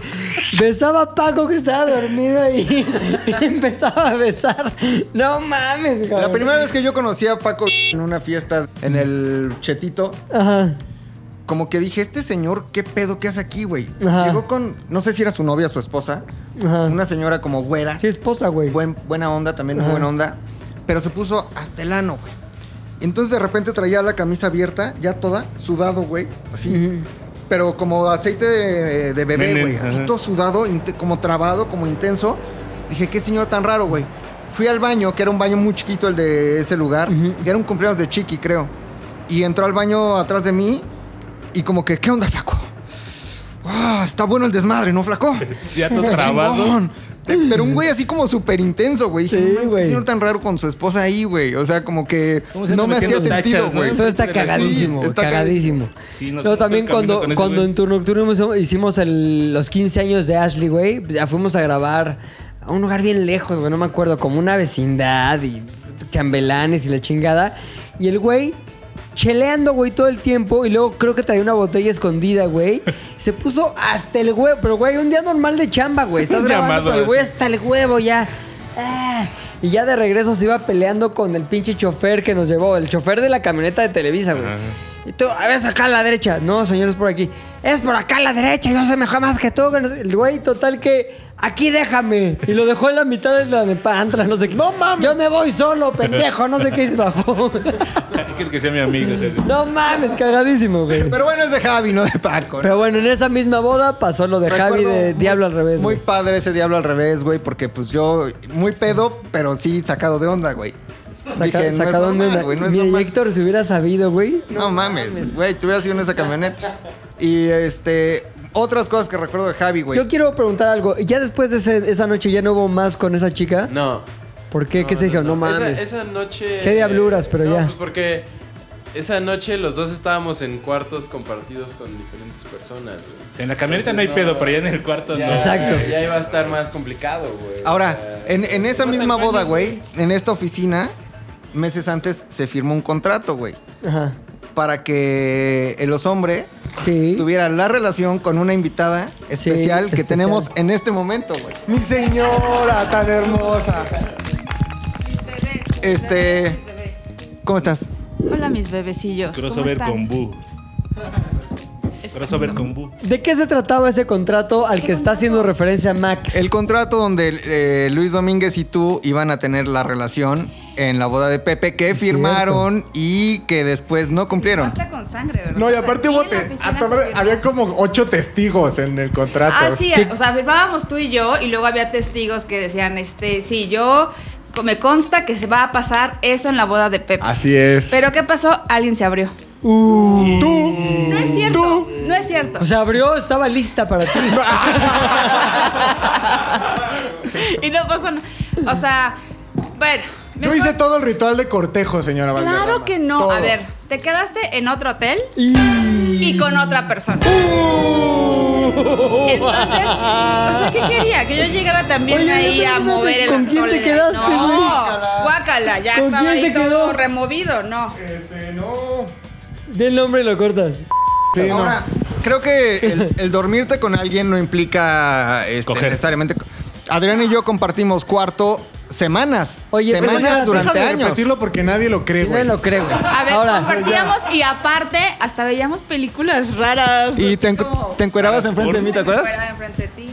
S1: besaba a Paco que estaba dormido y, <laughs> y empezaba a besar. No mames, cabrón.
S2: La primera vez que yo conocí a Paco en una fiesta en el Chetito,
S1: Ajá.
S2: como que dije, este señor, ¿qué pedo que hace aquí, güey?
S1: Ajá.
S2: Llegó con, no sé si era su novia, su esposa,
S1: Ajá.
S2: una señora como güera,
S1: Sí, esposa, güey.
S2: buen- buena onda, también muy
S1: Ajá.
S2: buena onda, pero se puso hasta el ano, güey. Entonces de repente traía la camisa abierta, ya toda, sudado, güey, así,
S1: Ujú.
S2: pero como aceite de, de bebé,
S4: Menen,
S2: güey, así
S4: ajá.
S2: todo sudado, inte- como trabado, como intenso. Dije, qué señor tan raro, güey. Fui al baño, que era un baño muy chiquito el de ese lugar,
S1: Ujú.
S2: que era un cumpleaños de Chiqui, creo. Y entró al baño atrás de mí y como que, ¿qué onda, flaco? Ah, está bueno el desmadre, ¿no,
S4: <laughs>
S2: flaco?
S4: Ya todo
S2: Está
S4: trabado.
S2: chingón. Eh, Pero un güey así como súper intenso, güey. Dije,
S1: Sí,
S2: no mames, qué
S1: güey.
S2: señor tan raro con su esposa ahí, güey. O sea, como que
S4: ¿Cómo se
S2: no
S4: andan
S2: me hacía
S4: metiendo
S2: sentido,
S4: tachas, no?
S2: güey.
S1: Eso está
S4: Sí,
S1: cagadísimo,
S2: está
S1: cagadísimo.
S4: Sí, nos
S1: Luego
S4: cortó
S1: también
S4: el camino
S1: cuando,
S4: con ese
S1: cuando
S4: güey.
S1: en tu nocturno hicimos- hicimos el- los 15 años de Ashley, güey, pues ya fuimos a grabar a un lugar bien lejos, güey, no me acuerdo, como una vecindad y chambelanes y la chingada. Y el güey cheleando, güey, todo el tiempo. Y luego creo que traía una botella escondida, güey. <laughs> Se puso hasta el huevo, pero, güey, un día normal de chamba, güey. Estás
S4: <laughs> Un
S1: grabando,
S4: llamado
S1: pero el
S4: así.
S1: güey hasta el huevo ya. Ah. Y ya de regreso se iba peleando con el pinche chofer que nos llevó, el chofer de la camioneta de Televisa, güey. Y tú, a ver, acá a la derecha. No, señor, es por aquí. Es por acá a la derecha, yo sé mejor más que tú. que no sé- El güey, total que, aquí déjame. Y lo dejó en la mitad de la pantra, no sé qué. No mames. Yo me voy solo, pendejo, no sé qué. Y se bajó. <laughs>
S4: Quiero que sea mi amigo. o sea,
S1: No mames, cagadísimo, güey.
S2: Pero bueno, es de Javi, no de Paco. ¿no?
S1: Pero bueno, en esa misma boda pasó lo de Javi
S2: Recuerdo
S1: de
S2: muy-
S1: Diablo al revés.
S2: Muy
S1: güey.
S2: padre ese diablo al revés, güey, porque pues yo muy pedo, pero sí sacado de onda, güey.
S1: Saca-
S2: Dije, no es
S1: sacadón de
S2: normal,
S1: onda.
S2: güey, no es
S1: Mira,
S2: normal.
S1: Héctor, si hubiera sabido, güey.
S2: No, mames, güey, tú hubieras ido en esa camioneta. Y este, otras cosas que recuerdo de Javi, güey.
S1: Yo quiero preguntar algo. ¿Ya después de ese- esa noche ya no hubo más con esa chica?
S6: No.
S1: ¿Por qué? ¿Qué se dijo? No, mames.
S6: Esa, esa noche.
S1: Qué diabluras, pero
S6: no,
S1: ya.
S6: pues porque esa noche los dos estábamos en cuartos compartidos con diferentes personas. güey.
S4: En la camioneta no hay pedo, pero ya en el cuarto no.
S2: Exacto.
S6: Ya iba a estar más complicado, güey.
S2: Ahora, en, en esa
S6: vas al
S2: misma
S6: baño,
S2: boda, güey, en esta oficina, meses antes se firmó un contrato, güey.
S1: Ajá.
S2: Para que el hombre tuviera la relación con una invitada especial que
S1: especial.
S2: tenemos en este momento, güey.
S3: Mi señora tan hermosa.
S2: Este. ¿Cómo estás?
S12: Hola mis bebecillos. ¿Cómo
S4: Crossover
S12: están?
S4: con Bu. Crossover con Bu.
S1: ¿De qué se trataba ese contrato al que está haciendo referencia Max?
S2: El contrato donde eh, Luis Domínguez y tú iban a tener la relación en la boda de Pepe que firmaron y que después no cumplieron.
S12: Está con sangre, ¿verdad?
S3: No, y aparte
S12: Sí,
S3: hubo
S12: en
S3: te-
S12: la oficina
S3: a tomar-
S12: confirmó.
S3: había como ocho testigos en el contrato.
S12: Ah, sí,
S3: ¿Qué-
S12: o sea, firmábamos tú y yo y luego había testigos que decían, este, sí, yo co- me consta que se va a pasar eso en la boda de Pepe.
S3: Así es.
S12: Pero ¿qué pasó? Alguien se abrió.
S3: tú.
S12: No es cierto. No es cierto.
S1: O sea, abrió, estaba lista para ti.
S12: y no pasó nada. O sea, bueno.
S3: Yo
S12: mejor-
S3: hice todo el ritual de cortejo, señora Valderrama.
S12: Claro que no.
S3: Todo.
S12: A ver, te quedaste en otro hotel y con otra persona.
S3: ¡Uh!
S12: <laughs> Entonces, o sea, ¿qué quería? Que yo llegara también
S1: Oye,
S12: ahí
S1: ya
S12: a
S1: te
S12: mover el
S1: ¿con quién te
S12: atole.
S1: quedaste, güey?
S12: No, guácala, ya
S1: ¿Con
S12: estaba
S1: quién
S12: ahí
S1: te
S12: todo
S1: quedó?
S12: removido, no.
S3: Este,
S1: Del nombre y lo cortas.
S3: Sí, no.
S2: Ahora, creo
S3: <laughs>
S2: que el, el dormirte con alguien no implica este,
S4: Coger.
S2: necesariamente. Adrián y yo compartimos cuarto semanas.
S1: Oye, pero
S2: semanas
S1: ya,
S2: durante
S3: Deja de
S2: años.
S3: repetirlo porque nadie lo cree,
S1: Nadie
S3: güey.
S1: lo cree, güey.
S12: A ver,
S1: Ahora,
S12: compartíamos y aparte hasta veíamos películas raras.
S2: Y
S12: así
S2: te, encu-
S12: como-
S2: te encuerabas enfrente de mí, ¿te
S12: Me
S2: acuerdas?
S12: encueraba enfrente de ti.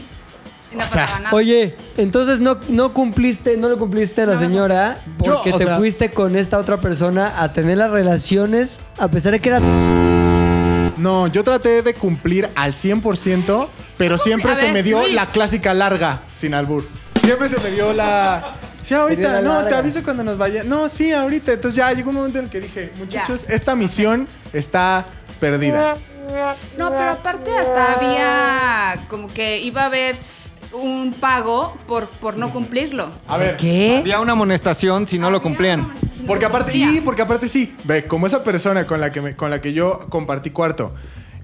S12: Y no
S2: O sea,
S12: pasaba nada.
S1: Oye, entonces no, no cumpliste, no lo cumpliste a la señora
S3: Yo,
S1: porque
S3: o
S1: te
S3: sea-
S1: fuiste con esta otra persona a tener las relaciones a pesar de que era...
S3: No, yo traté de cumplir al 100%, pero siempre
S12: A
S3: se
S12: ver,
S3: me dio
S12: Luis.
S3: la clásica larga sin albur. Siempre se me dio la... Sí,
S1: Se dio la
S3: ahorita, no, te
S1: larga.
S3: aviso cuando nos vaya. No, sí, ahorita. Entonces ya llegó un momento en el que dije, muchachos, esta misión está perdida.
S12: No, pero aparte hasta había como que iba a haber un pago por, por no cumplirlo.
S3: A ver,
S1: ¿Qué?
S2: Había una amonestación si no lo cumplían.
S3: Porque aparte, y porque aparte sí, ve, como esa persona con la que, me- con la que yo compartí cuarto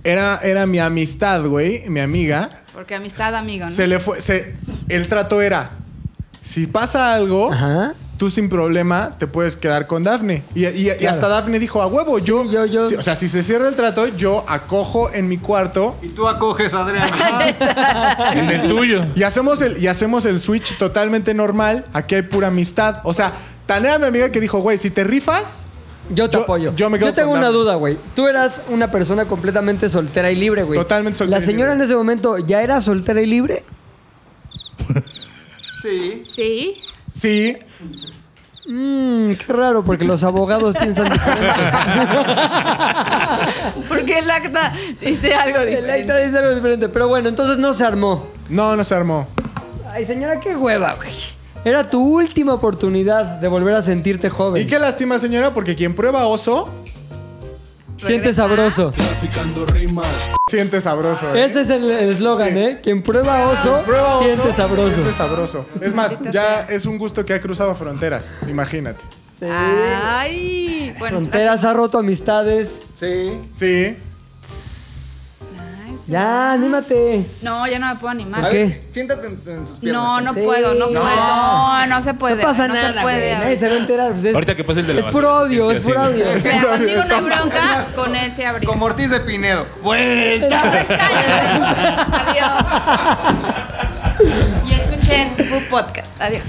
S3: era, era mi amistad, güey, mi amiga,
S12: Porque amistad, amigo, ¿no?
S3: se le fue, se, el trato era, si pasa algo,
S1: Ajá.
S3: tú sin problema te puedes quedar con Dafne. Y, y- y
S1: Claro.
S3: hasta Dafne dijo, a huevo, yo,
S1: yo- yo-
S3: sí, o sea, si se cierra el trato, yo acojo en mi cuarto
S2: Y tú acoges a Adrián.
S4: En el tuyo.
S3: y hacemos el, y hacemos el switch totalmente normal, aquí hay pura amistad. O sea, tan era mi amiga que dijo, güey, si te rifas...
S1: Yo te
S3: Yo-
S1: apoyo.
S3: yo me quedo
S1: tengo
S3: con
S1: una
S3: Dafne.
S1: duda, güey. Tú eras una persona completamente soltera y libre, güey.
S3: Totalmente soltera
S1: ¿La
S3: y
S1: señora
S3: libre.
S1: en ese momento ya era soltera y libre?
S2: Sí.
S12: Sí.
S3: Sí,
S1: Mmm, qué raro, porque los abogados <laughs> piensan diferente.
S12: Porque el acta dice algo
S1: El acta
S12: diferente.
S1: dice algo diferente. Pero bueno, entonces no se armó.
S3: No, no se armó.
S1: Ay, señora, qué hueva, güey. Era tu última oportunidad de volver a sentirte joven.
S3: Y qué lástima, señora, porque quien prueba oso,
S1: Siente
S12: Regresa.
S1: sabroso.
S3: siente sabroso. ¿eh?
S1: Ese es el el eslogan,
S3: Sí.
S1: ¿eh? Quien prueba oso,
S3: Prueba oso,
S1: siente sabroso.
S3: Siente sabroso. Es más, ya es un gusto que ha cruzado fronteras. Imagínate.
S1: Sí.
S12: Ay. Ah, Bueno,
S1: Ah, Fronteras ha roto amistades.
S2: Sí.
S3: Sí.
S12: las- Ay,
S1: Ya, anímate.
S12: No, ya no me puedo animar.
S1: ¿Por qué?
S2: Siéntate en, en sus piernas.
S12: No, no
S2: Sí.
S12: puedo, no, puedo. No, no se puede.
S1: No pasa nada,
S12: se
S1: güey,
S12: puede.
S1: nadie se va a enterar. pues, es-
S4: Ahorita que pase el de la
S1: Es puro
S4: basura, se
S1: audio,
S4: siente
S1: es puro
S4: así,
S1: audio.
S2: <laughs>
S4: güey.
S12: Espera, contigo no hay broncas, con él se abrió.
S2: Como Ortiz de Pinedo. ¡Vuelta!
S12: Y escuchen tu podcast. Adiós.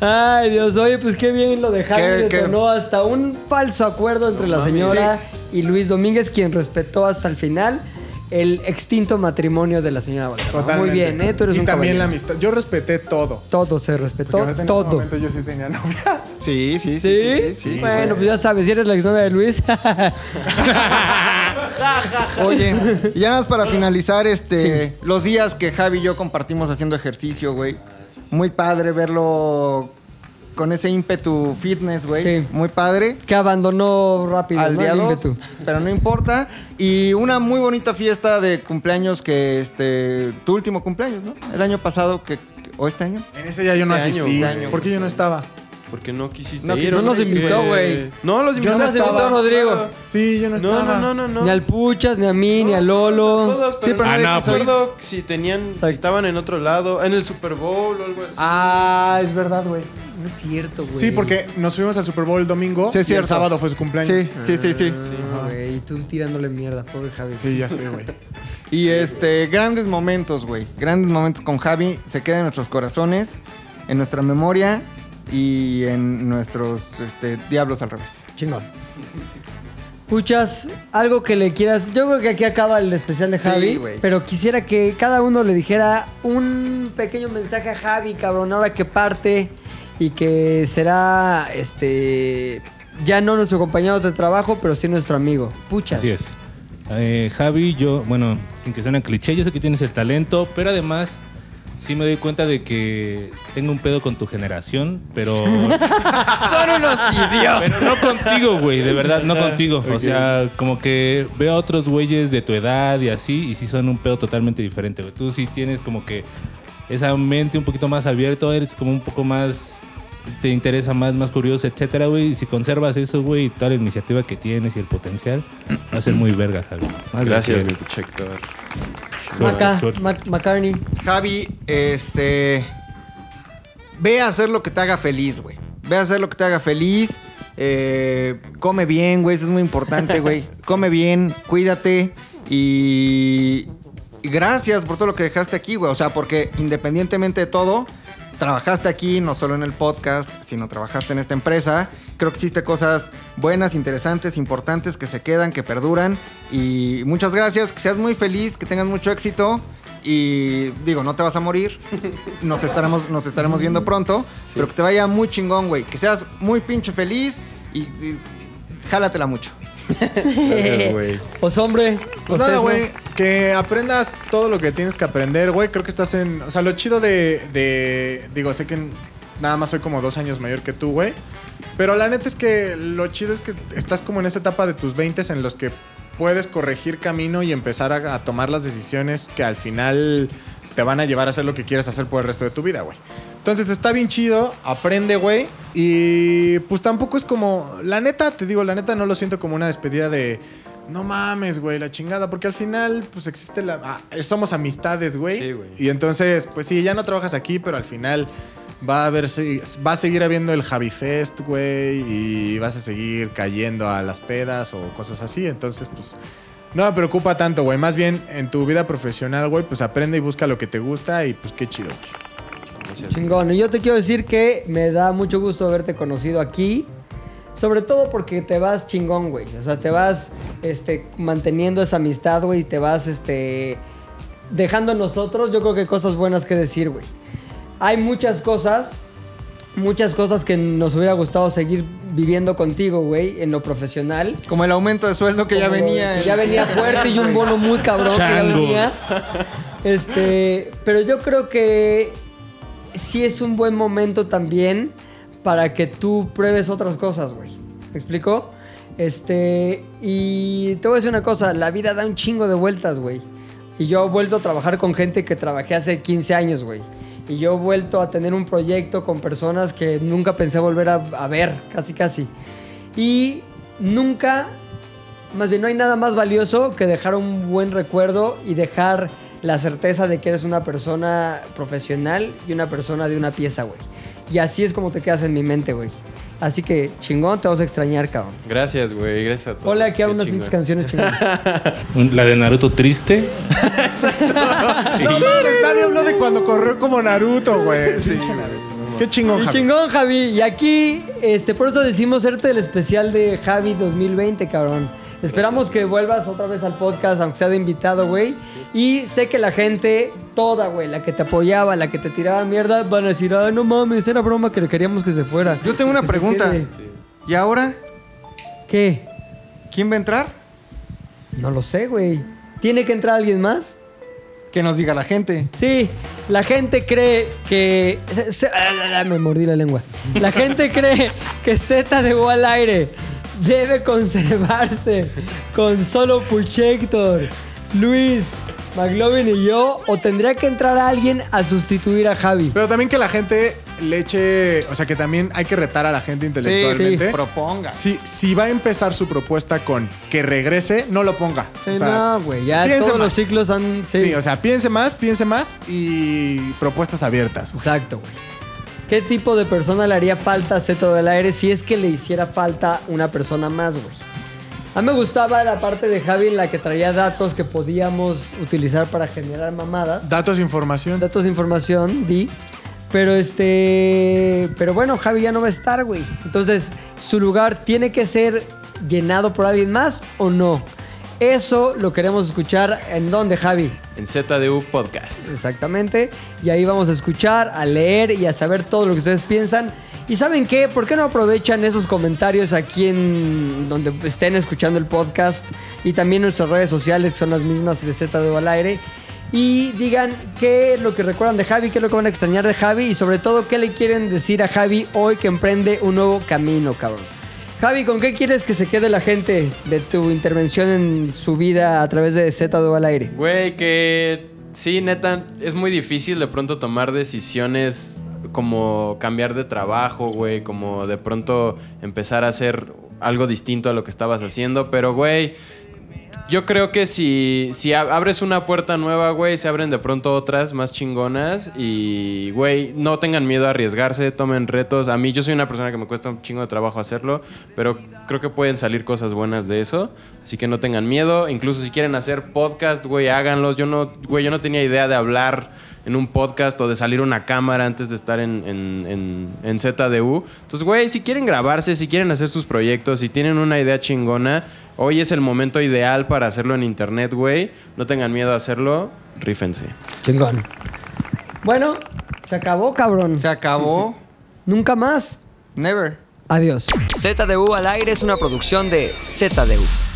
S1: Ay, Dios, oye, pues qué bien lo de Javi
S2: Qué- qué-
S1: detonó hasta un falso acuerdo entre la señora y Luis Domínguez, quien respetó hasta el final el extinto matrimonio de la señora Valderrama. Muy
S3: Totalmente.
S1: bien, ¿eh? Tú eres
S3: y
S1: un
S3: también la
S1: caballero.
S3: amistad. Yo respeté todo.
S1: Todo se
S3: Porque
S1: respetó,
S3: ahorita en ese
S1: todo.
S3: momento yo sí tenía novia.
S2: Sí, sí, sí,
S1: ¿Sí?
S2: sí, sí, sí.
S1: Bueno, pues ya sabes, si eres la exnovia de Luis.
S2: <laughs> Oye, y ya nada más para finalizar, este, los días que Javi y yo compartimos haciendo ejercicio, güey. Muy padre verlo con ese ímpetu fitness, güey.
S1: Sí.
S2: Muy padre.
S1: que abandonó rápido
S2: Al
S1: ¿no?
S2: día
S1: el
S2: dos,
S1: ímpetu.
S2: pero no importa. Y una muy bonita fiesta de cumpleaños que, este, tu último cumpleaños, ¿no? El año pasado, que, o este año.
S3: En ese día yo no
S6: Este año,
S3: asistí.
S6: este año,
S3: ¿Por qué yo no estaba?
S6: Porque no quisiste
S2: No
S6: ir.
S2: quisiste
S6: ¿o
S2: ir. No nos
S1: invitó, güey.
S6: No, los
S3: Yo
S6: invitó.
S3: no
S1: Nos invitó
S3: estaba.
S1: Rodrigo.
S3: Sí, yo no
S6: No,
S3: estaba.
S6: no, no, no, no.
S1: Ni al Puchas, ni a mí, ni a Lolo.
S6: Todos, pero,
S2: Sí, pero
S6: no
S4: Ah,
S2: nadie
S4: no,
S2: quiso
S4: pues.
S2: ir.
S6: recuerdo si tenían, si estaban en otro lado, en el Super Bowl o algo así.
S3: Ah, es verdad, güey.
S1: No es cierto, güey.
S3: Sí, porque nos fuimos al Super Bowl el domingo
S2: Sí, es
S3: y el
S2: cierto.
S3: sábado fue su cumpleaños.
S2: Sí, sí, sí, sí.
S1: Ah, güey, y tú tirándole mierda, pobre Javi.
S3: Sí, ya sé, güey.
S2: Y este, grandes momentos, güey. Grandes momentos con Javi. Se queda en nuestros corazones, en nuestra memoria y en nuestros este, diablos al revés.
S1: Chingón. Puchas, algo que le quieras. Yo creo que aquí acaba el especial de
S2: Sí,
S1: Javi.
S2: güey.
S1: pero quisiera que cada uno le dijera un pequeño mensaje a Javi, cabrón, ahora que parte y que será este. Ya no nuestro compañero de trabajo, pero sí nuestro amigo. Puchas.
S4: Así es. Eh, Javi, yo, bueno, sin que suene cliché, yo sé que tienes el talento, pero además sí me doy cuenta de que tengo un pedo con tu generación, pero,
S6: Son unos idiotas.
S4: pero no contigo, güey, de verdad, no contigo. O sea, como que veo a otros güeyes de tu edad y así, y sí son un pedo totalmente diferente, güey. Tú sí tienes como que esa mente un poquito más abierta, eres como un poco más te interesa más, más curioso, etcétera, güey. Y si conservas eso, güey, y toda la iniciativa que tienes y el potencial, va a ser muy verga, Javi. Más
S6: Gracias,
S4: verga.
S6: mi Puchector.
S1: Maca,
S4: Suerte.
S1: Ma- McCartney.
S2: Javi, este. Ve a hacer lo que te haga feliz, güey. Ve a hacer lo que te haga feliz. Eh, come bien, güey. Eso es muy importante, güey. come bien, cuídate. Y. y Gracias por todo lo que dejaste aquí, güey. O sea, porque independientemente de todo, trabajaste aquí, no solo en el podcast, sino trabajaste en esta empresa. Creo que hiciste cosas buenas, interesantes, importantes, que se quedan, que perduran. Y muchas gracias, que seas muy feliz, que tengas mucho éxito. Y digo, no te vas a morir. Nos estaremos, nos estaremos viendo pronto. Pero que te vaya muy chingón, güey. Que seas muy pinche feliz y, y jálatela mucho.
S6: Gracias, güey.
S1: Os hombre.
S3: Pues
S1: os
S3: nada,
S1: esno.
S3: güey. Que aprendas todo lo que tienes que aprender, güey. Creo que estás en. O sea, lo chido de. de- digo, sé que n- nada más soy como dos años mayor que tú, güey. Pero la neta es que lo chido es que estás como en esta etapa de tus 20 en los que puedes corregir camino y empezar a, a tomar las decisiones que al final te van a llevar a hacer lo que quieres hacer por el resto de tu vida, güey. Entonces está bien chido, aprende, güey. Y pues tampoco es como. La neta, te digo, la neta no lo siento como una despedida de. No mames, güey, la chingada. Porque al final, pues existe la. ah, somos amistades, güey.
S6: Sí, güey.
S3: Y entonces, pues sí, ya no trabajas aquí, pero al final va a haber. si- Va a seguir habiendo el Javi Fest, güey. Y vas a seguir cayendo a las pedas o cosas así. Entonces, pues. No me preocupa tanto, güey. Más bien en tu vida profesional, güey, pues aprende y busca lo que te gusta y pues qué chido, güey.
S1: Chingón. Y yo te quiero decir que me da mucho gusto haberte conocido aquí. Sobre todo porque te vas chingón, güey. O sea, te vas este, manteniendo esa amistad, güey. Y te vas este, dejando en nosotros, yo creo que cosas buenas que decir, güey. Hay muchas cosas, muchas cosas que nos hubiera gustado seguir viviendo contigo, güey, en lo profesional.
S2: Como el aumento de sueldo que ya
S1: Como
S2: venía.
S1: que ya venía fuerte y
S2: <laughs>
S1: un bono muy cabrón que ya
S4: Chango.
S1: venía. Este, pero yo creo que sí es un buen momento también para que tú pruebes otras cosas, güey. ¿Me explico? Este, y te voy a decir una cosa, la vida da un chingo de vueltas, güey. Y yo he vuelto a trabajar con gente que trabajé hace 15 años, güey. Y yo he vuelto a tener un proyecto con personas que nunca pensé volver a, a ver, casi casi. Y nunca más bien no hay nada más valioso que dejar un buen recuerdo y dejar la certeza de que eres una persona profesional y una persona de una pieza, güey. Y así es como te quedas en mi mente, güey. Así que chingón, te vas a extrañar, cabrón.
S6: Gracias, güey. Gracias a todos.
S1: Hola, que hago
S6: Pues, Qué
S1: unas
S6: chingón.
S1: pinches canciones chingonas.
S4: La de Naruto triste.
S3: No mames, nadie habló de cuando corrió como Naruto,
S1: <laughs>
S3: güey. Pinche Naruto. Qué chingón,
S1: Qué
S3: Javi.
S1: chingón, Javi. Y aquí, este, por eso decimos serte el especial de Javi 2020, cabrón. Esperamos que vuelvas otra vez al podcast, aunque sea de invitado, güey. Y sé que la gente, toda, güey, la que te apoyaba, la que te tiraba mierda, van a decir, ah, no mames, era broma que queríamos que se fuera.
S2: Yo
S1: <laughs>
S2: tengo una
S1: Que se
S2: pregunta.
S1: quede.
S2: ¿Y ahora?
S1: ¿Qué?
S2: ¿Quién va a entrar?
S1: No lo sé, güey. ¿Tiene que entrar alguien más?
S2: Que nos diga la gente.
S1: Sí, la gente cree que. se- se- me mordí la lengua. La gente <laughs> cree que Z de al aire debe conservarse con solo Puchector, Luis, McLovin y yo, o tendría que entrar alguien a sustituir a Javi.
S3: Pero también que la gente le eche. O sea, que también hay que retar a la gente intelectualmente.
S2: sí. Proponga.
S3: Si, si va a empezar su propuesta con que regrese, no lo ponga. O
S1: Sí,
S3: sea,
S1: no, güey, ya
S3: piense
S1: todos los
S3: más.
S1: ciclos han.
S3: Sí. o sea, piense más, piense más y propuestas abiertas. güey.
S1: Exacto, güey. ¿Qué tipo de persona le haría falta a Zeto del Aire si es que le hiciera falta una persona más, güey? A mí me gustaba la parte de Javi en la que traía datos que podíamos utilizar para generar mamadas.
S3: Datos, información.
S1: Datos, información, di. Pero este. Pero bueno, Javi ya no va a estar, güey. Entonces, su lugar tiene que ser llenado por alguien más o no. Eso lo queremos escuchar en dónde, Javi.
S6: En ZDU Podcast.
S1: Exactamente. Y ahí vamos a escuchar, a leer y a saber todo lo que ustedes piensan. ¿Y saben qué? ¿Por qué no aprovechan esos comentarios aquí en donde estén escuchando el podcast y también nuestras redes sociales que son las mismas de ZDU al aire? Y digan qué es lo que recuerdan de Javi, qué es lo que van a extrañar de Javi y sobre todo qué le quieren decir a Javi hoy que emprende un nuevo camino, cabrón. Javi, ¿con qué quieres que se quede la gente de tu intervención en su vida a través de ZDU al aire?
S6: Güey, que sí, neta, es muy difícil de pronto tomar decisiones como cambiar de trabajo, güey, como de pronto empezar a hacer algo distinto a lo que estabas haciendo, pero güey, yo creo que si, si ab- abres una puerta nueva, güey, se abren de pronto otras más chingonas y, güey, no tengan miedo a arriesgarse, tomen retos. A mí yo soy una persona que me cuesta un chingo de trabajo hacerlo, pero creo que pueden salir cosas buenas de eso, así que no tengan miedo. Incluso si quieren hacer podcast, güey, háganlos. Yo no, güey, yo no tenía idea de hablar en un podcast o de salir a una cámara antes de estar en, en, en, en ZDU. Entonces, güey, si quieren grabarse, si quieren hacer sus proyectos, si tienen una idea chingona, hoy es el momento ideal para hacerlo en internet, güey. No tengan miedo a hacerlo, rífense.
S1: Chingón. Bueno, se acabó, cabrón. Se
S2: acabó.
S1: Nunca más.
S2: Never.
S1: Adiós.
S15: ZDU al aire es una producción de ZDU.